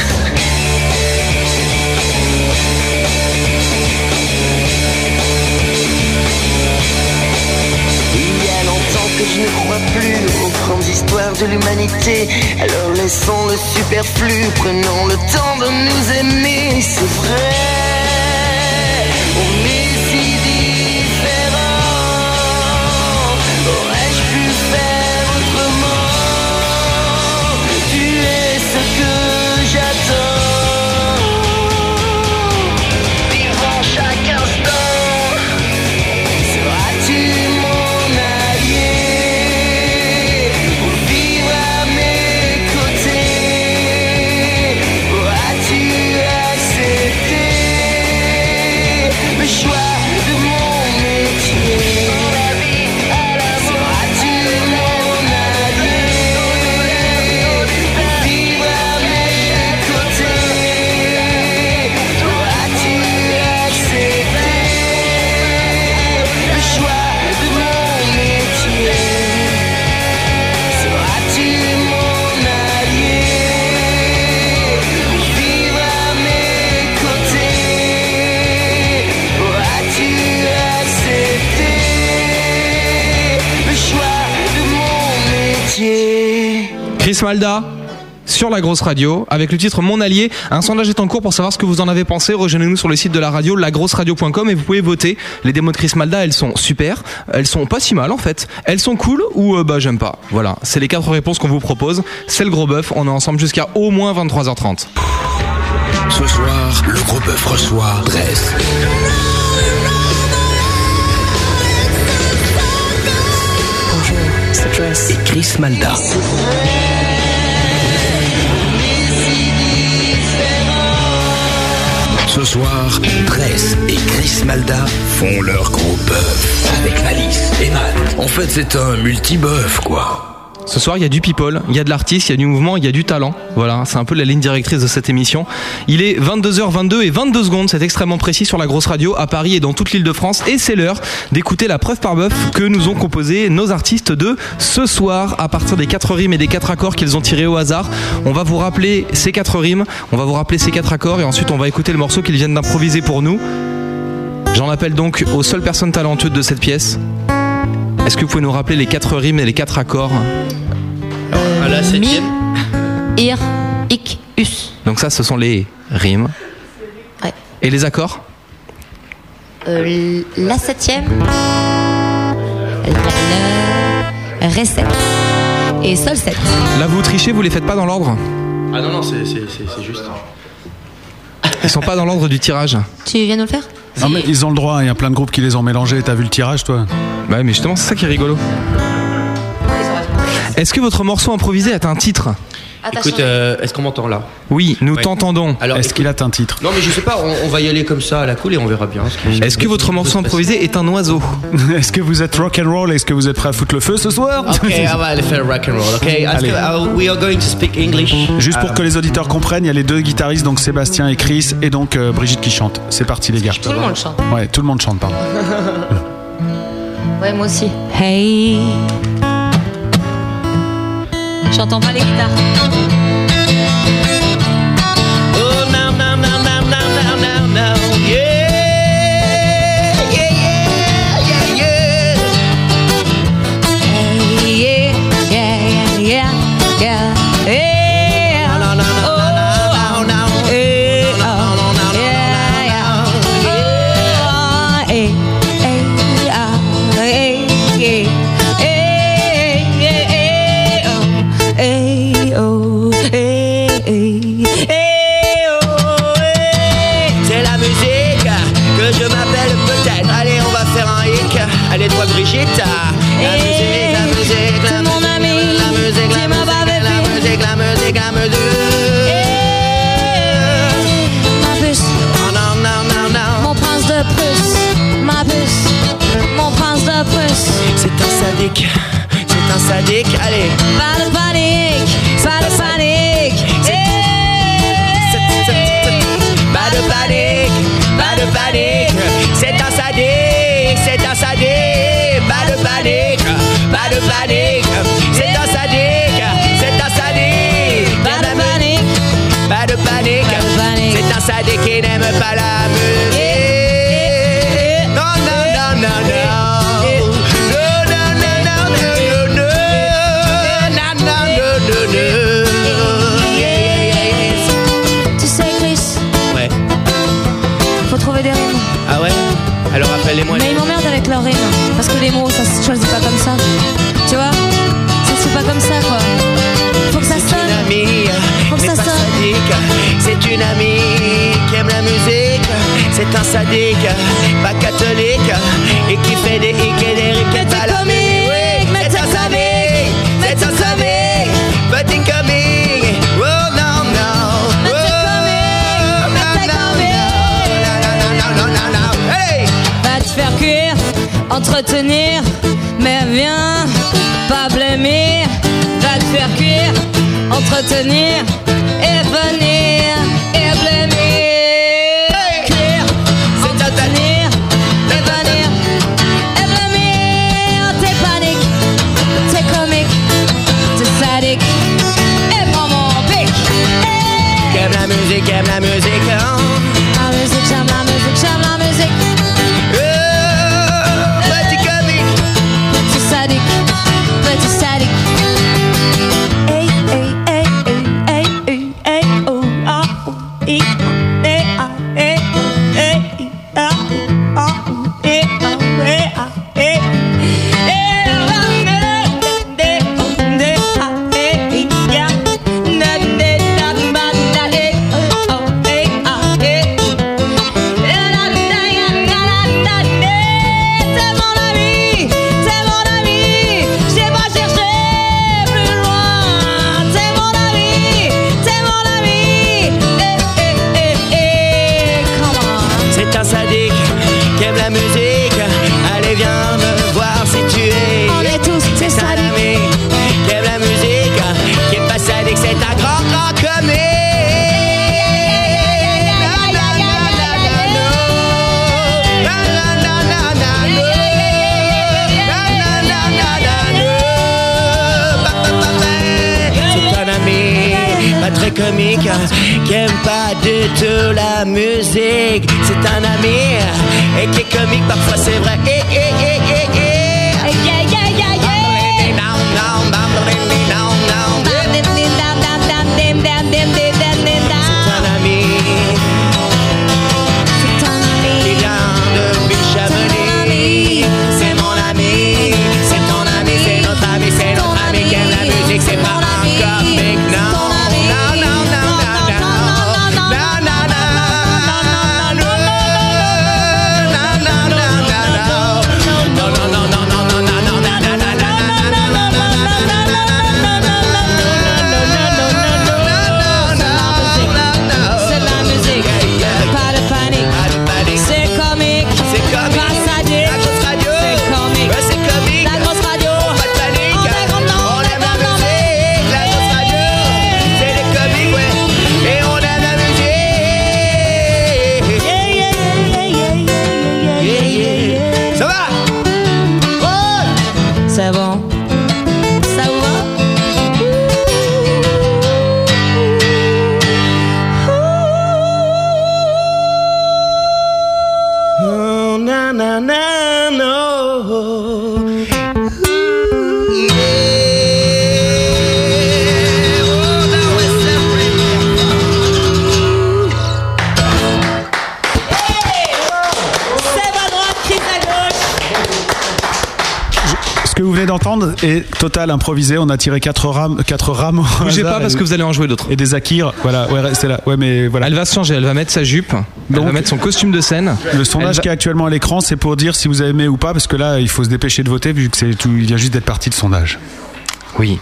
Il y a longtemps que je ne crois plus aux grandes histoires de l'humanité. Alors laissons le superflu, prenons le temps de nous aimer, c'est vrai. On est si différents. Aurais-je pu faire autrement Tu es ce que j'attends. touché. Chris Malda sur la grosse radio avec le titre Mon allié. Un sondage est en cours pour savoir ce que vous en avez pensé. Rejoignez-nous sur le site de la radio lagrosseradio.com et vous pouvez voter. Les démos de Chris Malda, elles sont super, elles sont pas si mal en fait. Elles sont cool ou euh, bah j'aime pas. Voilà, c'est les quatre réponses qu'on vous propose. C'est le gros bœuf, on est ensemble jusqu'à au moins 23h30. Ce soir, le gros bœuf reçoit Dresse. Bonjour, c'est Dress. Et Chris Malda. Ce soir, Dress et Chris Malda font leur gros bœuf avec Malice et Matt. En fait, c'est un multi-bœuf, quoi. Ce soir, il y a du people, il y a de l'artiste, il y a du mouvement, il y a du talent. Voilà, c'est un peu la ligne directrice de cette émission. Il est 22h22 et 22 secondes, c'est extrêmement précis sur la grosse radio à Paris et dans toute l'île de France. Et c'est l'heure d'écouter la preuve par bœuf que nous ont composé nos artistes de ce soir à partir des quatre rimes et des quatre accords qu'ils ont tirés au hasard. On va vous rappeler ces quatre rimes, on va vous rappeler ces quatre accords et ensuite on va écouter le morceau qu'ils viennent d'improviser pour nous. J'en appelle donc aux seules personnes talentueuses de cette pièce. Est-ce que vous pouvez nous rappeler les quatre rimes et les quatre accords Euh, mi, ir, ik, us. Donc ça, ce sont les rimes. Ouais. Et les accords Euh, la septième. La, la ré sept. Et sol 7. Là, vous trichez, vous les faites pas dans l'ordre. Ah non, non, c'est c'est- c'est- c'est juste. Ils sont pas dans l'ordre du tirage. Tu viens nous le faire Non, mais ils ont le droit, hein. il y a plein de groupes qui les ont mélangés. T'as vu le tirage, toi Ouais, Bah, mais justement, c'est ça qui est rigolo. Est-ce que votre morceau improvisé a un titre Écoute, euh, est-ce qu'on m'entend là Oui, nous Ouais. t'entendons. Alors, Est-ce qu'il a un titre Non, mais je sais pas, on, on va y aller comme ça à la cool et on verra bien. ce qui- Est-ce que votre morceau improvisé est un oiseau Est-ce que vous êtes rock and roll Est-ce que vous êtes prêt à foutre le feu ce soir Okay, on va aller faire rock and roll, ok? Est-ce Allez. que- uh, we are going to speak English. Juste pour Ah, Um, que les auditeurs comprennent, il y a les deux guitaristes, donc Sébastien et Chris, et donc euh, Brigitte qui chante. C'est parti les gars. Tout le monde chante. Ouais, tout le monde chante, pardon. Ouais, moi aussi. Hey. J'entends pas les guitares. Oh, now, now, now, now, now, now, now, now. Yeah, yeah, yeah, yeah, yeah. Hey, yeah, yeah, yeah, yeah, yeah. Oh, hey, oh, yeah, yeah. Oh, hey, hey, ah, hey, yeah. Hey, yeah, hey, oh, hey, oh, hey, hey, hey, oh, hey. Eh, C'est la musique que je m'appelle peut-être. Allez, on va faire un hic. Allez, toi, Brigitte. Eh, La musique, la musique, la musique, la musique, la musique, la musique, la musique, la Eh. musique. Ma puce, Oh, non, non, non, non. mon prince de Prusse, ma puce, mon prince de Prusse. C'est un sadique, c'est un sadique. Allez. Pas de panique, pas de panique. Pas de panique, pas de panique, c'est un sadique, c'est un sadique, pas de panique, pas de panique, c'est un sadique, c'est un sadique, pas de panique, pas de panique, c'est un sadique qui n'aime pas la musique. Non, non, non, non, non. Non, non, non, non, non, non, non. Non, non, non, non, non. Yeah, yeah, yeah, yeah. Tu sais, Chris, Ouais. faut trouver des rimes. Ah ouais? Alors rappelez-moi Mais les. ils m'emmerdent avec leurs rimes. Parce que les mots, ça se choisit pas comme ça. Tu vois Ça se fait pas comme ça, quoi. Faut que ça sonne. amie, Faut que mais ça pas sonne. sadique. C'est une amie qui aime la musique. C'est un sadique, pas catholique, et qui fait des hicks et des riquettes à la musique. Oui, c'est un sadique, c'est un sadique, petit comique. Oh non, non. Oh, non, non, non, non, non, non, non, non. Hey! Va te faire cuire, entretenir. Mais viens, pas blâmer. Va te faire cuire, entretenir. Et venir, et blâmer. Cuire, entretenir. Et venir, et blâmer. T'es panique, t'es comique, t'es sadique. Et prends mon pic. Qui aime la musique, qui aime la musique. hein. La musique, j'aime la musique, j'aime la musique. Oh, petit comique. Petit sadique, petit sadique. très comique qui aime pas du tout la musique. C'est un ami et qui est comique parfois, c'est vrai. Eh, eh, eh, eh, eh. C'est un ami. Il vient de Bichabeli. C'est mon ami. C'est ton ami. C'est notre ami. C'est notre ami qui aime la musique. C'est pas un comique. Non. Non, non, non, non, non. Non, non, non. C'est la musique, pas de panique. C'est comique, c'est comique. Grâce à Dieu, la grosse radio, c'est comique, c'est comique. La grosse radio, pas de panique. On aime la musique, la grosse radio, c'est les comiques, ouais. Et on aime la musique. Ça va C'est bon. Ça vous va Oh, na, na, na, no. C'est ma droite qui est à gauche. Ce que vous venez d'entendre est total improvisé. On a tiré quatre rames, quatre rames. au Bougez hasard pas parce et- que vous allez en jouer d'autres. Et des akirs, voilà, ouais, restez là. Ouais, mais voilà. Bah, Elle va se changer, elle va mettre sa jupe, elle va mettre son costume de scène. Le sondage qui est actuellement à l'écran, c'est pour dire si vous avez aimé ou pas, parce que là, il faut se dépêcher de voter vu que c'est tout. Il vient juste d'être parti de sondage. Oui.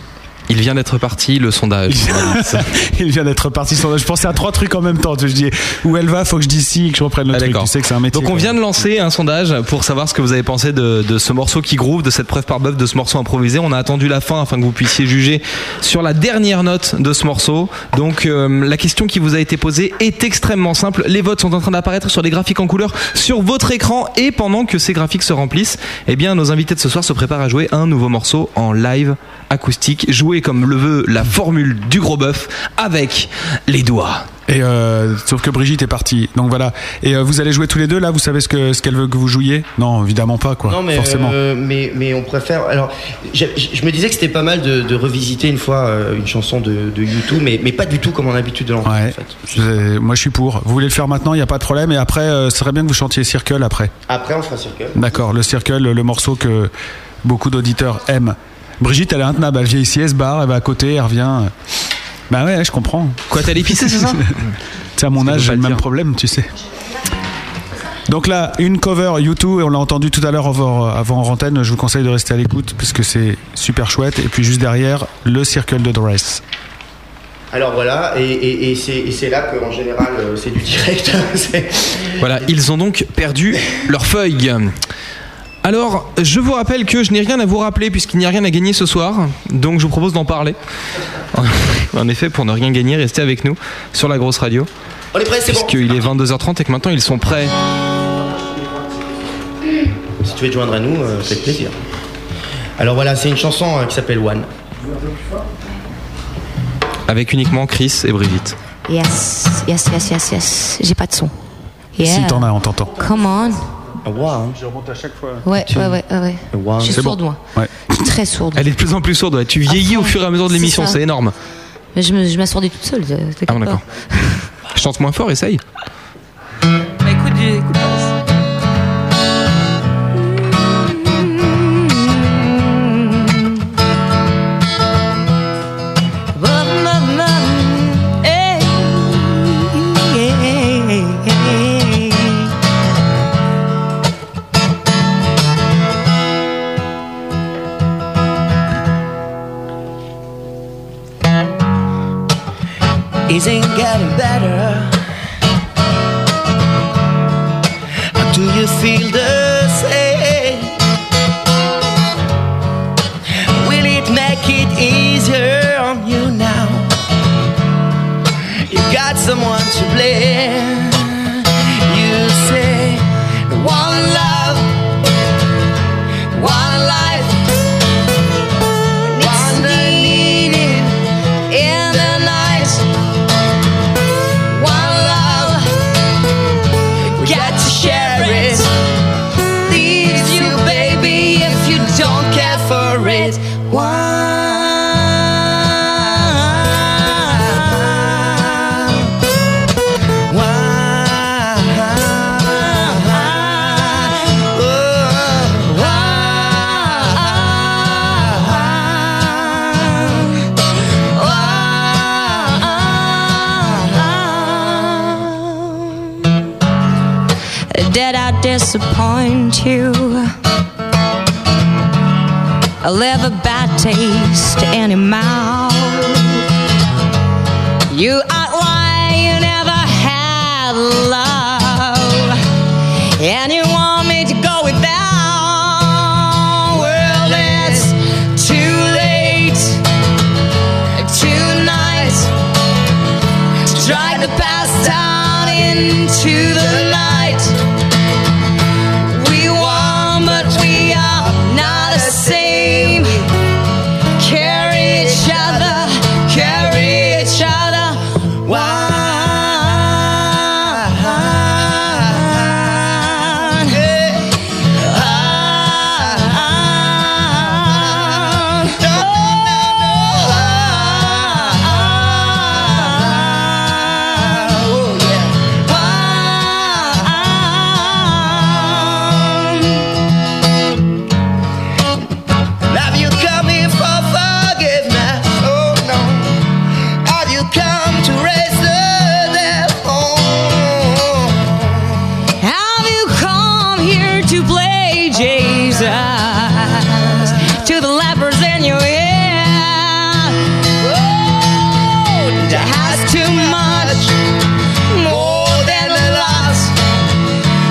Il vient d'être parti, le sondage. il vient d'être parti de sondage. Je pensais à trois trucs en même temps. Je dis où elle va, faut que je dise si, que je reprenne le truc. Tu sais que c'est un métier. Ah, Donc on quoi. vient de lancer un sondage pour savoir ce que vous avez pensé de, de ce morceau qui groove, de cette preuve par bœuf, de ce morceau improvisé. On a attendu la fin afin que vous puissiez juger sur la dernière note de ce morceau. Donc euh, la question qui vous a été posée est extrêmement simple. Les votes sont en train d'apparaître sur des graphiques en couleur sur votre écran et pendant que ces graphiques se remplissent, eh bien nos invités de ce soir se préparent à jouer un nouveau morceau en live acoustique, joué comme le veut la formule du gros bœuf avec les doigts. Et euh, sauf que Brigitte est partie. Donc voilà. Et euh, vous allez jouer tous les deux là. Vous savez ce que ce qu'elle veut que vous jouiez Non, évidemment pas quoi. Non, mais, forcément. euh, mais, mais on préfère. Alors, j'ai- j- je me disais que c'était pas mal de, de revisiter une fois euh, une chanson de, de YouTube, mais, mais pas du tout comme on a l'habitude de l'entendre. en fait. Je- moi, je suis pour. Vous voulez le faire maintenant Il n'y a pas de problème. Et après, euh, ce serait bien que vous chantiez Circle après. Après, on fera circle. D'accord, le Circle, le morceau que beaucoup d'auditeurs aiment. Brigitte, elle est intenable, elle vient ici, elle se barre, elle va à côté, elle revient. Bah ouais, je comprends. Quoi, t'as l'épicé, c'est ça C'est à mon âge, j'ai le même problème, tu sais. Donc là, une cover U2, et on l'a entendu tout à l'heure avant, avant en antenne, je vous conseille de rester à l'écoute parce que c'est super chouette. Et puis juste derrière, le Circle de Dress. Alors voilà, et, et- et c'est et c'est là qu'en général, euh, c'est du direct. C'est- Voilà, ils ont donc perdu leur feuille. Alors, je vous rappelle que je n'ai rien à vous rappeler puisqu'il n'y a rien à gagner ce soir, donc je vous propose d'en parler. En effet, pour ne rien gagner, restez avec nous sur la grosse radio. On est prêts, c'est bon. Puisqu'il est 22h30 et que maintenant ils sont prêts. Si tu veux te joindre à nous, euh, avec plaisir. Alors voilà, c'est une chanson euh, qui s'appelle One. Avec uniquement Chris et Brigitte. Yes, yes, yes, yes, yes. J'ai pas de son. Yeah. Si, t'en as, on t'entend. Come on. Je remonte à chaque fois. Ouais, ouais, ouais, ouais, ouais. Wow. Je suis C'est bon. sourde, moi. Ouais. Je suis très sourde. Ah, Elle est de plus en plus sourde, ouais. tu vieillis au fur et à mesure de c'est l'émission, ça. c'est énorme. Mais je me- je m'assourdis toute seule. euh, t'inquiète Ah bon, pas. d'accord. Je chante moins fort, essaye. Bah, écoute, écoute. eh, eh. Isn't getting better. Do you feel the same? Will it make it easier on you now? You got someone to blame. You say one love, one life, one need. In the night, Did I disappoint you? I leave a bad taste in your mouth. You act like you never had love, and you want me to go without. Well, it's too late tonight. Drag the past out into the night. We want, but we are not the same. Carry each other, carry each other. One. Have you come here for forgiveness? Oh no. Have you come to raise the dead? Oh. Have you come here to play Jesus? To the lepers in your ear. Oh, that's too much, more than the loss.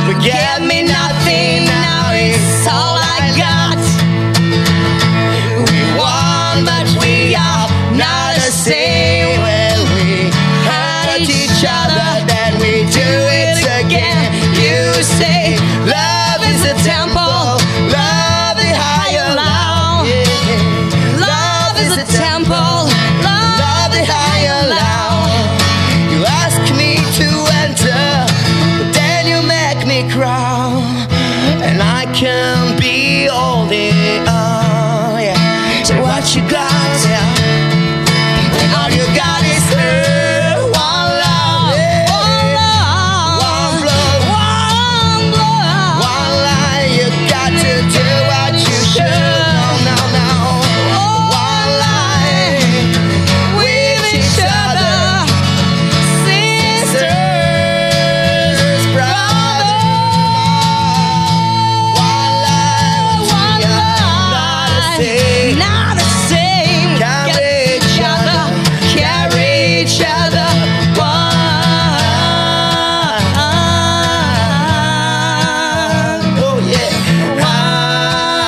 But give me nothing now, it's all I got. We won, but we are not the same. Well, we hurt each other, then we do it again. You say love is a temple, love is higher love. Love is a temple, love is higher love. You ask me to enter, but then you make me cry, and I can't be holding on. Yeah. So what you got? Yeah. All you got is her. One love, one love, one blood, one blood, one lie. You got to do what you should. No, no, no. One lie with each other. Sisters, brothers, one love, one love, not the same. Carry each other, carry each other, one. Oh yeah,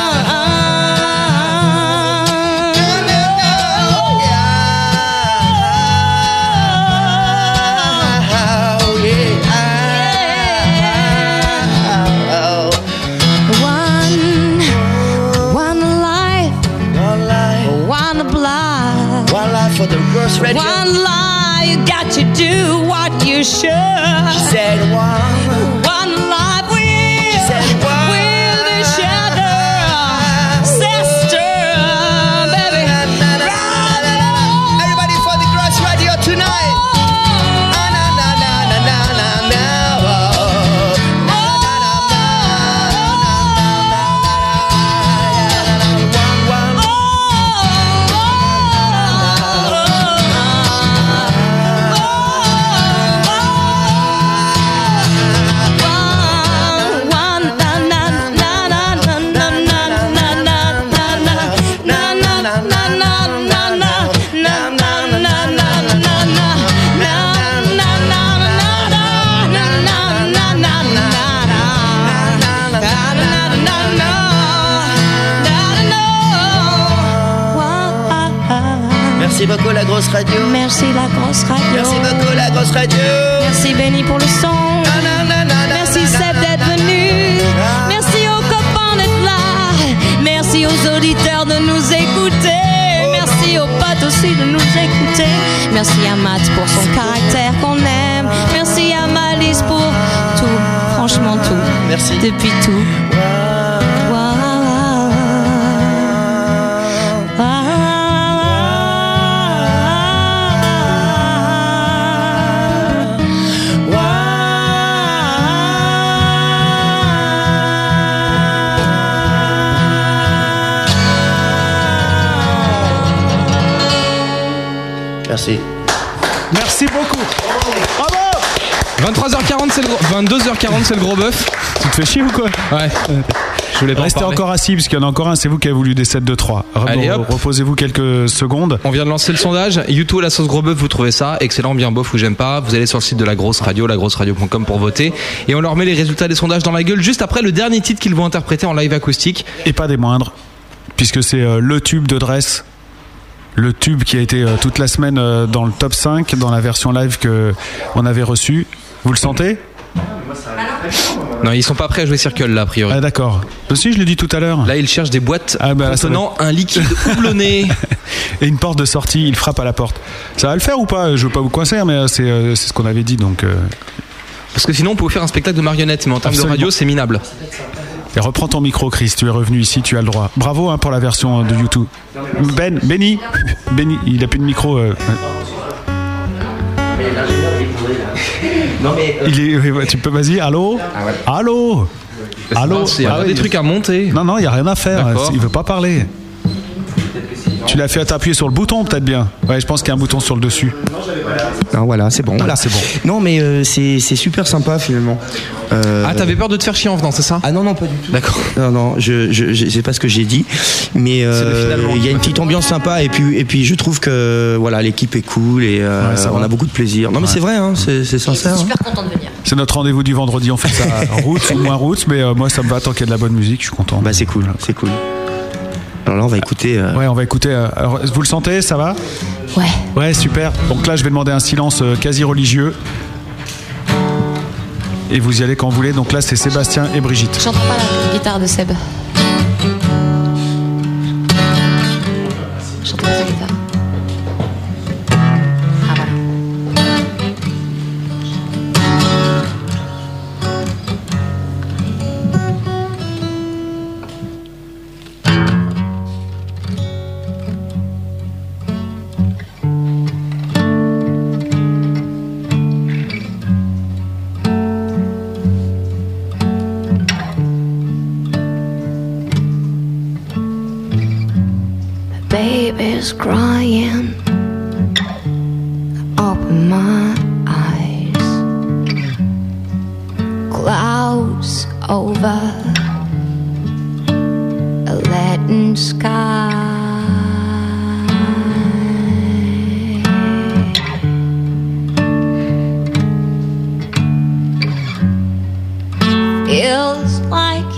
Oh yeah, One, one life, one life, one blood, one life for the worst radio. One life, you got to do what you should. She said one, one life with, with each other, sister, baby. Everybody for the Cross Radio tonight. Na, na, na, na, na, na, na, na, oh. Na, na, na, na, na, na, na, na, na, na, na, na. One, one. Merci beaucoup la grosse radio. Merci la grosse radio. Merci beaucoup la grosse radio. Merci Benny pour le son. Merci Seb d'être venu. Merci aux copains d'être là. Merci aux auditeurs de nous écouter. Merci aux potes aussi de nous écouter. Merci à Matt pour son caractère qu'on aime. Merci à Malice pour tout, franchement tout. Merci. Depuis tout. Ouah. Merci. Merci beaucoup. 23h40, c'est le gros- 22h40, c'est le gros bœuf. Tu te fais chier ou quoi Ouais. Je voulais pas en Restez parler. encore assis, parce qu'il y en a encore un, c'est vous qui avez voulu des 7 de 3. Allez, hop. Reposez-vous quelques secondes. On vient de lancer le sondage. YouTube à la sauce gros bœuf, vous trouvez ça excellent, bien bof ou j'aime pas. Vous allez sur le site de la grosse radio, lagrosseradio.com pour voter. Et on leur met les résultats des sondages dans la gueule juste après le dernier titre qu'ils vont interpréter en live acoustique. Et pas des moindres, puisque c'est euh, le tube de Dress. Le tube qui a été euh, toute la semaine euh, dans le top 5, dans la version live que on avait reçue. Vous le sentez Non, ils sont pas prêts à jouer Circle là, a priori. Ah d'accord. Si, je l'ai dit tout à l'heure. Là, ils cherchent des boîtes bah, ça contenant un liquide houblonné. Et une porte de sortie, il frappe à la porte. Ça va le faire ou pas Je veux pas vous coincer, mais euh, c'est euh, c'est ce qu'on avait dit, donc... euh, Parce que sinon, on peut vous faire un spectacle de marionnettes, mais en termes Absolument. de radio, c'est minable. Et reprends ton micro, Chris. Tu es revenu ici, tu as le droit. Bravo hein, pour la version euh, de YouTube. Ben, Benny, Benny, il a plus de micro. euh, Mais l'ingénieur, il est bourré, là. Non, euh, mais. il est, oui, ouais, tu peux, vas-y, allô, Ah, allô, allô. Ah mince, il y a des trucs à monter. Non, non, il y a rien à faire. hein, D'accord. Il veut pas parler. Tu l'as fait t'appuyer sur le bouton, peut-être bien. Ouais, je pense qu'il y a un bouton sur le dessus. Ah, voilà, c'est bon. Voilà, Voilà, c'est bon. Non, mais euh, c'est c'est super sympa finalement. Euh, Ah, t'avais peur de te faire chier en venant, c'est ça Ah non, non, pas du tout. D'accord. Non, non, je, je, je sais pas ce que j'ai dit, mais euh, finalement. il y a une petite ambiance sympa et puis et puis je trouve que voilà l'équipe est cool et euh, Ouais, ça on va. a beaucoup de plaisir. Non mais Ouais. c'est vrai, hein, c'est c'est sincère. hein. content de venir. C'est notre rendez-vous du vendredi. On fait ça route ou moins route, mais euh, moi ça me va tant qu'il y a de la bonne musique, je suis content. Bah c'est cool, c'est cool. Alors là on va écouter. euh, Ouais, on va écouter. euh, alors, vous le sentez, ça va Ouais. Ouais, super. Donc là, je vais demander un silence euh, quasi religieux. Et vous y allez quand vous voulez. Donc là, c'est Sébastien et Brigitte. J'entends pas la guitare de Seb. J'entends pas sa guitare. Ah voilà. baby's crying. Open my eyes. Clouds over a leaden sky. Feels like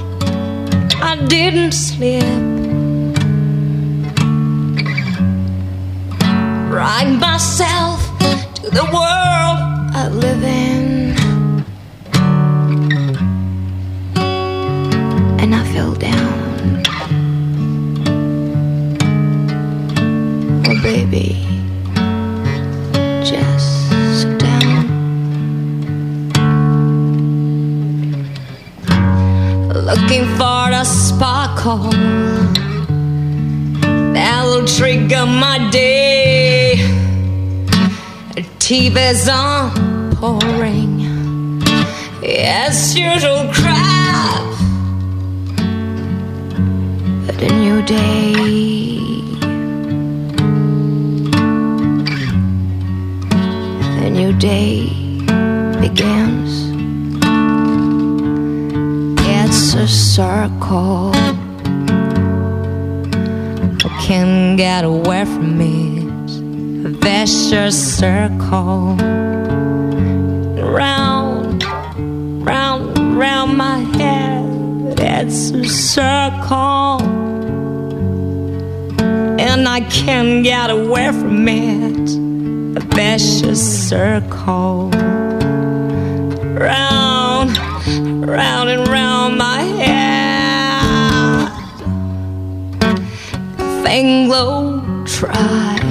I didn't sleep. Bring myself to the world I live in. And I fell down. Oh, baby, just sit down. Looking for a sparkle that'll trigger my day. TV's on pouring, as usual crap. But a new day. A new day begins. It's a circle. You can't get away from me. Vicious circle. Round, round, round my head, it's a circle, and I can't get away from it. A vicious circle. Round, round and round my head. Fanglo tries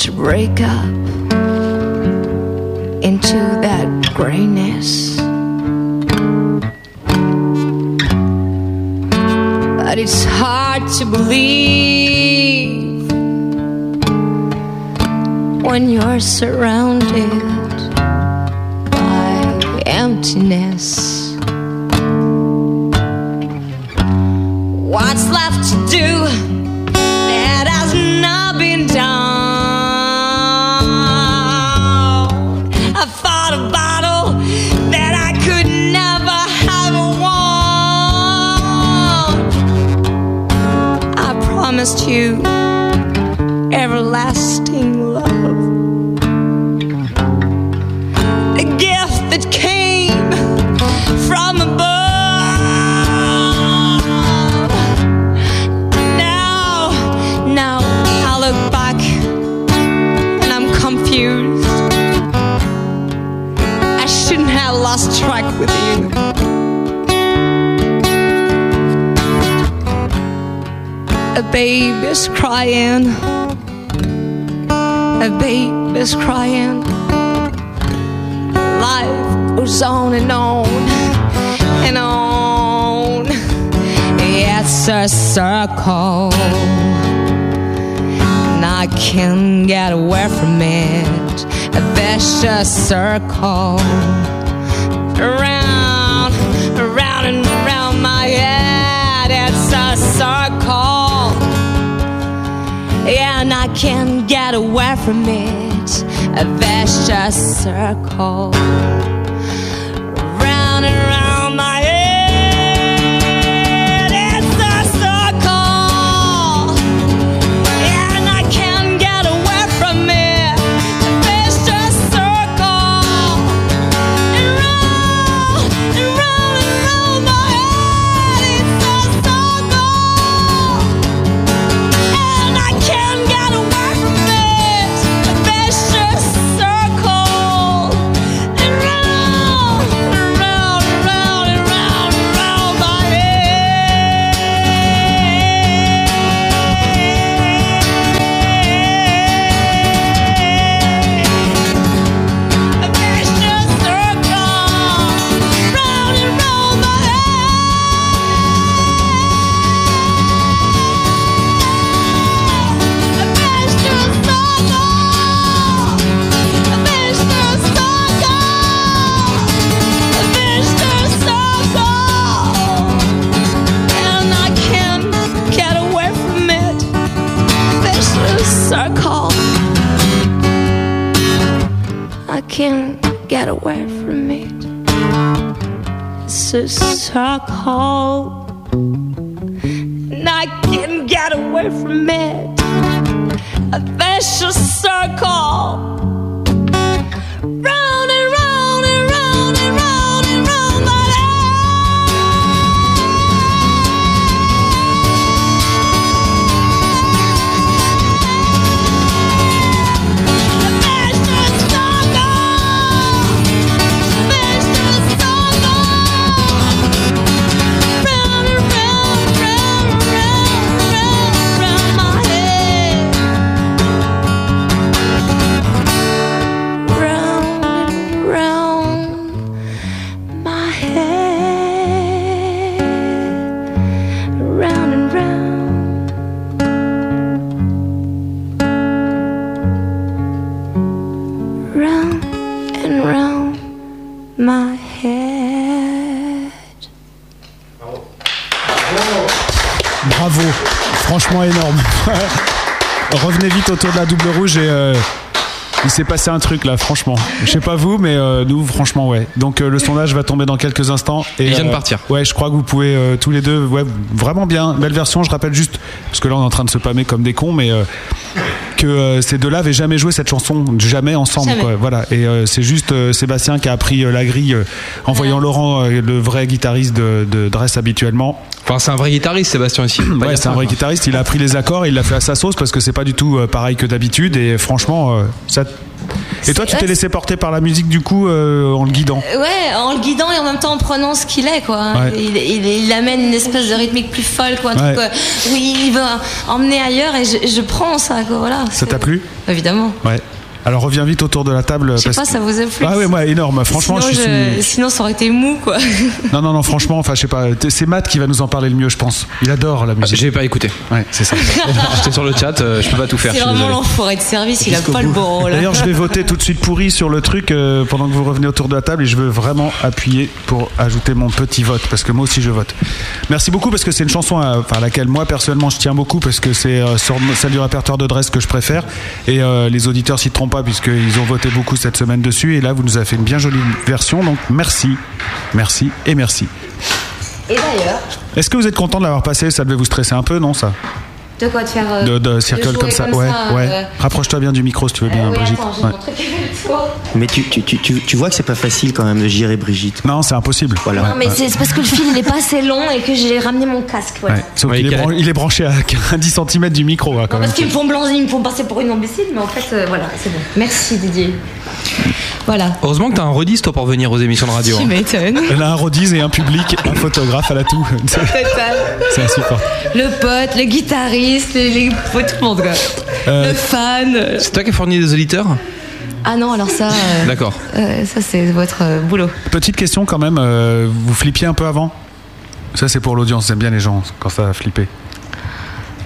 to break up into that grayness. But it's hard to believe When you're surrounded by emptiness. what's left to do. That has promised you everlasting love. A gift that came from above. Now, now I look back and I'm confused. I shouldn't have lost track with you. A baby's crying. A baby's crying. Life goes on and on and on. It's a circle. And I can't get away from it. A vicious circle. Around, around and around my head. It's a circle. Yeah, and I can't get away from it. A vicious circle. Round and round my head. It's a circle. Yeah, and I can't get away from it. A vicious circle. And round and round and round my head. It's a circle. And I can't get away from it. A vicious circle. And round, and round, and round, and round, and round my head. A vicious circle. Round and round my head. Circle. I can't get away from it. It's a circle. And I can't get away from it. A vicious circle. Round and round and round and round and round my round and round my head. Round and round. Round and round my head. Bravo, franchement énorme. Revenez vite autour de la double rouge et euh, il s'est passé un truc là, franchement. Je sais pas vous, mais euh, nous, franchement, ouais. Donc euh, le sondage va tomber dans quelques instants. Et, Il vient de euh, partir. ouais, je crois que vous pouvez euh, tous les deux, ouais, vraiment bien. Belle version, je rappelle juste, parce que là on est en train de se pâmer comme des cons, mais euh, que euh, ces deux-là avaient jamais joué cette chanson, jamais ensemble. Jamais. quoi. Voilà. Et euh, c'est juste euh, Sébastien qui a appris euh, la grille euh, en voyant Laurent, euh, le vrai guitariste de, de Dress habituellement. Enfin, c'est un vrai guitariste, Sébastien, ici. Ouais, c'est un vrai guitariste. Il a pris les accords, et il l'a fait à sa sauce parce que c'est pas du tout euh, pareil que d'habitude. Et franchement, euh, ça. Et toi, tu t'es laissé porter par la musique du coup euh, en le guidant. Ouais, en le guidant et en même temps en prenant ce qu'il est, quoi. Ouais. Il, il- il amène une espèce de rythmique plus folle, quoi. Un Ouais. truc, euh, oui, il veut euh, emmener ailleurs et je, je prends ça, quoi. Voilà. Ça t'a plu Évidemment. Ouais. Alors reviens vite autour de la table. Je sais pas, ça vous a plu Ah ouais, moi énorme. Franchement, sinon, je suis. je- sinon, ça aurait été mou, quoi. Non, non, non, franchement, enfin, je sais pas. t- C'est Matt qui va nous en parler le mieux, je pense. Il adore la musique. Ah, J'ai pas écouté. Ouais, c'est ça. J'étais sur le chat, euh, je peux pas tout faire. C'est je suis vraiment désolé. l'enfoiré de service, il a Jusqu'au pas le bout. bon rôle. D'ailleurs, je vais voter tout de suite pourri sur le truc euh, pendant que vous revenez autour de la table et je veux vraiment appuyer pour ajouter mon petit vote parce que moi aussi je vote. Merci beaucoup parce que c'est une chanson à, enfin, à laquelle moi personnellement je tiens beaucoup parce que c'est euh, sur- celle du répertoire de Dress que je préfère et euh, les auditeurs s'y trompent pas puisqu'ils ont voté beaucoup cette semaine dessus et là vous nous avez fait une bien jolie version donc merci, merci et merci. Et d'ailleurs, Est-ce que vous êtes content de l'avoir passé Ça devait vous stresser un peu, non ça De quoi de faire euh, de, de circle jouer comme ça. ouais, ouais. euh, Rapproche-toi bien du micro si tu veux bien, euh, oui, Brigitte. attends, j'ai Ouais. mon truc avec toi. Mais tu, tu, tu, tu, tu vois que c'est pas facile quand même de gérer Brigitte. Non, c'est impossible. Voilà. Non, mais c'est c'est parce que le fil n'est pas assez long et que j'ai ramené mon casque. Voilà. Ouais. Sauf qu'il est, bran- il est branché à 10 cm du micro hein, quand Parce même. qu'ils me font blanc, ils me font passer pour une imbécile, mais en fait, euh, voilà, c'est bon. Merci Didier. Voilà. Heureusement que t'as un redis toi pour venir aux émissions de radio. Tu hein. m'étonnes. Elle a un rodise et un public, un photographe à la toux. c'est insupportable. Le pote, le guitariste, les, les- faut tout le monde. quoi. Euh, le fan. C'est toi qui as fourni les auditeurs Ah non, alors ça. euh, D'accord. euh, ça, c'est votre euh, boulot. Petite question quand même, euh, vous flippiez un peu avant Ça c'est pour l'audience, j'aime bien les gens quand ça a flippé.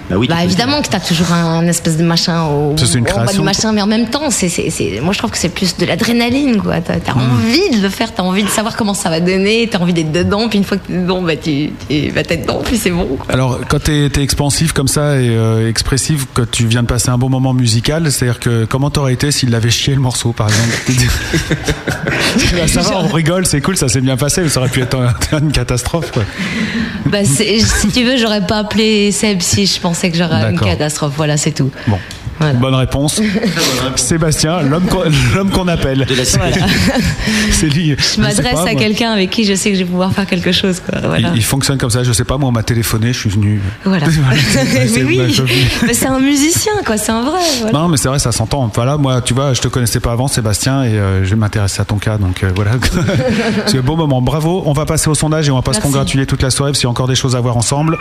Bah oui. Bah évidemment que t'as toujours un espèce de machin au, Ça, c'est une en bas création, du machin, mais en même temps, c'est, c'est, c'est- moi je trouve que c'est plus de l'adrénaline, quoi. T'as, Hmm. t'as envie de le faire, t'as envie de savoir comment ça va donner, t'as envie d'être dedans, puis une fois que t'es dedans, bah tu, tu vas t'être dedans, puis c'est bon. quoi. Alors quand t'es es expansif comme ça et euh, expressif, que tu viens de passer un bon moment musical, c'est-à-dire que comment t'aurais été s'il avait chié le morceau par exemple Ah, Ça va, on rigole, c'est cool, ça s'est bien passé, mais ça aurait pu être un- une catastrophe. Quoi. Bah c'est- si tu veux, j'aurais pas appelé Seb si je pensais que j'aurais une D'accord. catastrophe, voilà, c'est tout. Bon. Bonne réponse. Sébastien, l'homme qu'on l'homme qu'on appelle. Voilà. C'est lui. Je m'adresse à quelqu'un quelqu'un avec qui je sais que je vais pouvoir faire quelque chose, quoi. Voilà. Il, il fonctionne comme ça, je sais pas, moi on m'a téléphoné, je suis venu. Voilà. C'est- mais bah, oui, je- mais c'est un musicien, quoi, c'est un vrai. voilà. Non mais c'est vrai ça s'entend. Voilà moi tu vois je te connaissais pas avant Sébastien et euh, je m'intéresse à ton cas donc euh, voilà. C'est un beau moment. Bravo. On va passer au sondage et on va pas se Merci. congratuler toute la soirée parce qu'il y a encore des choses à voir ensemble.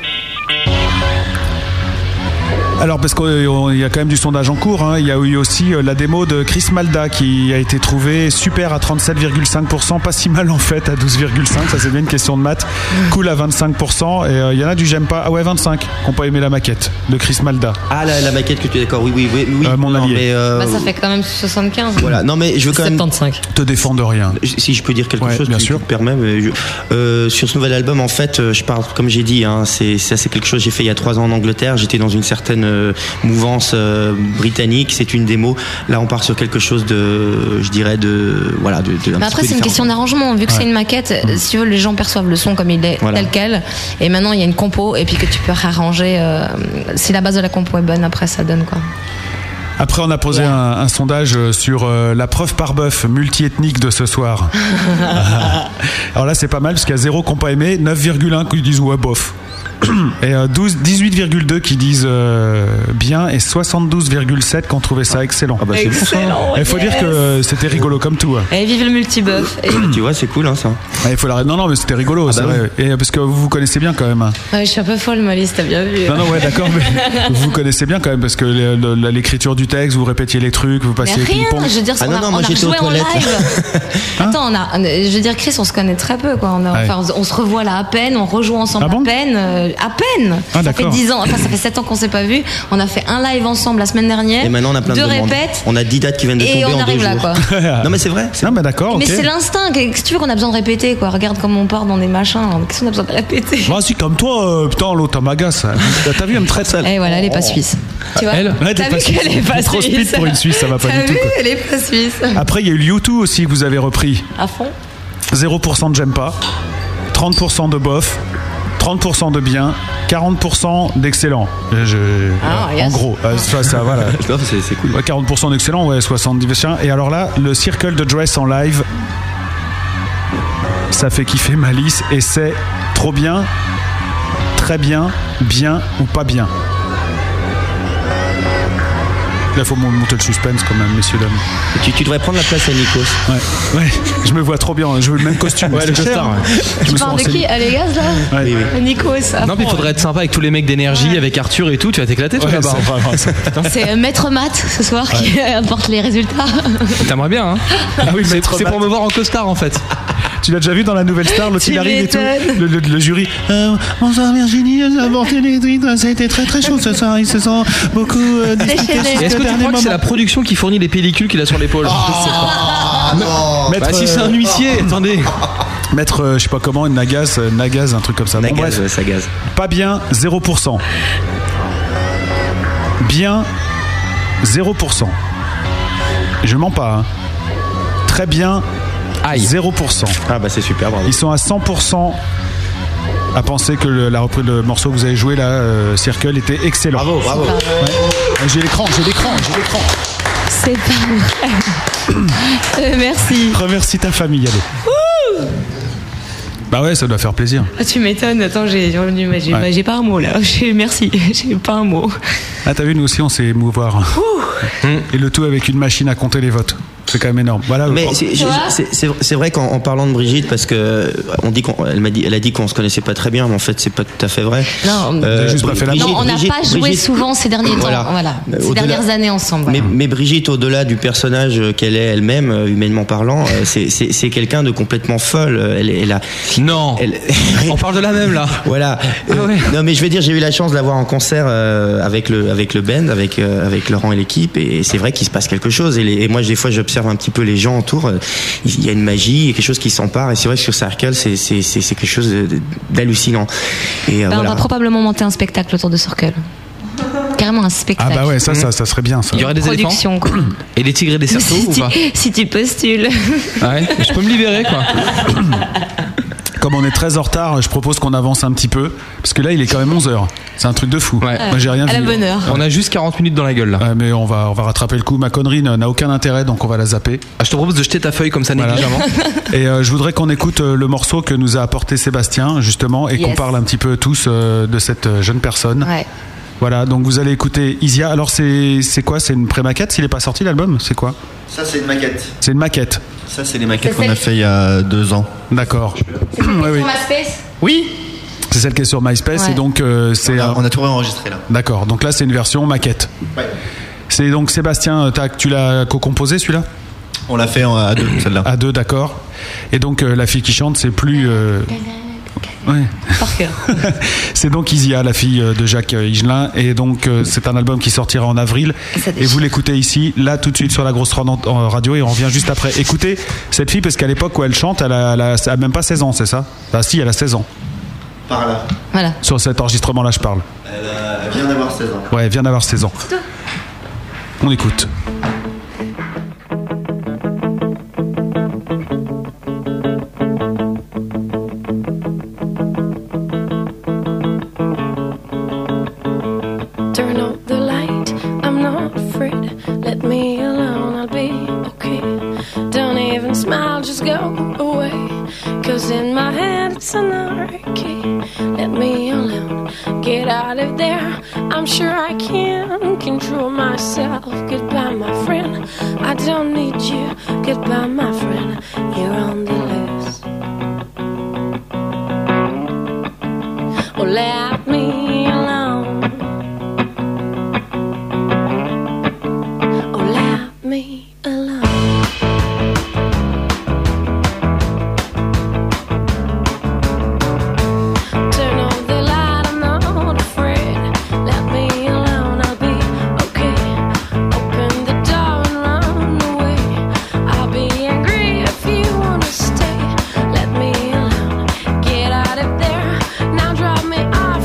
Alors parce qu'il y a quand même du sondage en cours, hein. il y a eu aussi euh, la démo de Chris Malda qui a été trouvée super à 37,5%, pas si mal en fait à 12,5%, ça c'est bien une question de maths, cool à 25%, et euh, il y en a du j'aime pas, ah ouais 25, qui n'ont pas aimé la maquette de Chris Malda. Ah la, la maquette que tu es d'accord, oui, oui, oui. oui. mon allié. mais, euh, Bah, ça fait quand même 75. Voilà, non mais je veux quand même. 75. Te défendre rien. Si je peux dire quelque chose, bien sûr. Tu te permets, mais je- euh, sur ce nouvel album, en fait, euh, je parle, comme j'ai dit, hein, c'est ça, c'est quelque chose que j'ai fait il y a trois ans en Angleterre. J'étais dans une certaine euh, mouvance euh, britannique. C'est une démo. Là, on part sur quelque chose de, je dirais, de voilà, de. de un Mais petit Bah, après, peu c'est une différent. question d'arrangement. Vu que c'est une maquette, euh, Mm. si tu veux, les gens perçoivent le son comme il est, Voilà. tel quel. Et maintenant, il y a une compo, et puis que tu peux réarranger. euh, si la base de la compo est bonne, après, ça donne quoi. Après on a posé un, un sondage euh, sur euh, la preuve par bœuf multiethnique de ce soir. Ah. Alors là, c'est pas mal parce qu'il y a 0 qui n'ont pas aimé, 9,1 qui disent ouais, bof. Et euh, 12, 18,2 qui disent euh, bien et 72,7 qui ont trouvé ça excellent. bah, c'est bon, ça. Excellent, Il faut yes. dire que euh, c'était rigolo comme tout. hein. Et vive le multibuff. Et- tu vois, c'est cool, hein, ça. Ah, il faut l'arrêter. Non, non, mais c'était rigolo, c'est bah vrai. Et, euh, parce que vous vous connaissez bien quand même. hein. Ouais, je suis un peu folle, Molly, t'as bien vu. Non, non, ouais, d'accord, mais vous vous connaissez bien quand même parce que le- le- l'écriture du texte, vous répétiez les trucs, vous Mais passiez rien, ping-pong. je Ah veux dire, on a, on a rejoué en live. Attends, on a, je veux dire, Chris, on se connaît très peu, quoi. On, a- Hein Ouais. Ah enfin, on se- on se revoit là à peine, on rejoue ensemble à peine, euh, à peine. Ah, ça fait d'accord. 10 ans, enfin, ça fait 7 ans qu'on s'est pas vu. On a fait un live ensemble la semaine dernière. Et maintenant, on a plein deux de demandes. répètes. On a 10 dates qui viennent de Et tomber on en arrive deux là, jours. quoi. non, mais c'est vrai. Non, mais d'accord. Mais Oh, ok. c'est l'instinct. Qu'est-ce que tu veux qu'on a besoin de répéter, quoi Regarde comme on part dans des machins. Qu'est-ce qu'on a besoin de répéter Vas-y, comme toi, euh, putain, l'autre, elle m'agace. T'as- T'as vu, elle me traite sale. Et Eh, voilà, elle est Oh. pas suisse. Tu vois Elle Ouais, t'es T'as pas vu suisse. qu'elle est pas Trop speed suisse. pour une Suisse, ça va pas T'as du tout, vu, quoi. Ah. Elle est pas suisse. Après, il y a eu U2 aussi que vous avez repris. À fond. 0% de j'aime pas, 30% de bof, 30% de bien, 40% d'excellent. Je- je- Ah, euh, yes. En gros, euh, ça, ça voilà. c'est cool. 40% d'excellent, ouais, 70%. Et alors là, le Circle de Dress en live, ça fait kiffer Malice et c'est trop bien, très bien, bien ou pas bien. Là, faut mon- monter le suspense quand même, messieurs, dames. Tu, tu devrais prendre la place à Nikos. Ouais, ouais, je me vois trop bien. hein. Je veux le même costume. Ouais, c'est le cher. hein. costard, ouais. Je Tu me suis parles de renseigné. qui Allez, gaz, là Ouais. Nico, ça. Non, mais il faudrait être sympa avec tous les mecs d'énergie, avec Arthur et tout. Tu vas t'éclater, toi, Ouais, là-bas. hein. c'est vraiment ça. C'est euh, Maître Matt ce soir qui apporte les résultats. T'aimerais bien, hein Ah oui, C'est Maître c'est Matt. pour me voir en costard, en fait. Tu l'as déjà vu dans la Nouvelle Star, l'autre Tu il arrive et tout. m'étonnes. Le, le- le jury. Euh, bonsoir Virginie, j'ai apporté les titres. Ça a été très très chaud ce soir. Ils se sont beaucoup euh, disputés Et jusqu'au Est-ce que tu dernier crois que c'est moment. Oh. la production qui fournit les pellicules qu'il a sur l'épaule Ah, non. Bah, si Maître, c'est un euh, huissier, attendez. Maître, euh, je sais pas comment, Nagaz, euh, Nagaz, un truc comme ça. Bon, Nagaz, bref. ouais, ça gaze. Pas bien, 0%. Bien, 0%. Je mens pas. hein. Très bien, 0%. Ah bah c'est super, bravo. Ils sont à 100% à penser que le, la reprise- le morceau que vous avez joué là, euh, Circle, était excellent. Bravo, bravo. Ouais. J'ai l'écran, j'ai l'écran, j'ai l'écran. C'est pas vrai. Euh, Merci. Remercie ta famille, allez. Ouh Bah ouais, ça doit faire plaisir. Ah, tu m'étonnes. Attends, j'ai j'ai- j'ai Ouais. j'ai pas un mot là. J'ai- Merci. J'ai pas un mot. Ah, t'as vu, nous aussi, on s'est émouvoir. Et le tout avec une machine à compter les votes. C'est quand même énorme. Voilà. oh. Mais c'est- je- je- c'est- c'est c'est vrai qu'en en parlant de Brigitte, parce que euh, on dit qu'on- elle m'a dit, elle a dit qu'on se connaissait pas très bien, mais en fait c'est pas tout à fait vrai. Non, Euh, Bri- Brigitte- Non, on n'a pas Brigitte- joué Brigitte- souvent ces derniers Voilà. temps. Voilà. Euh, Ces au-delà- dernières années ensemble. voilà. Mais, mais Brigitte, au-delà du personnage euh, qu'elle est elle-même, euh, humainement parlant, euh, c'est- c'est c'est quelqu'un de complètement folle. Euh, Elle, elle a, non. On parle de la même là. Voilà. Ah Euh, Non, mais je veux dire, j'ai eu la chance de la voir en concert euh, avec le avec le band, avec euh, avec Laurent et l'équipe, et c'est vrai qu'il se passe quelque chose. Et, les- et moi, des fois, j'observe un petit peu les gens autour. euh, Il y a une magie, il y a quelque chose qui s'empare. Et c'est vrai que sur Circle, c'est c'est c'est c'est quelque chose de- de- d'hallucinant. Et euh, Ben, On voilà. va probablement monter un spectacle autour de Circle. Carrément un spectacle. bah Ah ça, ça serait bien ça. Il y aurait des Production, éléphants quoi. et des tigres et des si, cerceaux ou tu, pas si tu postules. Ah ouais, je peux me libérer quoi. Comme on est très en retard, je propose qu'on avance un petit peu. Parce que là, il est quand même 11h. C'est un truc de fou. Moi, j'ai rien À vu. la bonne heure. On a juste 40 minutes dans la gueule là. mais on va, on va rattraper le coup. Ma connerie n'a n'a aucun intérêt, donc on va la zapper. Ah, Je te propose de jeter ta feuille comme ça négligemment. Et euh, je voudrais qu'on écoute euh, le morceau que nous a apporté Sébastien, justement, et qu'on Yes. parle un petit peu tous euh, de cette euh, jeune personne. Voilà, donc vous allez écouter Isia. Alors, c'est c'est quoi C'est une pré-maquette S'il n'est pas sorti l'album C'est quoi Ça, c'est une maquette. C'est une maquette. Ça, c'est les maquettes C'est qu'on a celle- fait il y a deux ans. D'accord. Ouais, oui. Oui C'est celle qui est sur MySpace Ouais. et donc euh, c'est. On, a tout réenregistré là. D'accord, donc là c'est une version maquette. C'est donc Sébastien, euh, t'as- tu l'as co-composé celui-là On l'a fait en- à deux, celle-là. À deux, d'accord. Et donc euh, la fille qui chante, c'est plus. euh, Ouais. c'est donc Isia, la fille euh, de Jacques euh, Higelin. Et donc euh, c'est un album qui sortira en avril. Ça déchire. Et vous l'écoutez ici, là tout de suite sur la grosse ran- en radio et on revient juste après. Écoutez cette fille parce qu'à l'époque où elle chante, elle a, elle a- elle a même pas 16 ans, c'est ça Bah si, elle a 16 ans. Par là. Voilà. Sur cet enregistrement-là, je parle. Elle, euh, elle vient d'avoir 16 ans. Ouais, elle vient d'avoir 16 ans. On écoute. Turn out the light, I'm not afraid. Let me alone, I'll be okay. Don't even smile, just go away. Cause in my head it's an anarchy. Let me alone, get out of there. I'm sure I can control myself. Goodbye, my friend. I don't need you. Goodbye, my friend. You're on the loose. Oh, let me alone. Oh, let me alone. Turn off the light, I'm not afraid. Let me alone, I'll be okay. Open the door and run away. I'll be angry if you wanna stay. Let me alone, get out of there. Now drop me off,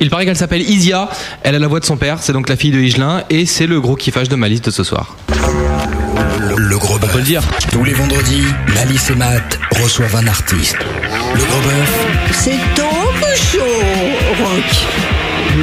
Il paraît qu'elle s'appelle Isia. Elle a la voix de son père. C'est donc la fille de Higelin. Et c'est le gros kiffage de ma liste de ce soir. Le, le gros bœuf. On peut le dire. Tous les vendredis, Malice et Matt reçoivent un artiste. Le gros bœuf, C'est donc chaud, Rock.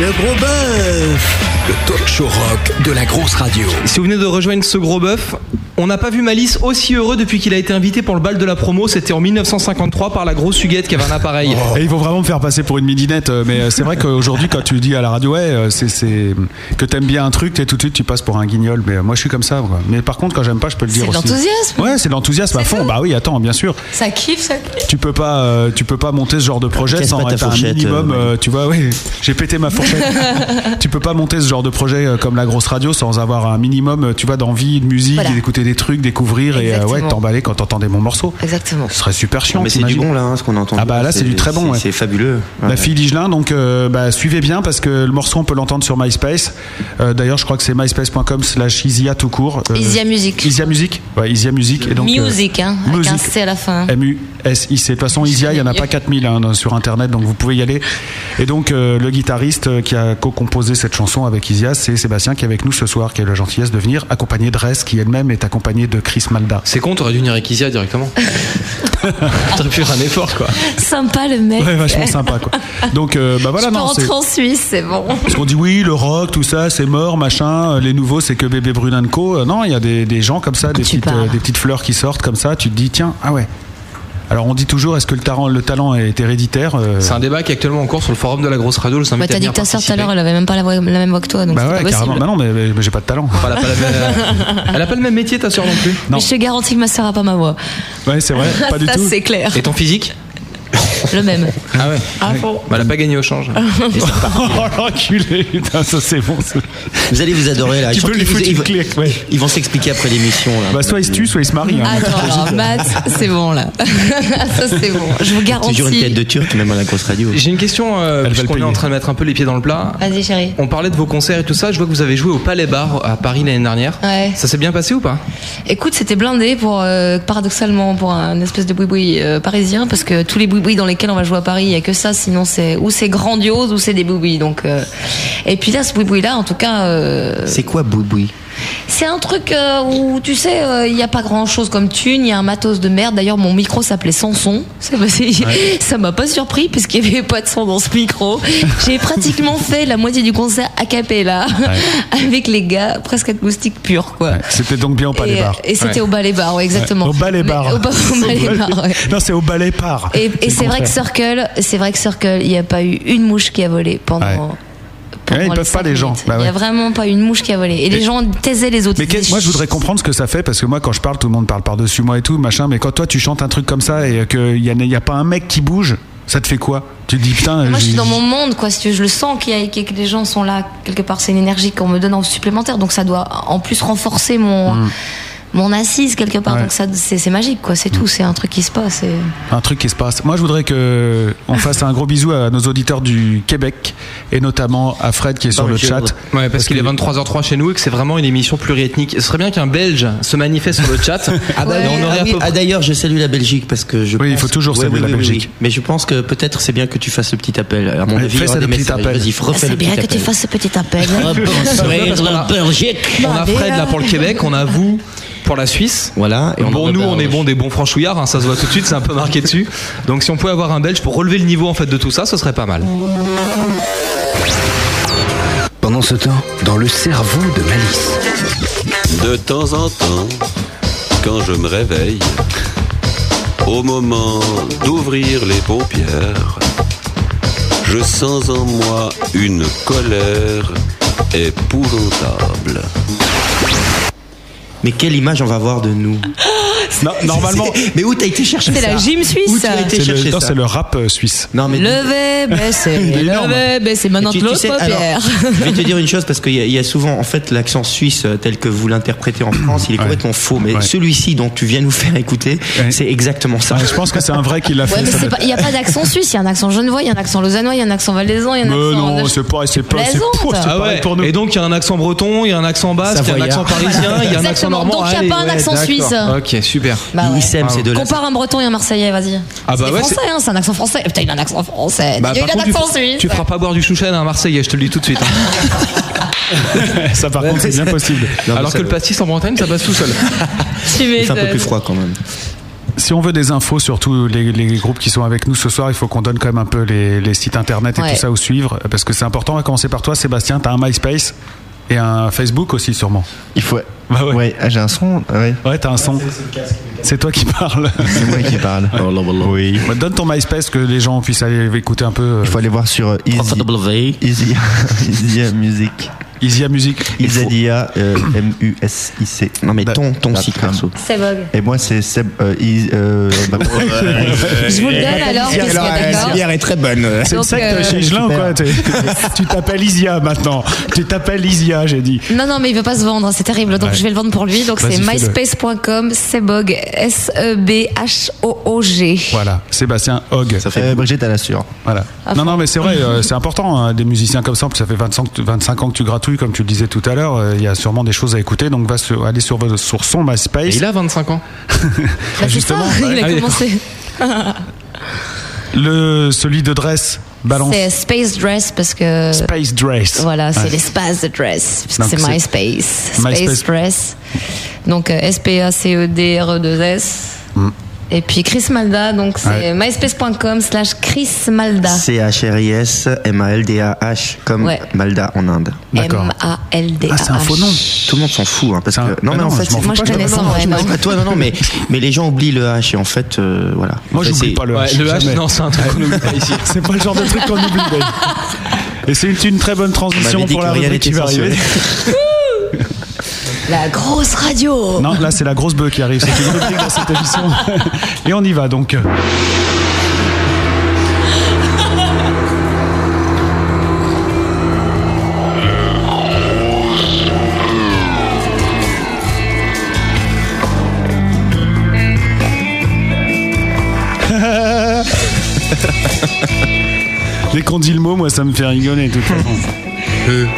Le gros bœuf. le talk show rock de la grosse radio. Si vous venez de rejoindre ce gros bœuf, on n'a pas vu Malice aussi heureux depuis qu'il a été invité pour le bal de la promo. C'était en 1953 par la grosse Huguette qui avait un appareil. Oh. Et il faut vraiment me faire passer pour une midinette, euh, mais euh, c'est vrai qu'aujourd'hui, quand tu dis à la radio, ouais, euh, c'est, c'est- que t'aimes bien un truc, t'es tout de suite, tu passes pour un guignol. Mais euh, moi, je suis comme ça. quoi. Mais par contre, quand j'aime pas, je peux le dire C'est de aussi. l'enthousiasme. Ouais, c'est de l'enthousiasme à fond. Bah oui, attends, bien sûr. Ça kiffe, ça kiffe. Tu peux pas, euh, tu peux pas monter ce genre de projet Casse sans pas ta être un fourchette, minimum. euh, euh, tu vois, oui, j'ai pété ma fourchette. tu peux pas monter ce genre de projet euh, comme la grosse radio sans avoir un minimum, euh, tu vois, d'envie, de musique, Voilà. d'écouter des trucs, découvrir et euh, ouais, Exactement. t'emballer quand t'entendais mon morceau. Exactement. Ce serait super chiant. mais c'est du t'imagines bon là, hein, ce qu'on entend. Ah bah là, c'est du très bon, c'est- ouais. C'est fabuleux. La Ouais. fille d'Igelin, donc euh, bah, suivez bien parce que le morceau on peut l'entendre sur MySpace. Euh, D'ailleurs, je crois que c'est myspace.com slash Isia tout court. Euh, Isia Music. Isia Music Ouais, Isia Music. Et donc, euh, music, hein, avec un C à la fin. hein. M-U-S-I-C. De toute façon, Isia, il n'y en a pas 4000 hein, dans- sur Internet, donc vous pouvez y aller. Et donc, euh, le guitariste euh, qui a co-composé cette chanson avec Isia, c'est Sébastien qui est avec nous ce soir, qui a eu la gentillesse de venir, accompagné de Rez, qui elle-même est accompagnée de Chris Malda. C'est con, t'aurais dû venir avec Isia directement. t'aurais pu faire un effort quoi. Sympa le mec. Ouais, vachement sympa, quoi. Donc, euh, bah voilà, je peux non, c'est- rentrer en Suisse, c'est bon. Parce qu'on dit oui, le rock, tout ça, c'est mort, machin. euh, Les nouveaux, c'est que bébé Brunin Co. Euh, Non, il y a des, des gens comme ça, des petites, euh, des petites fleurs qui sortent comme ça. Tu te dis, tiens, ah ouais. Alors on dit toujours, est-ce que le talent, le talent est héréditaire euh, C'est un débat qui est actuellement en cours sur le forum de la grosse radio. Je vous Bah, invite à t'as dit venir que ta sœur tout à participer. l'heure, elle avait même pas la, voix- la même voix que toi, Ah, donc Bah c'est ouais, pas carrément. Bah possible. non, mais, mais j'ai pas de talent. Elle a pas la même- euh, Elle a pas le même métier, ta sœur non plus. Mais je te garantis que ma sœur a pas ma voix. Ouais, c'est vrai, pas du Ça, tout. c'est clair. Et ton physique Le même. Ah ouais. Ah bon. Bah, elle a pas gagné au change. Ah oh l'enculé, putain, ça c'est bon. ça. Vous allez vous adorer là. Tu Je peux crois lui qu'ils- foutre ils, une vont- clé, ouais. ils vont s'expliquer après l'émission. là. Bah soit il se tue, soit il se marie. hein. Attends, alors, Matt, c'est bon là. Ah, ça c'est bon. Je vous garantis. Toujours une tête de turc, même à la grosse radio. J'ai une question, euh, puisqu'on est en train de mettre un peu les pieds dans le plat. Vas-y chérie. On parlait de vos concerts et tout ça. Je vois que vous avez joué au Palais Bar à Paris l'année dernière. Ouais. Ça s'est bien passé ou pas Écoute, c'était blindé pour euh, paradoxalement pour un espèce de boui-boui euh, parisien parce que tous les boui-boui dans lesquels on va jouer à Paris, il y a que ça. Sinon, c'est ou c'est grandiose ou c'est des boui-boui. Donc, euh, et puis là, ce boui-boui là, en tout cas, euh, C'est quoi Bouboui c'est un truc euh, où tu sais, euh, il n'y a pas grand chose comme thune, il y a un matos de merde. D'ailleurs, mon micro s'appelait Sanson. C'est- c'est- Ouais. Ça m'a pas surpris parce qu'il y avait pas de son dans ce micro. J'ai pratiquement fait la moitié du concert a cappella avec les gars, presque acoustique pur quoi. C'était donc bien au Et, euh, ballet bar. et c'était au ballet bar, ouais, exactement. Ouais, Au ballet Mais- bar. au ba- au ballet C'est bar, ouais. Non, c'est au ballet bar. Et, et le c'est vrai que contraire. Circle, c'est vrai que Circle, il n'y a pas eu une mouche qui a volé pendant. Ouais. pendant Ouais, ils les peuvent pas, cinq les gens. minutes. Bah Il n'y ouais. a vraiment pas une mouche qui a volé. Et, les gens taisaient les autres. Mais qu'est- Ils disaient, moi, je voudrais comprendre ce que ça fait parce que moi, quand je parle, tout le monde parle par-dessus moi et tout, machin. Mais quand toi, tu chantes un truc comme ça et qu'il n'y a, y a pas un mec qui bouge, ça te fait quoi Tu te dis putain. Moi, je suis j'ai- dans mon monde, quoi. Si tu veux, je le sens qu'il y a, que que les gens sont là quelque part. C'est une énergie qu'on me donne en supplémentaire, donc ça doit en plus renforcer mon mon assise quelque part. Donc ça, c'est c'est magique, quoi. C'est tout. C'est un truc qui se passe. et- un truc qui se passe. Moi, je voudrais que on fasse un gros bisou à nos auditeurs du Québec et notamment à Fred qui est sur le chat. Ouais, parce qu'il est 23h03 chez nous et que c'est vraiment une émission pluriethnique. Ce serait bien qu'un Belge se manifeste sur le chat. Ah, bah Et oui, on aurait ah à oui, peu près- ah d'ailleurs, je salue la Belgique parce que je. Oui, il faut toujours saluer la Belgique. Mais je pense que peut-être c'est bien que tu fasses le petit appel. À mon Ouais, avis, fais il y aura ça, des le petit messages. appel. Vas-y, refais Ah, C'est le petit bien que tu appel. fasses ce petit appel. On a Fred là pour le Québec, on a vous pour la Suisse. Voilà. Et bon, nous, on est bon des bons franchouillards, hein, ça se voit tout de suite, c'est un peu marqué dessus. Donc, si on pouvait avoir un Belge pour relever le niveau en fait de tout ça, ce serait pas mal. Pendant ce temps, dans le cerveau de Malice. De temps en temps, quand je me réveille, au moment d'ouvrir les paupières, je sens en moi une colère épouvantable. Mais quelle image on va voir de nous normalement. Mais où t'as été chercher C'est ça la gym suisse. Où t'as été C'est chercher le, non, ça c'est le rap euh, suisse. Non, mais Levez, baissez, Il est énorme. levez, baissez. Maintenant Tu- tu l'autre sais, alors, paupière. je vais te dire une chose parce qu'il y, a- il y a souvent en fait l'accent suisse euh, tel que vous l'interprétez en France, il est complètement faux. Mais celui-ci dont tu viens nous faire écouter, c'est exactement ça. je pense que c'est un vrai qui l'a Ouais, mais c'est pas- il n'y a pas d'accent suisse, il y a un accent genevois, il y a un accent lausannois, il y a un accent valaisan, il y a Mais un accent. non, c'est pas, c'est pas, c'est Plaisante. pas- c'est Ah pas ouais. pour nous. Et donc il y a un accent breton, il y a un accent basque, il y a Savoyard. un accent parisien, il y a un accent Exactement. normand. Donc, il y a Allez, pas un accent d'accord. suisse. Ok, super. Bah ouais. Ils s'aiment ces deux-là. Compare un breton et un marseillais, vas-y. Ah bah c'est ouais, français, c'est- hein, c'est un accent français. Putain, il a un accent français. Bah, il a par un contre, tu, accent feras- suisse. tu feras pas boire du chouchen à un Marseillais, je te le dis tout de suite. hein. ça par contre, c'est bien possible. Alors que le pastis en Bretagne, ça passe tout seul. Tu Il fait un peu plus froid quand même. Si on veut des infos sur tous les, les groupes qui sont avec nous ce soir, il faut qu'on donne quand même un peu les, les sites internet et Ouais. tout ça où suivre, parce que c'est important. On va commencer par toi, Sébastien. T'as un MySpace et un Facebook aussi, sûrement. Il faut. Bah ouais. Ah, j'ai un son. ah Ouais. Ouais, t'as un son. C'est toi qui parles. C'est moi qui parle. Oui. Bah, donne ton MySpace que les gens puissent aller écouter un peu. Il faut aller voir sur euh, Easy. Easy. Easy Music. Easy Music. Bah, Isadia euh, M U S I C. Non mais ton- bah, ton site perso. C'est Vogue. Et moi c'est Seb. euh, Is- euh, bah, Je vous le donne alors. Bien, puisque- alors, euh, d'accord. Sylvia est très bonne. C'est une Donc, secte euh, chez Gelin ou quoi T'es- Tu t'appelles Isia maintenant. Tu t'appelles Isia, j'ai dit. Non, non, mais il veut pas se vendre, c'est terrible. Donc Ouais. je vais le vendre pour lui. Donc Vas-y, c'est fais-le. myspace.com, sebog, E S-E-B-H-O-O-G. Voilà, Sébastien Hogg. Ça Euh, fait Brigitte à l'assure. Voilà. Ah, Non, non, mais c'est vrai, euh, c'est important, hein, des musiciens comme ça. en plus, Ça fait 25, 25 ans que tu gratouilles, comme tu le disais tout à l'heure. euh, Il y a sûrement des choses à écouter. Donc, va sur, aller sur, vos- sur son MySpace. il a 25 ans. Justement, Ah, il ouais. a Allez. commencé. le, celui de Dress, balance. C'est Space Dress parce que. Ah Space Dress. Voilà, c'est Ouais. l'espace de dress. Parce que Donc, c'est c'est- MySpace. MySpace. Space Dress. Donc euh, S-P-A-C-E-D-R-E-2-S. E Hmm. Et puis Chris Malda, donc c'est myspace.com slash Chris Malda. C-H-R-I-S-M-A-L-D-A-H, comme Ouais. Malda en Inde. Ah, Ah, M-A-L-D-A. Tout le monde s'en fout. hein, parce que... Non, mais en fait, m'en fous Moi, je pas, je connais t'en- ça, Non, ouais, non, non. pas toi, non, non, mais, mais les gens oublient le H et en fait, euh, voilà. Moi, j'oublie pas le H, Ouais, le H, jamais. non, c'est un truc qu'on oublie pas ici. C'est pas le genre de truc qu'on oublie. d'ailleurs. Et c'est une, une très bonne transition m'avait dit pour que la rien rubrique qui n'était va arriver. La grosse radio. Non, là, c'est la grosse bœuf qui arrive. C'est une rubrique dans cette émission. Et on y va donc. Dès qu'on dit le mot, moi, ça me fait rigoler, de toute Euh. façon.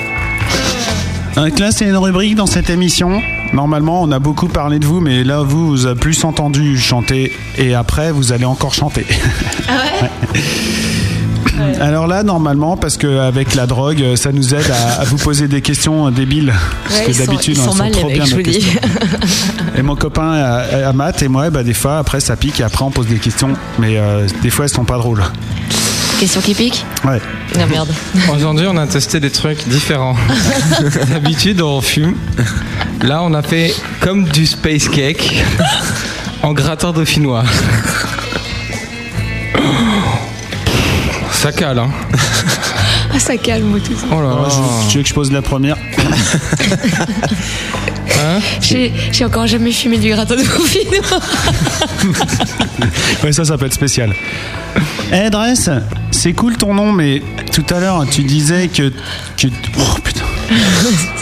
Donc là, c'est une rubrique dans cette émission. Normalement, on a beaucoup parlé de vous, mais là, vous, vous avez plus entendu chanter. Et après, vous allez encore chanter. Ah Alors là, normalement, parce qu'avec la drogue, ça nous aide à, à vous poser des questions débiles. Parce Ouais, que ils sont- d'habitude, ils on sont mal, les trop mecs, bien je nos vous dis. questions. Et mon copain à, à maths et moi, bah, des fois, après, ça pique et après, on pose des questions. Mais euh, des fois, elles sont pas drôles. Question qui pique Ouais. Non, merde. Aujourd'hui, on a testé des trucs différents. D'habitude, on fume. Là, on a fait comme du space cake en gratin dauphinois. Ça cale, hein. Ah, ça calme tout ça. Oh là là. Je- Tu veux que je pose la première Hein J'ai j'ai encore jamais fumé du gratin de Dauphinois. Ouais, ça, ça peut être spécial. Hey, Dress, c'est cool ton nom, mais tout à l'heure, tu disais que. que- Oh putain.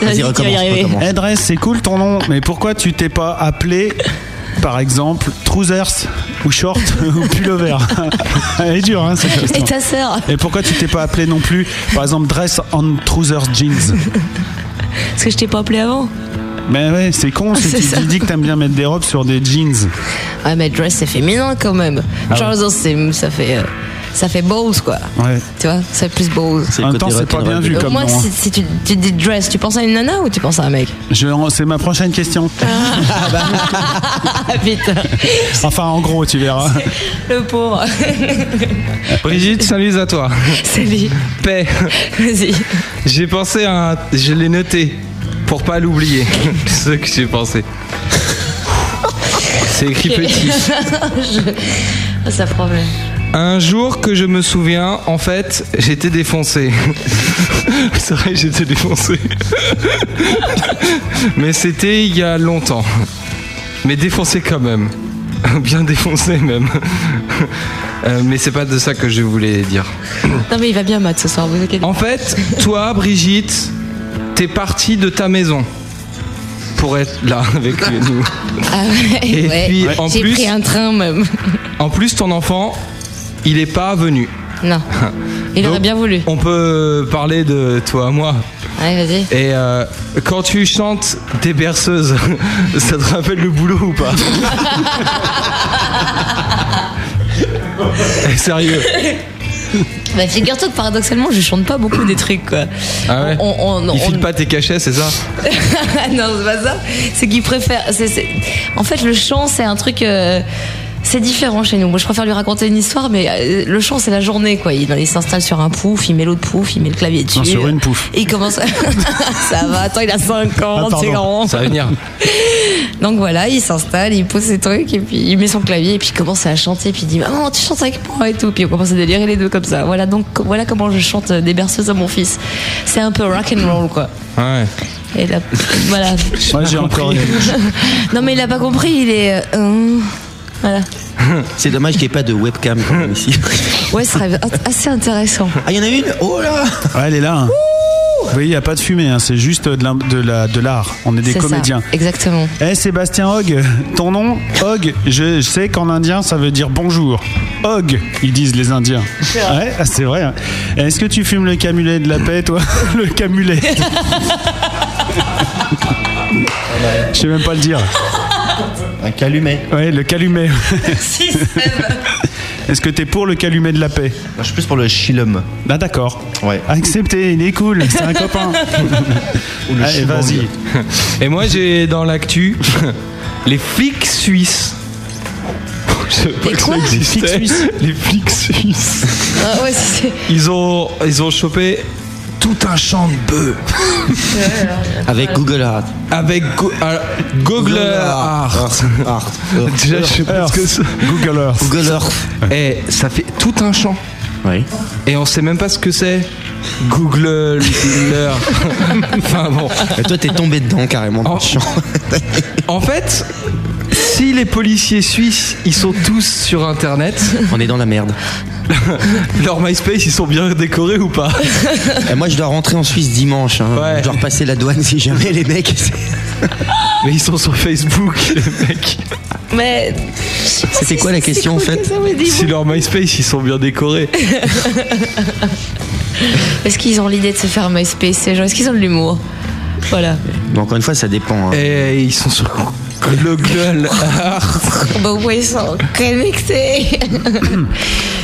Vas-y, tu vas y arriver. Hey, Dress, c'est cool ton nom, mais pourquoi tu t'es pas appelé, par exemple, Trousers ou Short ou Pullover Elle est dure, hein, cette question. Et ta sœur Et pourquoi tu t'es pas appelé non plus, par exemple, Dress and Trousers Jeans Parce que je t'ai pas appelé avant. Mais ouais, c'est con, c'est C'est tu ça. dis que t'aimes bien mettre des robes sur des jeans. Ouais, Ah, mais dress, c'est féminin euh, quand même. Ah ouais. Trousers, c'est- ça fait. euh, Ça fait balls quoi. Ouais. Tu vois, c'est plus balls. En même temps, c'est pas bien vu Au comme moins, nom. hein. si, si tu, tu dis dress, tu penses à une nana ou tu penses à un mec Je- C'est ma prochaine question. Ah, Ah putain, Enfin, en gros, tu verras. le pauvre. Brigitte, salut à toi. Salut. Paix. Vas-y. J'ai pensé à. un- Je l'ai noté pour pas l'oublier. Ce que j'ai pensé. C'est écrit Ok. petit. Je- Ça problème. Un jour que je me souviens, en fait, j'étais défoncé. C'est vrai, j'étais défoncé. Mais c'était il y a longtemps. Mais défoncé quand même. Bien défoncé même. Euh, Mais c'est pas de ça que je voulais dire. Non, mais il va bien, Matt, ce soir, vous inquiétez En fait, toi, Brigitte, t'es partie de ta maison pour être là avec nous. Ah ouais, Et ouais. puis, en J'ai plus- pris un train même. En plus, ton enfant, il est pas venu. Non. Il Donc, aurait bien voulu. On peut parler de toi à moi. Allez, vas-y. Et euh, quand tu chantes des berceuses, ça te rappelle le boulot ou pas Eh, Sérieux Bah, figure-toi que paradoxalement, je chante pas beaucoup des trucs, quoi. Ah ouais On- on- on- Il file pas tes cachets, c'est ça non, c'est pas ça. C'est qu'ils préfèrent. c'est- c'est- En fait, le chant, c'est un truc. euh, C'est différent chez nous. Moi, je préfère lui raconter une histoire, mais euh, le chant, c'est la journée, quoi. Il, il s'installe sur un pouf, il met l'autre pouf, il met le clavier dessus. Non, sur une pouf. Et il commence. ça va, attends, il a 5 ans, Oh, c'est grand. Ça va venir. Donc voilà, il s'installe, il pose ses trucs, et puis il met son clavier, et puis il commence à chanter, puis il dit Maman, tu chantes avec moi et tout. Puis on commence à délirer les deux comme ça. Voilà, donc voilà comment je chante euh, des berceuses à mon fils. C'est un peu rock and roll, quoi. Ouais. Et là, voilà. Moi, j'ai encore non mais il a pas compris, il est. euh, euh, voilà. C'est dommage qu'il n'y ait pas de webcam quand même ici. Ouais, ce serait assez intéressant. Ah, il y en a une Oh là Ouais, elle est là. hein. Vous voyez, il n'y a pas de fumée, hein, c'est juste de l'art. De la, de l'art. On est des C'est ça, comédiens. exactement. Eh Sébastien Hogg, ton nom, Hogg, je, je sais qu'en indien ça veut dire bonjour. Hogg, ils disent les indiens. Ouais, ah, c'est vrai. hein. Est-ce que tu fumes le camulet de la paix, toi Le camulet. Je sais même pas le dire. Un calumet. Ouais, le calumet. Est-ce que t'es pour le calumet de la paix Je suis plus pour le chilum. Ah d'accord. Ouais. Accepté, il est cool, c'est un copain. Allez, vas-y. Et moi, j'ai dans l'actu les flics suisses. Je savais pas que ça existait. flics suisses Les flics suisses. Ah ouais, c'est. Ils ont, ils ont chopé tout un champ de bœufs. Avec Google Earth. Avec Go- ah, Google Earth. Déjà, je sais pas ce que c'est. Google Earth. Google Earth. Et ça fait tout un champ. Oui. Et on sait même pas ce que c'est. Google Earth. enfin bon. Et toi, t'es tombé dedans carrément. dans le champ. En fait, si les policiers suisses, ils sont tous sur Internet. On est dans la merde. Leur MySpace, ils sont bien décorés ou pas Et Eh, Moi, je dois rentrer en Suisse dimanche. hein. Je dois repasser la douane si jamais les mecs. Mais ils sont sur Facebook, les mecs. Mais. C'était quoi la question en fait Si leur MySpace, ils sont bien décorés. Est-ce qu'ils ont l'idée de se faire MySpace ces gens Est-ce qu'ils ont de l'humour Voilà. Bon, encore une fois, ça dépend. hein. Et Eh, ils sont sur Google Bah ouais, ils sont connectés.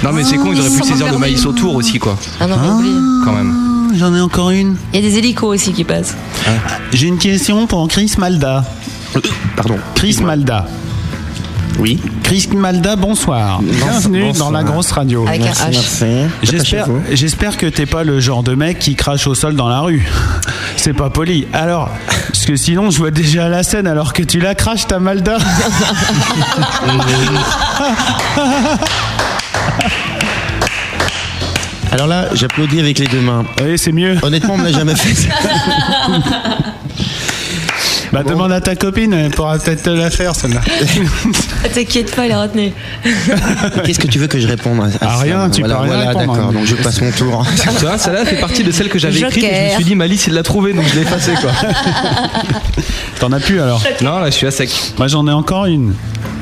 Non, mais c'est con, ils auraient pu saisir le maïs autour aussi, quoi. Ah non, mais oublie. Quand même. J'en ai encore une. Il y a des hélicos aussi qui passent. Ah. J'ai une question pour Chris Malda. Euh, Pardon. Chris Malda. Oui. Chris Malda, bonsoir. Bienvenue bonsoir. dans la grosse radio. Avec un Merci, H. merci. J'espère, Attachez-vous. j'espère que t'es pas le genre de mec qui crache au sol dans la rue. C'est pas poli. Alors, parce que sinon, je vois déjà la scène alors que tu la craches, ta Malda. Ah, Alors là, j'applaudis avec les deux mains. Oui, c'est mieux. Honnêtement, on me l'a jamais fait. bah, demande à ta copine, elle pourra peut-être te la faire, celle-là. Ah, T'inquiète pas, il est retenu. Qu'est-ce que tu veux que je réponde à, Ah, ça rien, tu voilà, peux rien voilà, répondre. hein. d'accord. Donc je passe mon tour. hein. Tu vois, celle-là fait partie de celle que j'avais écrite. et Je me Joker. suis dit, Malice, il l'a trouvée, donc je l'ai effacée, quoi. T'en as plus alors Non, là, je suis à sec. Moi, j'en ai encore une.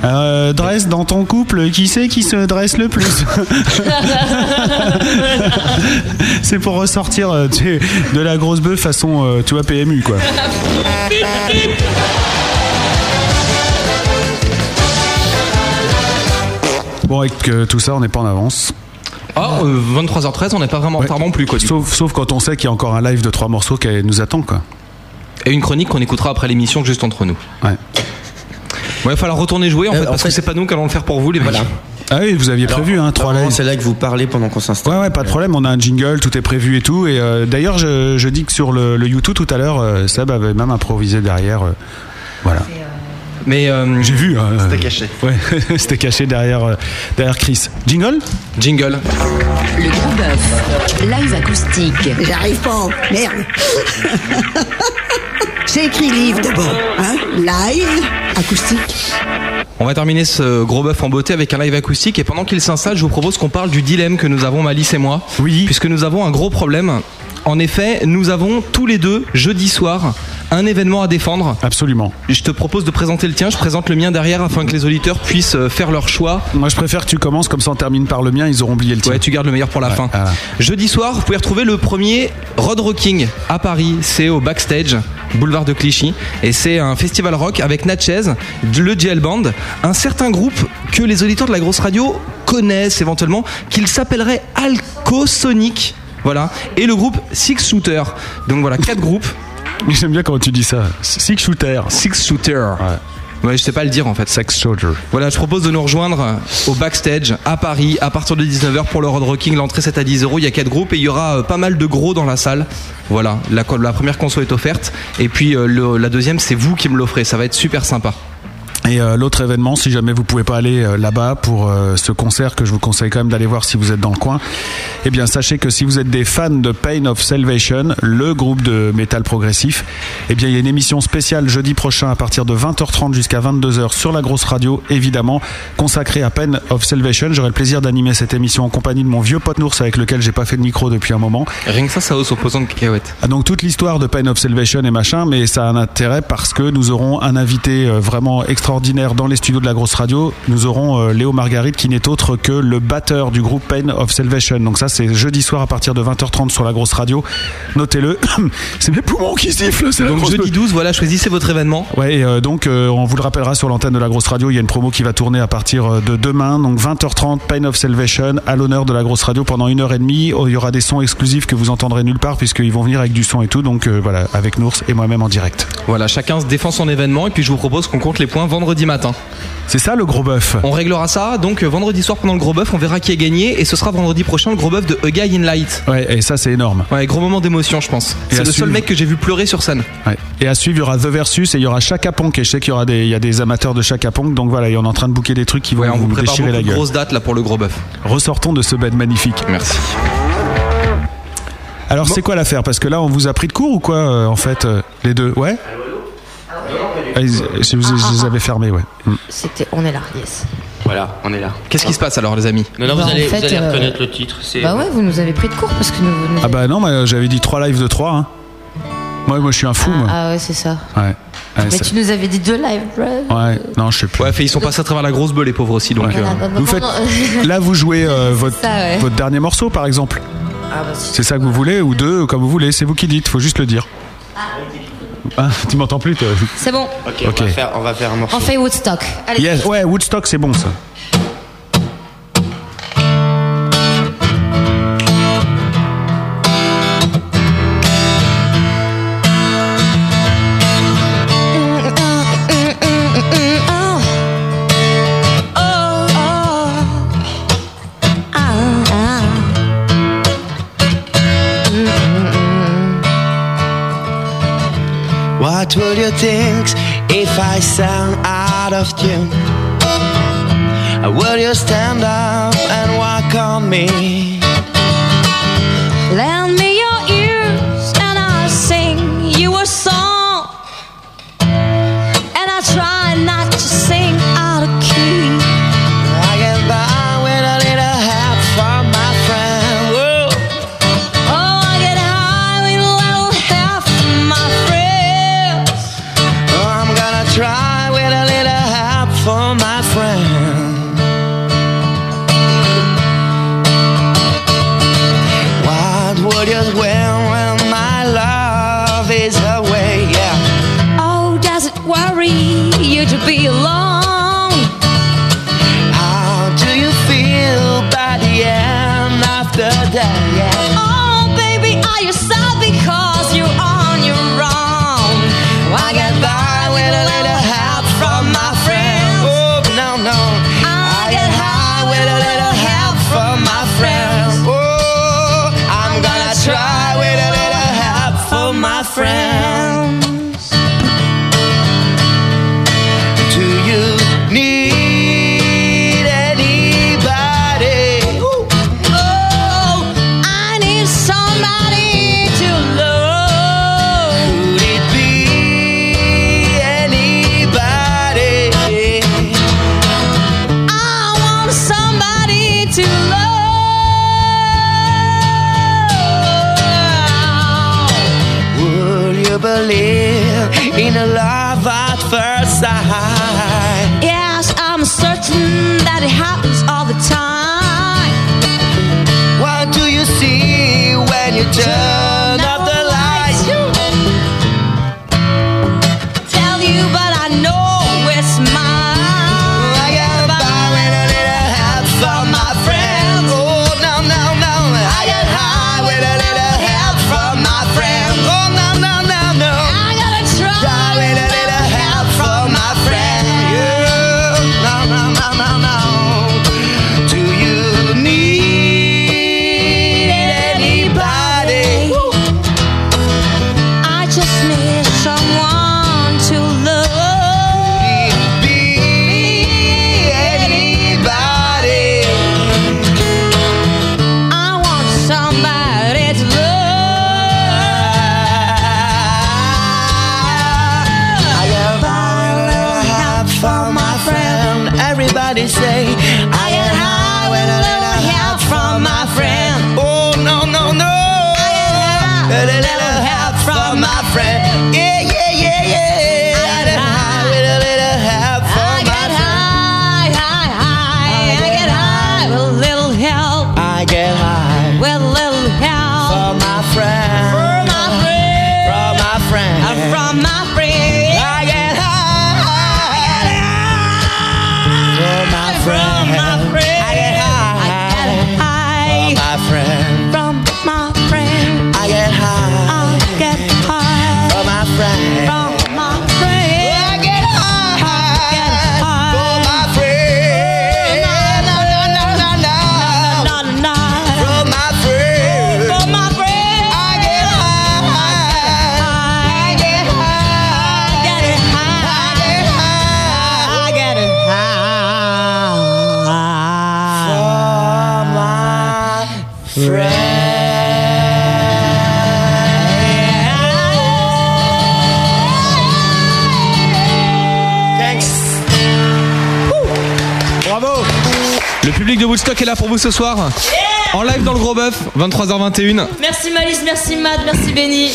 Euh, dresse dans ton couple, qui c'est qui se dresse le plus C'est pour ressortir euh, tu sais, de la grosse bœuf façon, euh, tu vois, PMU quoi. Bon, avec euh, tout ça, on n'est pas en avance. Ah, euh, 23h13, on n'est pas vraiment en retard non plus, quoi. du Sauf, sauf quand on sait qu'il y a encore un live de trois morceaux qui nous attend quoi. Et une chronique qu'on écoutera après l'émission juste entre nous. Ouais. Ouais, il va falloir retourner jouer Euh, en fait, parce que c'est pas nous qui allons le faire pour vous, les voilà. Ah oui, vous aviez prévu, hein, trois lives. C'est là que vous parlez pendant qu'on s'installe. Ouais, ouais, pas de problème, on a un jingle, tout est prévu et tout. Et euh, d'ailleurs, je, je dis que sur le, le YouTube tout à l'heure, euh, Seb avait même improvisé derrière. euh, voilà. Mais euh, j'ai vu. c'était caché. Ouais, c'était caché derrière, euh, derrière Chris. Jingle Jingle. Le gros bœuf. Live acoustique. J'arrive pas, Oh, merde. J'ai écrit livre d'abord, hein Live, acoustique. On va terminer ce gros bœuf en beauté avec un live acoustique et pendant qu'il s'installe, je vous propose qu'on parle du dilemme que nous avons Malice et moi. Oui. Puisque nous avons un gros problème. En effet, nous avons tous les deux jeudi soir un événement à défendre. Absolument. Je te propose de présenter le tien, je présente le mien derrière afin que les auditeurs puissent euh, faire leur choix. Moi, je préfère que tu commences, comme ça on termine par le mien, ils auront oublié le tien. Ouais, tu gardes le meilleur pour la fin. Jeudi soir, vous pouvez retrouver le premier Road Rocking à Paris. C'est au backstage, boulevard de Clichy. Et c'est un festival rock avec Natchez, le JL Band, un certain groupe que les auditeurs de la grosse radio connaissent éventuellement, qu'il s'appellerait Alcosonic. Voilà. Et le groupe Six Shooter. Donc voilà, quatre groupes. J'aime bien comment tu dis ça. Six Shooter. Six Shooter. Ouais. je sais pas le dire en fait. Sex Soldier. Voilà, je propose de nous rejoindre au backstage à Paris à partir de 19h pour le Road Rocking. L'entrée c'est à 10 euros. Il y a quatre groupes et il y aura euh, pas mal de gros dans la salle. Voilà, la, co- la première conso est offerte et puis euh, le- la deuxième c'est vous qui me l'offrez. Ça va être super sympa. Et euh, l'autre événement, si jamais vous pouvez pas aller euh, là-bas pour euh, ce concert que je vous conseille quand même d'aller voir si vous êtes dans le coin, eh bien sachez que si vous êtes des fans de Pain of Salvation, le groupe de métal progressif, eh bien il y a une émission spéciale jeudi prochain à partir de 20h30 jusqu'à 22h sur la grosse radio, évidemment consacrée à Pain of Salvation. J'aurai le plaisir d'animer cette émission en compagnie de mon vieux pote Nours avec lequel j'ai pas fait de micro depuis un moment. Rien que ça, ça hausse opposant de cacahuètes. Ah, Donc toute l'histoire de Pain of Salvation et machin, mais ça a un intérêt parce que nous aurons un invité euh, vraiment extraordinaire dans les studios de la grosse radio. Nous aurons euh, Léo Margarit qui n'est autre que le batteur du groupe Pain of Salvation. Donc ça c'est jeudi soir à partir de 20h30 sur la grosse radio. Notez-le. c'est mes poumons qui sifflent. c'est la Donc grosse- jeudi 12, voilà, choisissez votre événement. Ouais, et euh, donc euh, on vous le rappellera sur l'antenne de la grosse radio, il y a une promo qui va tourner à partir euh, de demain, donc 20h30, Pain of Salvation, à l'honneur de la grosse radio pendant une heure et demie. Oh, Il y aura des sons exclusifs que vous entendrez nulle part puisqu'ils vont venir avec du son et tout, donc euh, voilà, avec Nours et moi-même en direct. Voilà, chacun se défend son événement et puis je vous propose qu'on compte les points vendredi matin. C'est ça le gros bœuf. On réglera ça, donc euh, vendredi soir pendant le gros bœuf, on verra qui est gagné et ce sera vendredi prochain le gros bœuf de A Guy in Light. Ouais, et ça c'est énorme. Ouais, gros moment d'émotion, je pense. Et à C'est le seul suivre. mec que j'ai vu pleurer sur scène. Ouais. Et à suivre, il y aura The Versus et il y aura Chaka Ponk. Et je sais qu'il y aura des, il y a des amateurs de Chaka Ponk, donc voilà, et on est en train de bouquer des trucs qui vont Ouais, on vous vous prépare déchirer la beaucoup de gueule. grosses dates là pour le gros bœuf. Ressortons de ce bed magnifique. Merci. Alors c'est quoi l'affaire Parce que là, on vous a pris de court ou quoi, euh, en fait, euh, les deux Ouais Ah, ils- si vous, je les avais fermés, ouais. Mm. C'était, on est là, yes. Voilà, on est là. Qu'est-ce qui se passe alors, les amis non, vous Bah, en allez- vous fait, allez euh, reconnaître le titre. Bah ouais, vous nous avez pris de court parce que nous. nous- Ah bah non, mais j'avais dit trois lives de trois. Hein. Moi, moi, je suis un fou, moi. Ah ouais, c'est ça. Ouais. Ouais, Mais ça- tu nous avais dit deux live, bro. ouais, non, je sais plus. Ouais, fait, ils sont passés à travers la grosse bœuf les pauvres aussi, donc. Voilà, euh, bah, bah, Vous faites, non, non. là, vous jouez euh, votre, Ça, ouais. votre dernier morceau, par exemple. Ah bah si. C'est ça que vous voulez ou deux, comme vous voulez. C'est vous qui dites. Faut juste le dire. Ah, tu m'entends plus toi C'est bon. Ok, On, va faire, on va faire un morceau. On fait Woodstock. Allez. Yes, ouais, Woodstock, c'est bon ça. ah, What would you think if I sang out of tune? Would you stand up and walk on me? Lend me your ears and I'll sing you a song. And I try not to sing out of key. I get by with a little help from my friend. Whoa. Oh, I get high with a little help from my friends. Oh, I'm gonna try with a little help from my friend. What would you win when my love is away? Yeah. Oh, does it worry you to be alone? How do you feel by the end of the day? Yeah. Oh, baby, are you sad because you're on your own? I get by with a little help from my friends. Oh, no, no. I get high with a little help from my friends. Oh, I'm gonna try with a little help from my friends. Do you need anybody? Oh, I need somebody to love. Could it be anybody? I want somebody to love. Would you believe they say. I get high when I let a help from my friend. Oh, no, no, no. I get a little help from my friend. Yeah, yeah, yeah, yeah. I get high with a little help from my friend. high, high, I get high with a little help. I get high with a little help from my friend. From my friend. From my friend. From my friend. I get high. I get high. From my friend. I get high. I get high. From my friend. From my friend. I get high. I get high. From my friend. From my friend. I get high. I get high. From my friend. No, no, no, no, no. No, no, no, From my friend. From my friend. I get high. I get high. I get high. I get high. I get Bravo Le public de Woodstock est là pour vous ce soir. En live dans le gros bœuf, 23h21. Merci Malice, merci Mad, merci Benny.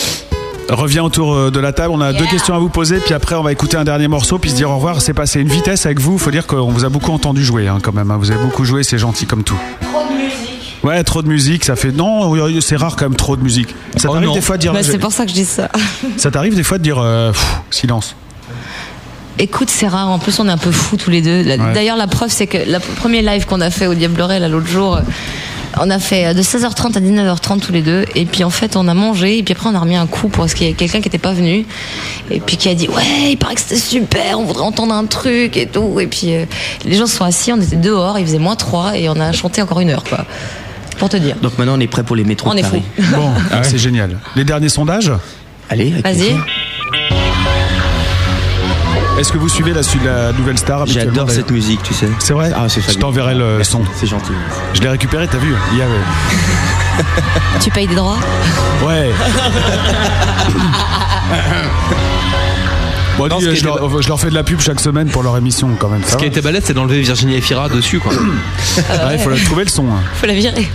Reviens autour euh, de la table. On a deux questions à vous poser, puis après on va écouter un dernier morceau, puis se dire au revoir. C'est passé une vitesse avec vous. Faut dire qu'on vous a beaucoup entendu jouer, hein, quand même. hein. Vous avez beaucoup joué, c'est gentil comme tout. Trop de musique. Ouais, trop de musique, ça fait non. C'est rare quand même trop de musique. Ça Oh t'arrive Ah des fois de dire. Bah, c'est pour ça que je dis ça. Ça t'arrive des fois de dire euh, pff, silence. Écoute, c'est rare. En plus, on est un peu fous tous les deux. La- Ouais. D'ailleurs, la preuve, c'est que le premier live qu'on a fait au Diableret, là, l'autre jour, euh, on a fait euh, de 16h30 à 19h30 tous les deux. Et puis, en fait, on a mangé. Et puis après, on a remis un coup parce qu'il y a quelqu'un qui n'était pas venu. Et puis, qui a dit Ouais, il paraît que c'était super. On voudrait entendre un truc et tout. Et puis, euh, les gens se sont assis. On était dehors. Il faisait moins 3. Et on a chanté encore une heure, quoi. Pour te dire. Donc maintenant, on est prêt pour les métros. On de est Paris. fous. Bon, Ah, c'est génial. Les derniers sondages Allez, Vas-y. Est-ce que vous suivez la, su- la nouvelle star J'adore cette musique, tu sais. C'est vrai Ah, c'est Je t'enverrai le son. C'est gentil. Je l'ai récupéré, t'as vu Il y avait. Tu payes des droits Ouais. Bon, dis, euh, je, leur, euh, je leur fais de la pub chaque semaine pour leur émission quand même. Ce qui a été balèze, c'est d'enlever Virginie Efira dessus, quoi. Euh, Il Ah, faut la- trouver le son. hein. Faut la virer.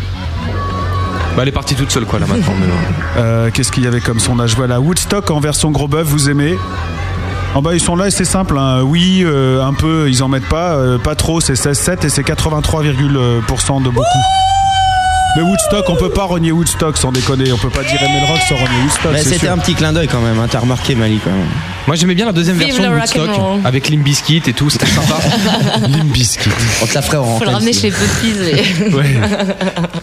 Bah, elle est partie toute seule, quoi, là maintenant. mais bon. Euh, Qu'est-ce qu'il y avait comme sondage Voilà, Woodstock en version gros bœuf, vous aimez en bas, ils sont là et c'est simple. hein. Oui, euh, un peu, ils en mettent pas. euh, pas trop, c'est 16,7 et c'est 83,% de beaucoup. Mais Woodstock, on peut pas renier Woodstock sans déconner. On peut pas dire Emel Rock sans renier Woodstock. Mais c'est c'était sûr. un petit clin d'œil quand même, hein, t'as remarqué Mali quand même. Moi j'aimais bien la deuxième Vive version le de rock'n'roll. Woodstock avec Limbiskit et tout, c'était sympa. Limbiskit. On te la ferait en Faut le ramener chez Puppies. Ouais.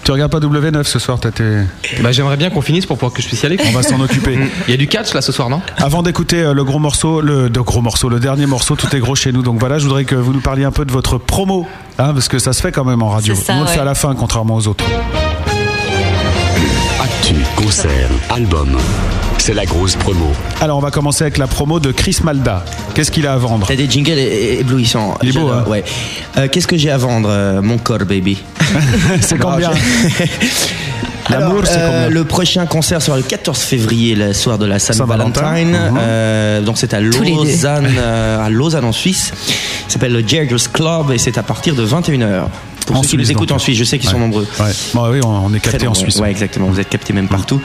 Tu regardes pas W9 ce soir, t'as tes. Bah j'aimerais bien qu'on finisse pour pouvoir que je puisse y aller. On va s'en occuper. Mm. Il y a du catch là ce soir, non Avant d'écouter euh, le gros morceau, le de gros morceau, le dernier morceau, tout est gros chez nous. Donc voilà, je voudrais que vous nous parliez un peu de votre promo, hein, parce que ça se fait quand même en radio. C'est ça, nous on le ouais. fait à la fin, contrairement aux autres. Actu, concert, album. C'est la grosse promo. Alors on va commencer avec la promo de Chris Malda. Qu'est-ce qu'il a à vendre T'as des jingles é- é- éblouissants. Il est beau, hein. Ouais. Euh, Qu'est-ce que j'ai à vendre euh, Mon corps, baby. c'est combien L'amour, c'est combien euh, Le prochain concert sera le 14 février, le soir de la Saint-Valentin. Mhm. Euh, donc c'est à les deux. Lausanne, euh, à Lausanne en Suisse. Ça s'appelle le Jaggers Club et c'est à partir de 21h. Pour En ceux qui Suisse, nous écoutent donc. en Suisse, je sais qu'ils sont Ouais. nombreux. Ouais. Bon, oui, on, on est capté Très en nombreux. Suisse. Hum. Ouais, exactement. Vous êtes capté même partout.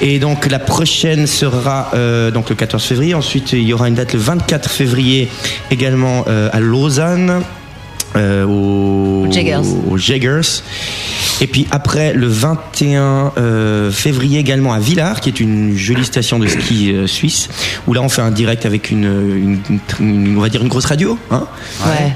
Et donc la prochaine sera euh, donc le 14 février. Ensuite, il y aura une date le 24 février également euh, à Lausanne. euh, au, Au Jaggers. au Jaggers. Et puis après, le 21 euh, février également à Villars, qui est une jolie station de ski euh, suisse, où là on fait un direct avec une, une- une- une- on va dire une grosse radio. Hein Ouais.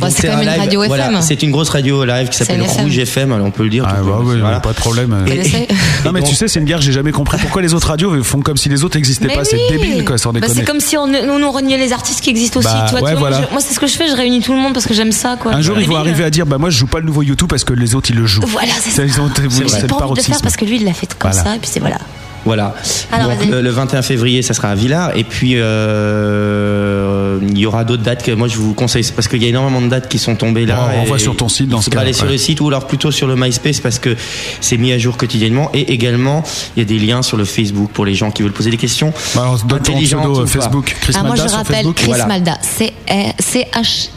Bah, c'est quand un même une live- radio voilà, FM. c'est une grosse radio live qui C'est s'appelle une FM. Rouge FM, alors on peut le dire. tout court, Ah, bah oui, voilà. pas de problème. euh. Et- et- Non mais donc- tu sais, c'est une guerre. J'ai jamais compris pourquoi les autres radios font comme si les autres n'existaient Mais pas. C'est oui. débile, quoi, sans Bah, déconner. c'est comme si on, nous, nous, on reniait les artistes qui existent aussi. Bah, tu vois, tout ouais, le monde, voilà. je- moi, c'est ce que je fais, je réunis tout le monde parce que j'aime ça. Quoi. Un jour, ils vont arriver à dire Bah, moi, je joue pas le nouveau YouTube parce que les autres, ils le jouent. Voilà, c'est ça. Ils ont- J'ai c'est pas le envie de le paroxysme. faire parce que lui, il l'a fait comme Voilà. ça, et puis c'est voilà. Voilà. Alors, Donc, vas-y. le, le 21 février, ça sera à Villars. Et puis, euh, il y aura d'autres dates que moi je vous conseille. C'est parce qu'il y a énormément de dates qui sont tombées là. Bon, on Et- voit sur ton site dans Il ce faudra cas, aller sur ouais. le site ou alors plutôt sur le MySpace parce que c'est mis à jour quotidiennement. Et également, il y a des liens sur le Facebook pour les gens qui veulent poser des questions. Alors, Bah, donne ton Intelligentes pseudo, ou euh, pas. Facebook, Chris eh, Ah, moi, je rappelle Chris Malda. C'est- euh, C-H.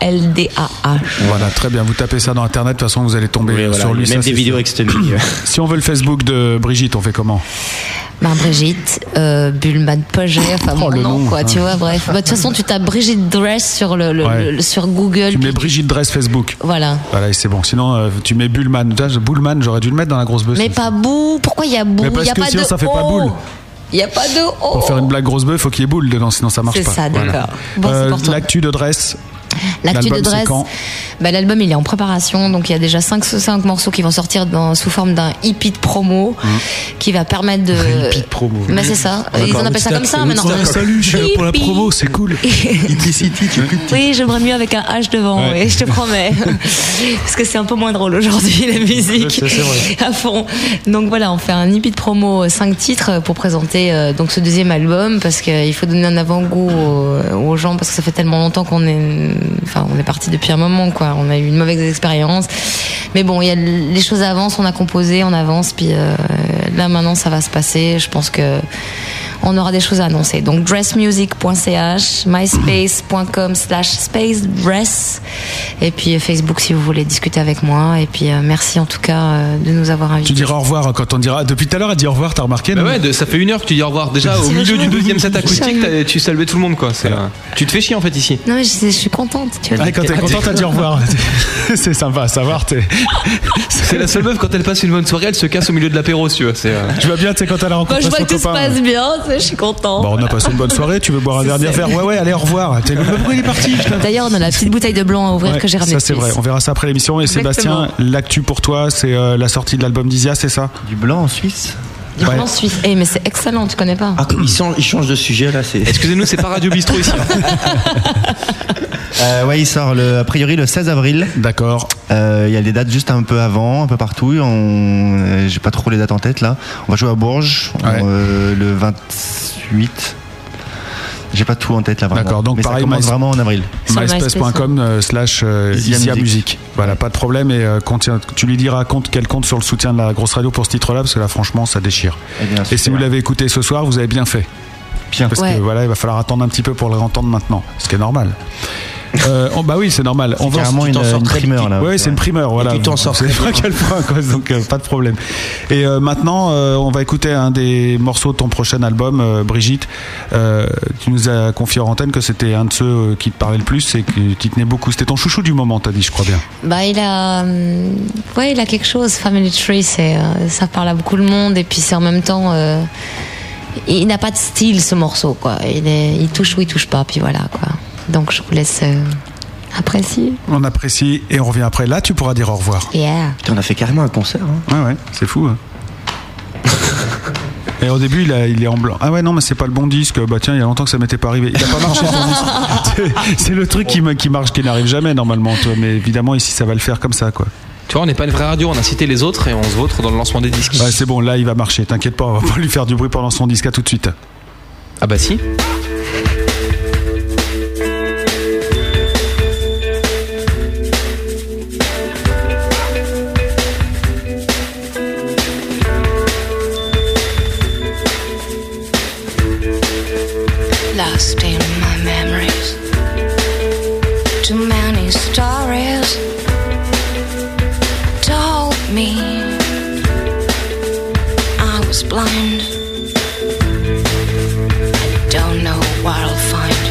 R-I-S-M-A-L-D-A-H. Voilà, très bien. Vous tapez ça dans Internet, de toute façon, vous allez tomber Oui, voilà. sur lui. Même ça, des c'est vidéos sûr. avec cette ligne. si on veut le Facebook de Brigitte, on fait comment Ben, Brigitte, euh, Bulma de Poget, enfin mon nom, nom, quoi, hein. tu vois, bref. Bah, De toute façon, tu tapes Brigitte Dress sur, le, le- Ouais. le- sur Google. Tu mets Brigitte Dress Facebook. Voilà. Voilà, et c'est bon. Sinon, euh, tu mets Bullman. Putain, je- Bullman, j'aurais dû le mettre dans la grosse bœuf. Mais pas boue, pourquoi il y a boue Mais Il parce n'y a que pas sinon, de Oh, ça fait pas O. boule. Il n'y a pas de oh. O. Pour faire une blague grosse bœuf, il faut qu'il y ait boule dedans, sinon ça marche C'est pas. ça, Voilà. d'accord. Bon, c'est Euh, pour toi. L'actu de Dress. L'actu de L'album, c'est Dress, quand bah, l'album il est en préparation, donc il y a déjà 5, morceaux qui vont sortir dans- sous forme d'un hippie de promo qui va permettre de. Mmh. promo. Mais c'est ça, ils en appellent ça comme ça maintenant. Salut, je suis là pour la promo, c'est cool. Hipicity, tu Oui, j'aimerais mieux avec un H devant, Ouais. oui, je te promets. Parce que c'est un peu moins drôle aujourd'hui, la musique. Ouais, c'est vrai. À fond. Donc voilà, on fait un hippie de promo 5 titres pour présenter euh, donc ce deuxième album parce qu'il faut donner un avant-goût aux, aux gens parce que ça fait tellement longtemps qu'on est, enfin, on est parti depuis un moment, quoi. On a eu une mauvaise expérience. Mais bon, il y a, les choses avancent, on a composé, on avance, puis euh, là maintenant ça va se passer. Je pense que on aura des choses à annoncer. Donc dressmusic.ch, myspace.com slash spacedress, et puis euh, Facebook si vous voulez discuter avec moi. Et puis euh, merci en tout cas euh, de nous avoir Tu invités. diras au revoir quand on dira. Depuis tout à l'heure, elle dit au revoir, t'as remarqué Bah non ouais, de- ça fait une heure que tu dis au revoir. Déjà, au C'est milieu vachement du deuxième set acoustique, Sérieux. t'as- tu saluais tout le monde, quoi. C'est, euh, tu te fais chier, en fait, ici. Non mais je, je suis contente. Tu vois. Ah, quand t'es contente, t'as dit au revoir. c'est sympa, à savoir. t'es- C'est la seule meuf, quand elle passe une bonne soirée, elle se casse au milieu de l'apéro, si tu vois. C'est, euh, Tu vas bien, tu sais, quand elle a Quand rencontré je vois son que tout se copain. passe bien, tu sais, je suis contente. Bon, on a passé une bonne soirée, tu veux boire un C'est verre bien ça. faire Ouais, ouais, allez, au revoir. T'es le pourquoi il est parti putain D'ailleurs, on a la petite bouteille de blanc à ouvrir Ouais, que j'ai ramenée. Ça, de c'est Suisse. vrai. On verra ça après l'émission. Et Exactement. Sébastien, l'actu pour toi, c'est euh, la sortie de l'album d'Isia, c'est ça Du blanc en Suisse Du blanc suisse. Eh, mais c'est excellent, tu connais pas. Ah, comme ils, sont- ils changent de sujet là, c'est. Excusez-nous, c'est pas Radio Bistro ici. Euh, ouais, il sort le, a priori le 16 avril. D'accord. Euh, Il y a des dates juste un peu avant, un peu partout. On, euh, j'ai pas trop les dates en tête là. On va jouer à Bourges on, euh, le 28. J'ai pas tout en tête là vraiment. D'accord, donc Mais pareil, ça commence my- vraiment en avril. MySpace.com euh, slash euh, Isia Isia Music. Music. Voilà, pas de problème. Et euh, contient- tu lui diras compte, quel compte sur le soutien de la grosse radio pour ce titre-là, parce que là, franchement, ça déchire. Eh bien, Et si vous l'avez écouté ce soir, vous avez bien fait. Parce Ouais. que voilà, il va falloir attendre un petit peu pour le entendre maintenant, ce qui est normal. Euh, on- bah oui, c'est normal. C'est va- carrément tu t'en une- sors une très- primeur, tu- là, Ouais, ouais. c'est une primeur. Voilà. tu t'en sors C'est très pas bien. quel point, quoi, donc euh, pas de problème. Et euh, maintenant, euh, on va écouter un des morceaux de ton prochain album, euh, Brigitte. Euh, tu nous as confié en antenne que c'était un de ceux euh, qui te parlait le plus et que- qui tenait beaucoup. C'était ton chouchou du moment, t'as dit, je crois bien. Bah, il a, hum, ouais, il a quelque chose. Family Tree, c'est, euh, ça parle à beaucoup de monde et puis c'est en même temps, euh, il n'a pas de style ce morceau, quoi. Il, est, il touche ou il touche pas, puis voilà, quoi. Donc je vous laisse euh, apprécier. On apprécie et on revient après. Là, tu pourras dire au revoir. Yeah. Putain, on a fait carrément un concert. hein. Ouais, ouais, c'est fou. hein. Et au début, il, a- il est en blanc. Ah ouais, non, mais c'est pas le bon disque. Bah tiens, il y a longtemps que ça m'était pas arrivé. Il a pas marché ton hein. disque. C'est- C'est le truc qui, me- qui marche, qui n'arrive jamais normalement. toi. Mais évidemment, ici, ça va le faire comme ça, quoi. Tu vois, on n'est pas une vraie radio, on a cité les autres et on se vautre dans le lancement des disques. Ouais, c'est bon, là, il va marcher. T'inquiète pas, on va pas lui faire du bruit pendant son disque. À tout de suite. Eh Ah bah si. lost in my memories. Too many stories told me I was blind. I don't know what I'll find,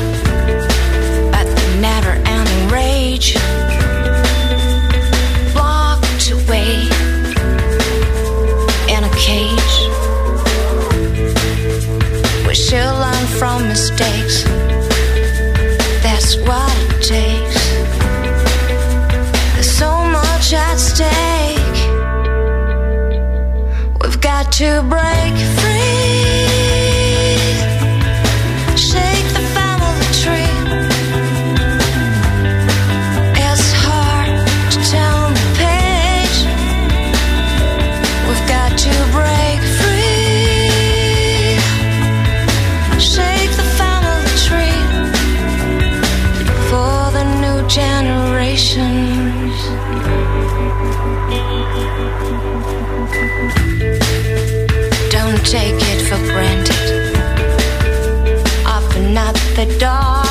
but the never ending rage locked away in a cage. We should learn from mistakes. That's what it takes. There's so much at stake. We've got to break free. Shake the family tree. It's hard to turn the page. We've got to break free. Shake the family tree for the new generations. Don't take it for granted. Open up the doors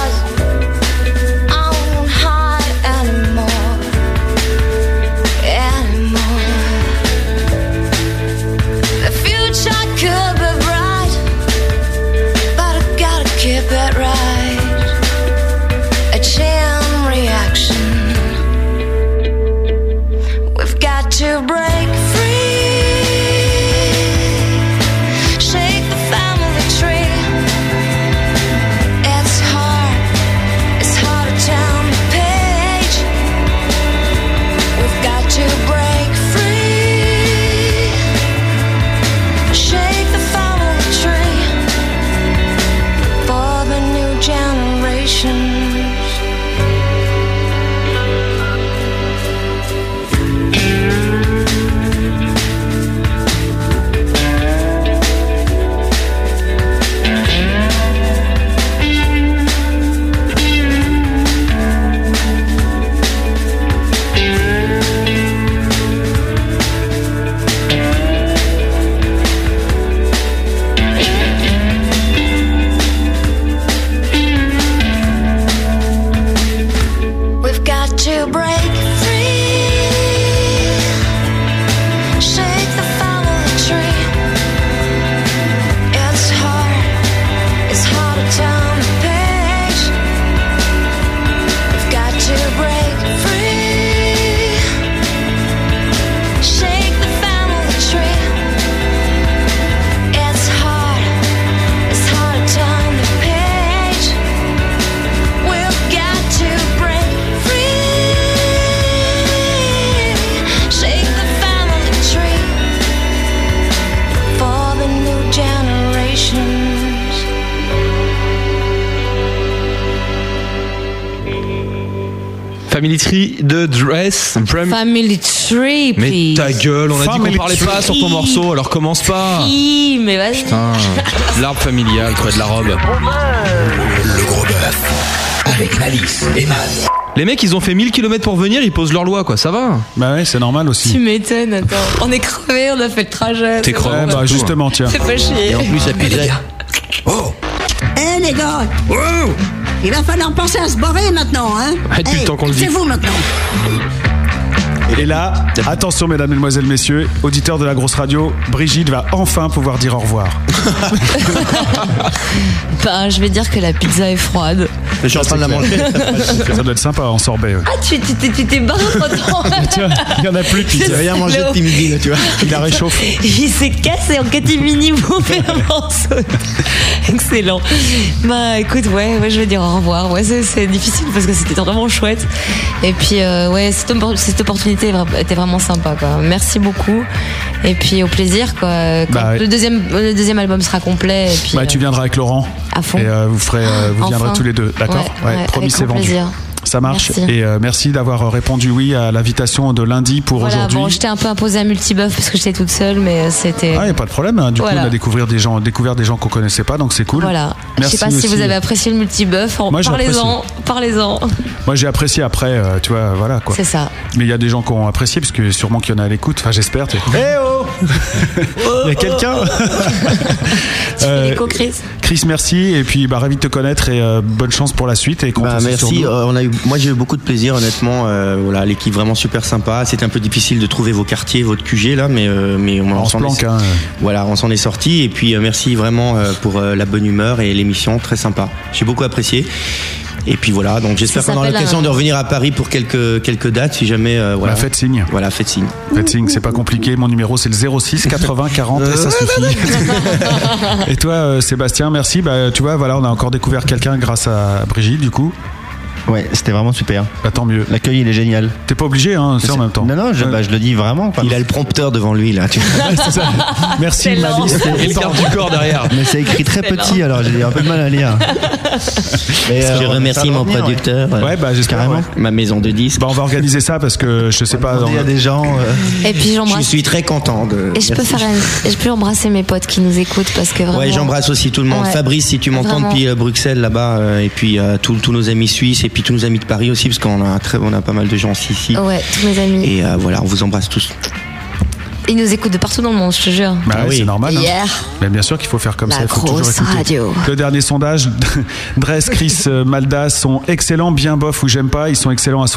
to break free. Shake the fallow tree. It's hard, it's hard to turn the page. We've got to break free. Shake the fallow tree. It's hard, it's hard to turn the page. We've got to break free. Shake the family tree for the new generations. Family Tree de Dress. Prem- Family Tree, Mais please. ta gueule, on a dit qu'on Family parlait pas sur ton Tree. morceau, alors commence pas. Tree, mais vas-y. Putain, l'arbre familial, quoi, de la robe. Le gros bœuf. Avec Malice et Matt. Les mecs, ils ont fait 1000 km pour venir, ils posent leur loi, quoi, ça va Bah ouais, c'est normal aussi. Tu m'étonnes, attends. On est crevés, on a fait le trajet. T'es c'est crevé, bon. bah, justement, tiens. Oh Fais pas chier. Et en plus, ça pue la- Eh les gars Il va falloir penser à se barrer maintenant, hein Ah, depuis le temps qu'on le dit. C'est vous maintenant Et là, attention mesdames, mesdemoiselles, messieurs, auditeurs de la grosse radio, Brigitte va enfin pouvoir dire au revoir. Ben, je vais dire que la pizza est froide. Je suis en train de la manger. Ça doit être sympa en sorbet. ouais. Ah, tu tu- tu- tu t'es barré pendant. Il y en a plus puis Il a rien mangé depuis midi, tu vois. Il a réchauffé. Il s'est cassé en catimini pour faire un morceau. Excellent. Bah écoute, ouais, ouais, je vais dire au revoir. Ouais, c'est- c'est difficile parce que c'était vraiment chouette. Et puis, euh, ouais, cette, oppor- cette opportunité est vra- était vraiment sympa. Quoi. Merci beaucoup. Et puis, au plaisir. Quoi. Quand Bah ouais. le, deuxième, le deuxième album sera complet. Et puis, euh, Bah, tu viendras avec Laurent. Et euh, vous ferez, euh, vous Enfin. viendrez tous les deux, d'accord Ouais, ouais, promis, avec c'est grand vendu. plaisir. Ça marche. Merci. Et euh, merci d'avoir répondu oui à l'invitation de lundi pour voilà, aujourd'hui. bon, j'étais un peu imposée à multibuff parce que j'étais toute seule, mais euh, c'était. Ah, y a pas de problème. hein. Du Voilà. coup, on a découvert des gens, découvert des gens qu'on connaissait pas, donc c'est cool. Voilà. Merci je sais pas si aussi. vous avez apprécié le multibuff. En- Moi, j'ai Parlez-en. Parlez-en. Moi, j'ai apprécié après, euh, tu vois, voilà quoi. C'est ça. Mais il y a des gens qui ont apprécié, parce que sûrement qu'il y en a à l'écoute. Enfin, j'espère. tu- Eh oh Il y a quelqu'un Euh, Chris. Chris, merci. Et puis, bah, ravi de te connaître et euh, bonne chance pour la suite. Et qu'on Bah, pense sur merci. nous. Euh, on a eu, moi j'ai eu beaucoup de plaisir honnêtement. Euh, voilà, l'équipe vraiment super sympa. C'était un peu difficile de trouver vos quartiers, votre QG là, mais euh, mais on, on se planque, hein. Voilà, on s'en est sorti. Et puis euh, merci vraiment euh, pour euh, la bonne humeur et l'émission très sympa. J'ai beaucoup apprécié. Et puis voilà, donc j'espère Ça qu'on aura s'appelle l'occasion un- de revenir à Paris pour quelques quelques dates si jamais. euh, voilà. Bah, faites signe. Voilà, faites signe. Faites signe, c'est pas compliqué. Mon numéro, c'est le 06 80 40 et ça suffit. et toi, euh, Sébastien, merci. Bah, tu vois, voilà, on a encore découvert quelqu'un grâce à Brigitte, du coup. Bah, Ouais, c'était vraiment super. tant mieux. L'accueil, il est génial. T'es pas obligé, hein, c'est en même temps. Non, non, je, bah, je le dis vraiment. Il a le prompteur devant lui, là. Merci, Excellent. Malice. Et le garde du corps derrière. Mais c'est écrit très Excellent. petit, alors j'ai un peu de mal à lire. Mais, euh, je ça remercie va mon revenir, ouais. producteur. euh, Ouais, bah, j'espère. carrément. Ma maison de disques. Bah, on va organiser ça parce que je sais pas. Il y a des gens. euh, Et puis, j'embrasse- Je suis très content de. Et je peux Euh, Merci. faire un- et je peux embrasser mes potes qui nous écoutent parce que vraiment. Ouais, j'embrasse aussi tout le monde. Ouais. Fabrice, si tu m'entends Vraiment. depuis euh, Bruxelles là-bas, euh, et puis euh, tous tous nos amis suisses, et puis tous nos amis de Paris aussi, parce qu'on a un très, on a pas mal de gens aussi ici. Ouais, tous mes amis. Et euh, voilà, on vous embrasse tous. Ils nous écoutent de partout dans le monde, je te jure. Bah oui, c'est normal. hein. Hier. Mais bien sûr qu'il faut faire comme La ça. Il faut toujours grosse écouter. radio. Le dernier sondage, Dress, Chris, euh, Malda sont excellents, bien bof ou j'aime pas. Ils sont excellents à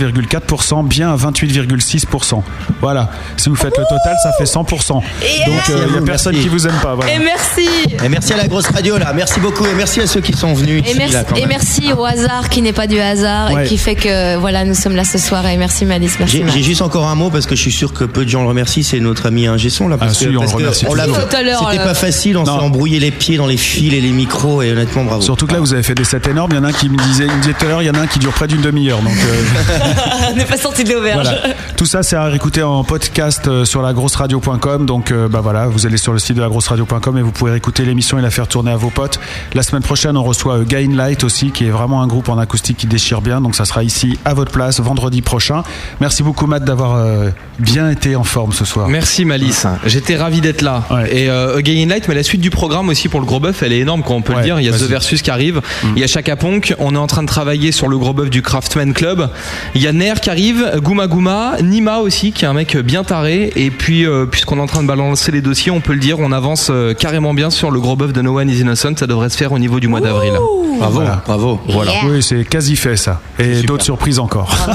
71,4%, bien à 28,6%. Voilà. Si vous faites le total, ça fait 100%. Donc Merci euh, à il y a vous, personne merci. qui vous aime pas. voilà. Et merci. Et Eh, merci à la grosse radio là, merci beaucoup, et merci à ceux qui sont venus. Et ici, merci, là, quand et même. merci au hasard qui n'est pas du hasard Ouais. et qui fait que voilà nous sommes là ce soir et merci Malice, merci. J'ai Matt. j'ai juste encore un mot parce que je suis sûr que peu de gens le remercient, c'est notre ami ingé son là. Parce Ah, si, que, on le parce que remercie on l'a- toujours. Tout à l'heure, euh. C'était là. pas facile, on s'est embrouillé les pieds dans les fils et les micros, et honnêtement, bravo. Surtout que là, vous avez fait des sets énormes. Il y en a un qui me disait, il me disait tout à l'heure, il y en a un qui dure près d'une demi-heure. Donc euh, On n'est pas sorti de l'auberge. voilà. Tout ça, c'est à réécouter en podcast euh, sur lagrosseradio.com. Donc euh, bah voilà, vous allez sur le site de lagrosseradio.com et vous pouvez écouter l'émission et la faire tourner à vos potes. La semaine prochaine, on reçoit euh, Gain Light aussi, qui est vraiment un groupe en acoustique qui déchire bien. Donc ça sera ici à votre place vendredi prochain. Merci beaucoup Matt d'avoir euh, bien été en forme ce soir. encore. Merci Malice, j'étais ravi d'être là. Et euh, Again in Light, mais la suite du programme aussi pour le gros bœuf, elle est énorme, quoi, on peut le dire. Il y a The Versus qui arrive, Mm. il y a Chaka Ponk, on est en train de travailler sur le gros bœuf du Craftsman Club. Il y a Ner qui arrive, Gouma Gouma, Nima aussi, qui est un mec bien taré. Et puis, euh, puisqu'on est en train de balancer les dossiers, on peut le dire, on avance euh, carrément bien sur le gros bœuf de No One Is Innocent. Ça devrait se faire au niveau du mois d'avril. Bravo, Ah Voilà. bravo. Voilà. Oui, c'est quasi fait ça. Et d'autres surprises encore.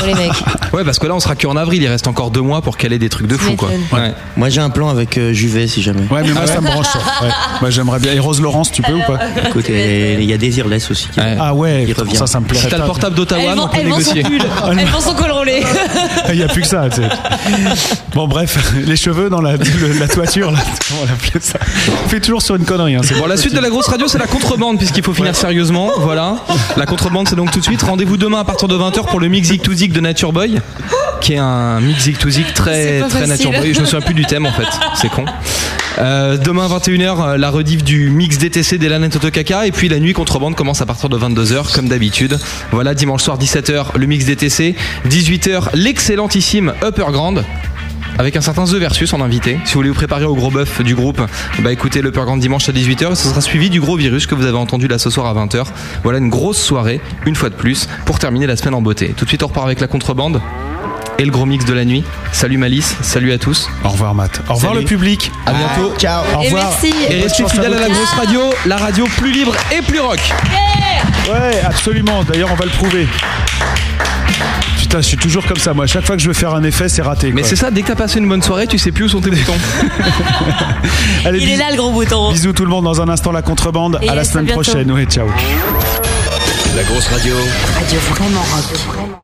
Ouais, parce que là, on sera qu'en avril. Il reste encore deux mois pour caler des trucs de fou, quoi. Ouais. Moi j'ai un plan avec euh, Juvet si jamais. Ouais, é? Ah, mais moi ça me branche. ça. Ouais. Moi j'aimerais bien. Et Rose Laurence, tu peux ou pas Écoute, et il y a Désirless aussi. Qui, Ah ouais, putain, ça, ça me plairait. Si t'as le portable d'Ottawa, on peut négocier. Oh, non. Elles vend son col roulé. Il n'y a plus que ça. tu sais. Bon, bref, les cheveux dans la, le- la toiture, là, comment on l'appelait ça On fait toujours sur une connerie. Hein, c'est Bon, la suite de la grosse radio, c'est la contrebande, puisqu'il faut finir sérieusement. Voilà. La contrebande, c'est donc tout de suite. Rendez-vous demain à partir de 20h pour le Mixic to Zig de Nature Boy, qui est un Mixic to Zig C'est très, pas très facile. Nature Boy. Je me souviens plus du thème, en fait. C'est con. Euh, demain 21h, la rediff du mix DTC d'Elan et Totokaka. Et puis la nuit contrebande commence à partir de 22h, comme d'habitude. Voilà, dimanche soir 17h, le mix DTC. 18h, l'excellentissime Upper Grande avec un certain The Versus en invité. Si vous voulez vous préparer au gros bœuf du groupe, bah écoutez le Grand dimanche à 18h. Ce sera suivi du gros virus que vous avez entendu là ce soir à 20h. Voilà une grosse soirée, une fois de plus, pour terminer la semaine en beauté. Tout de suite, on repart avec la contrebande et le gros mix de la nuit. Salut Malice, salut à tous. Au revoir Matt. Au revoir le public. À bientôt. Ciao. Au Et revoir. merci. Et bonne restez chance fidèles vous à la tous. grosse radio, la radio plus libre et plus rock. Ouais, absolument. D'ailleurs, on va le prouver. Putain, je suis toujours comme ça. Moi, à chaque fois que je veux faire un effet, c'est raté. Mais c'est ça, dès que t'as passé une bonne soirée, tu sais plus où sont tes boutons. Il est là le gros bouton. Bisous tout le monde. Dans un instant, la contrebande. Et à la yes, à semaine bientôt. prochaine. Ouais, ciao. La grosse radio. Radio vraiment rock.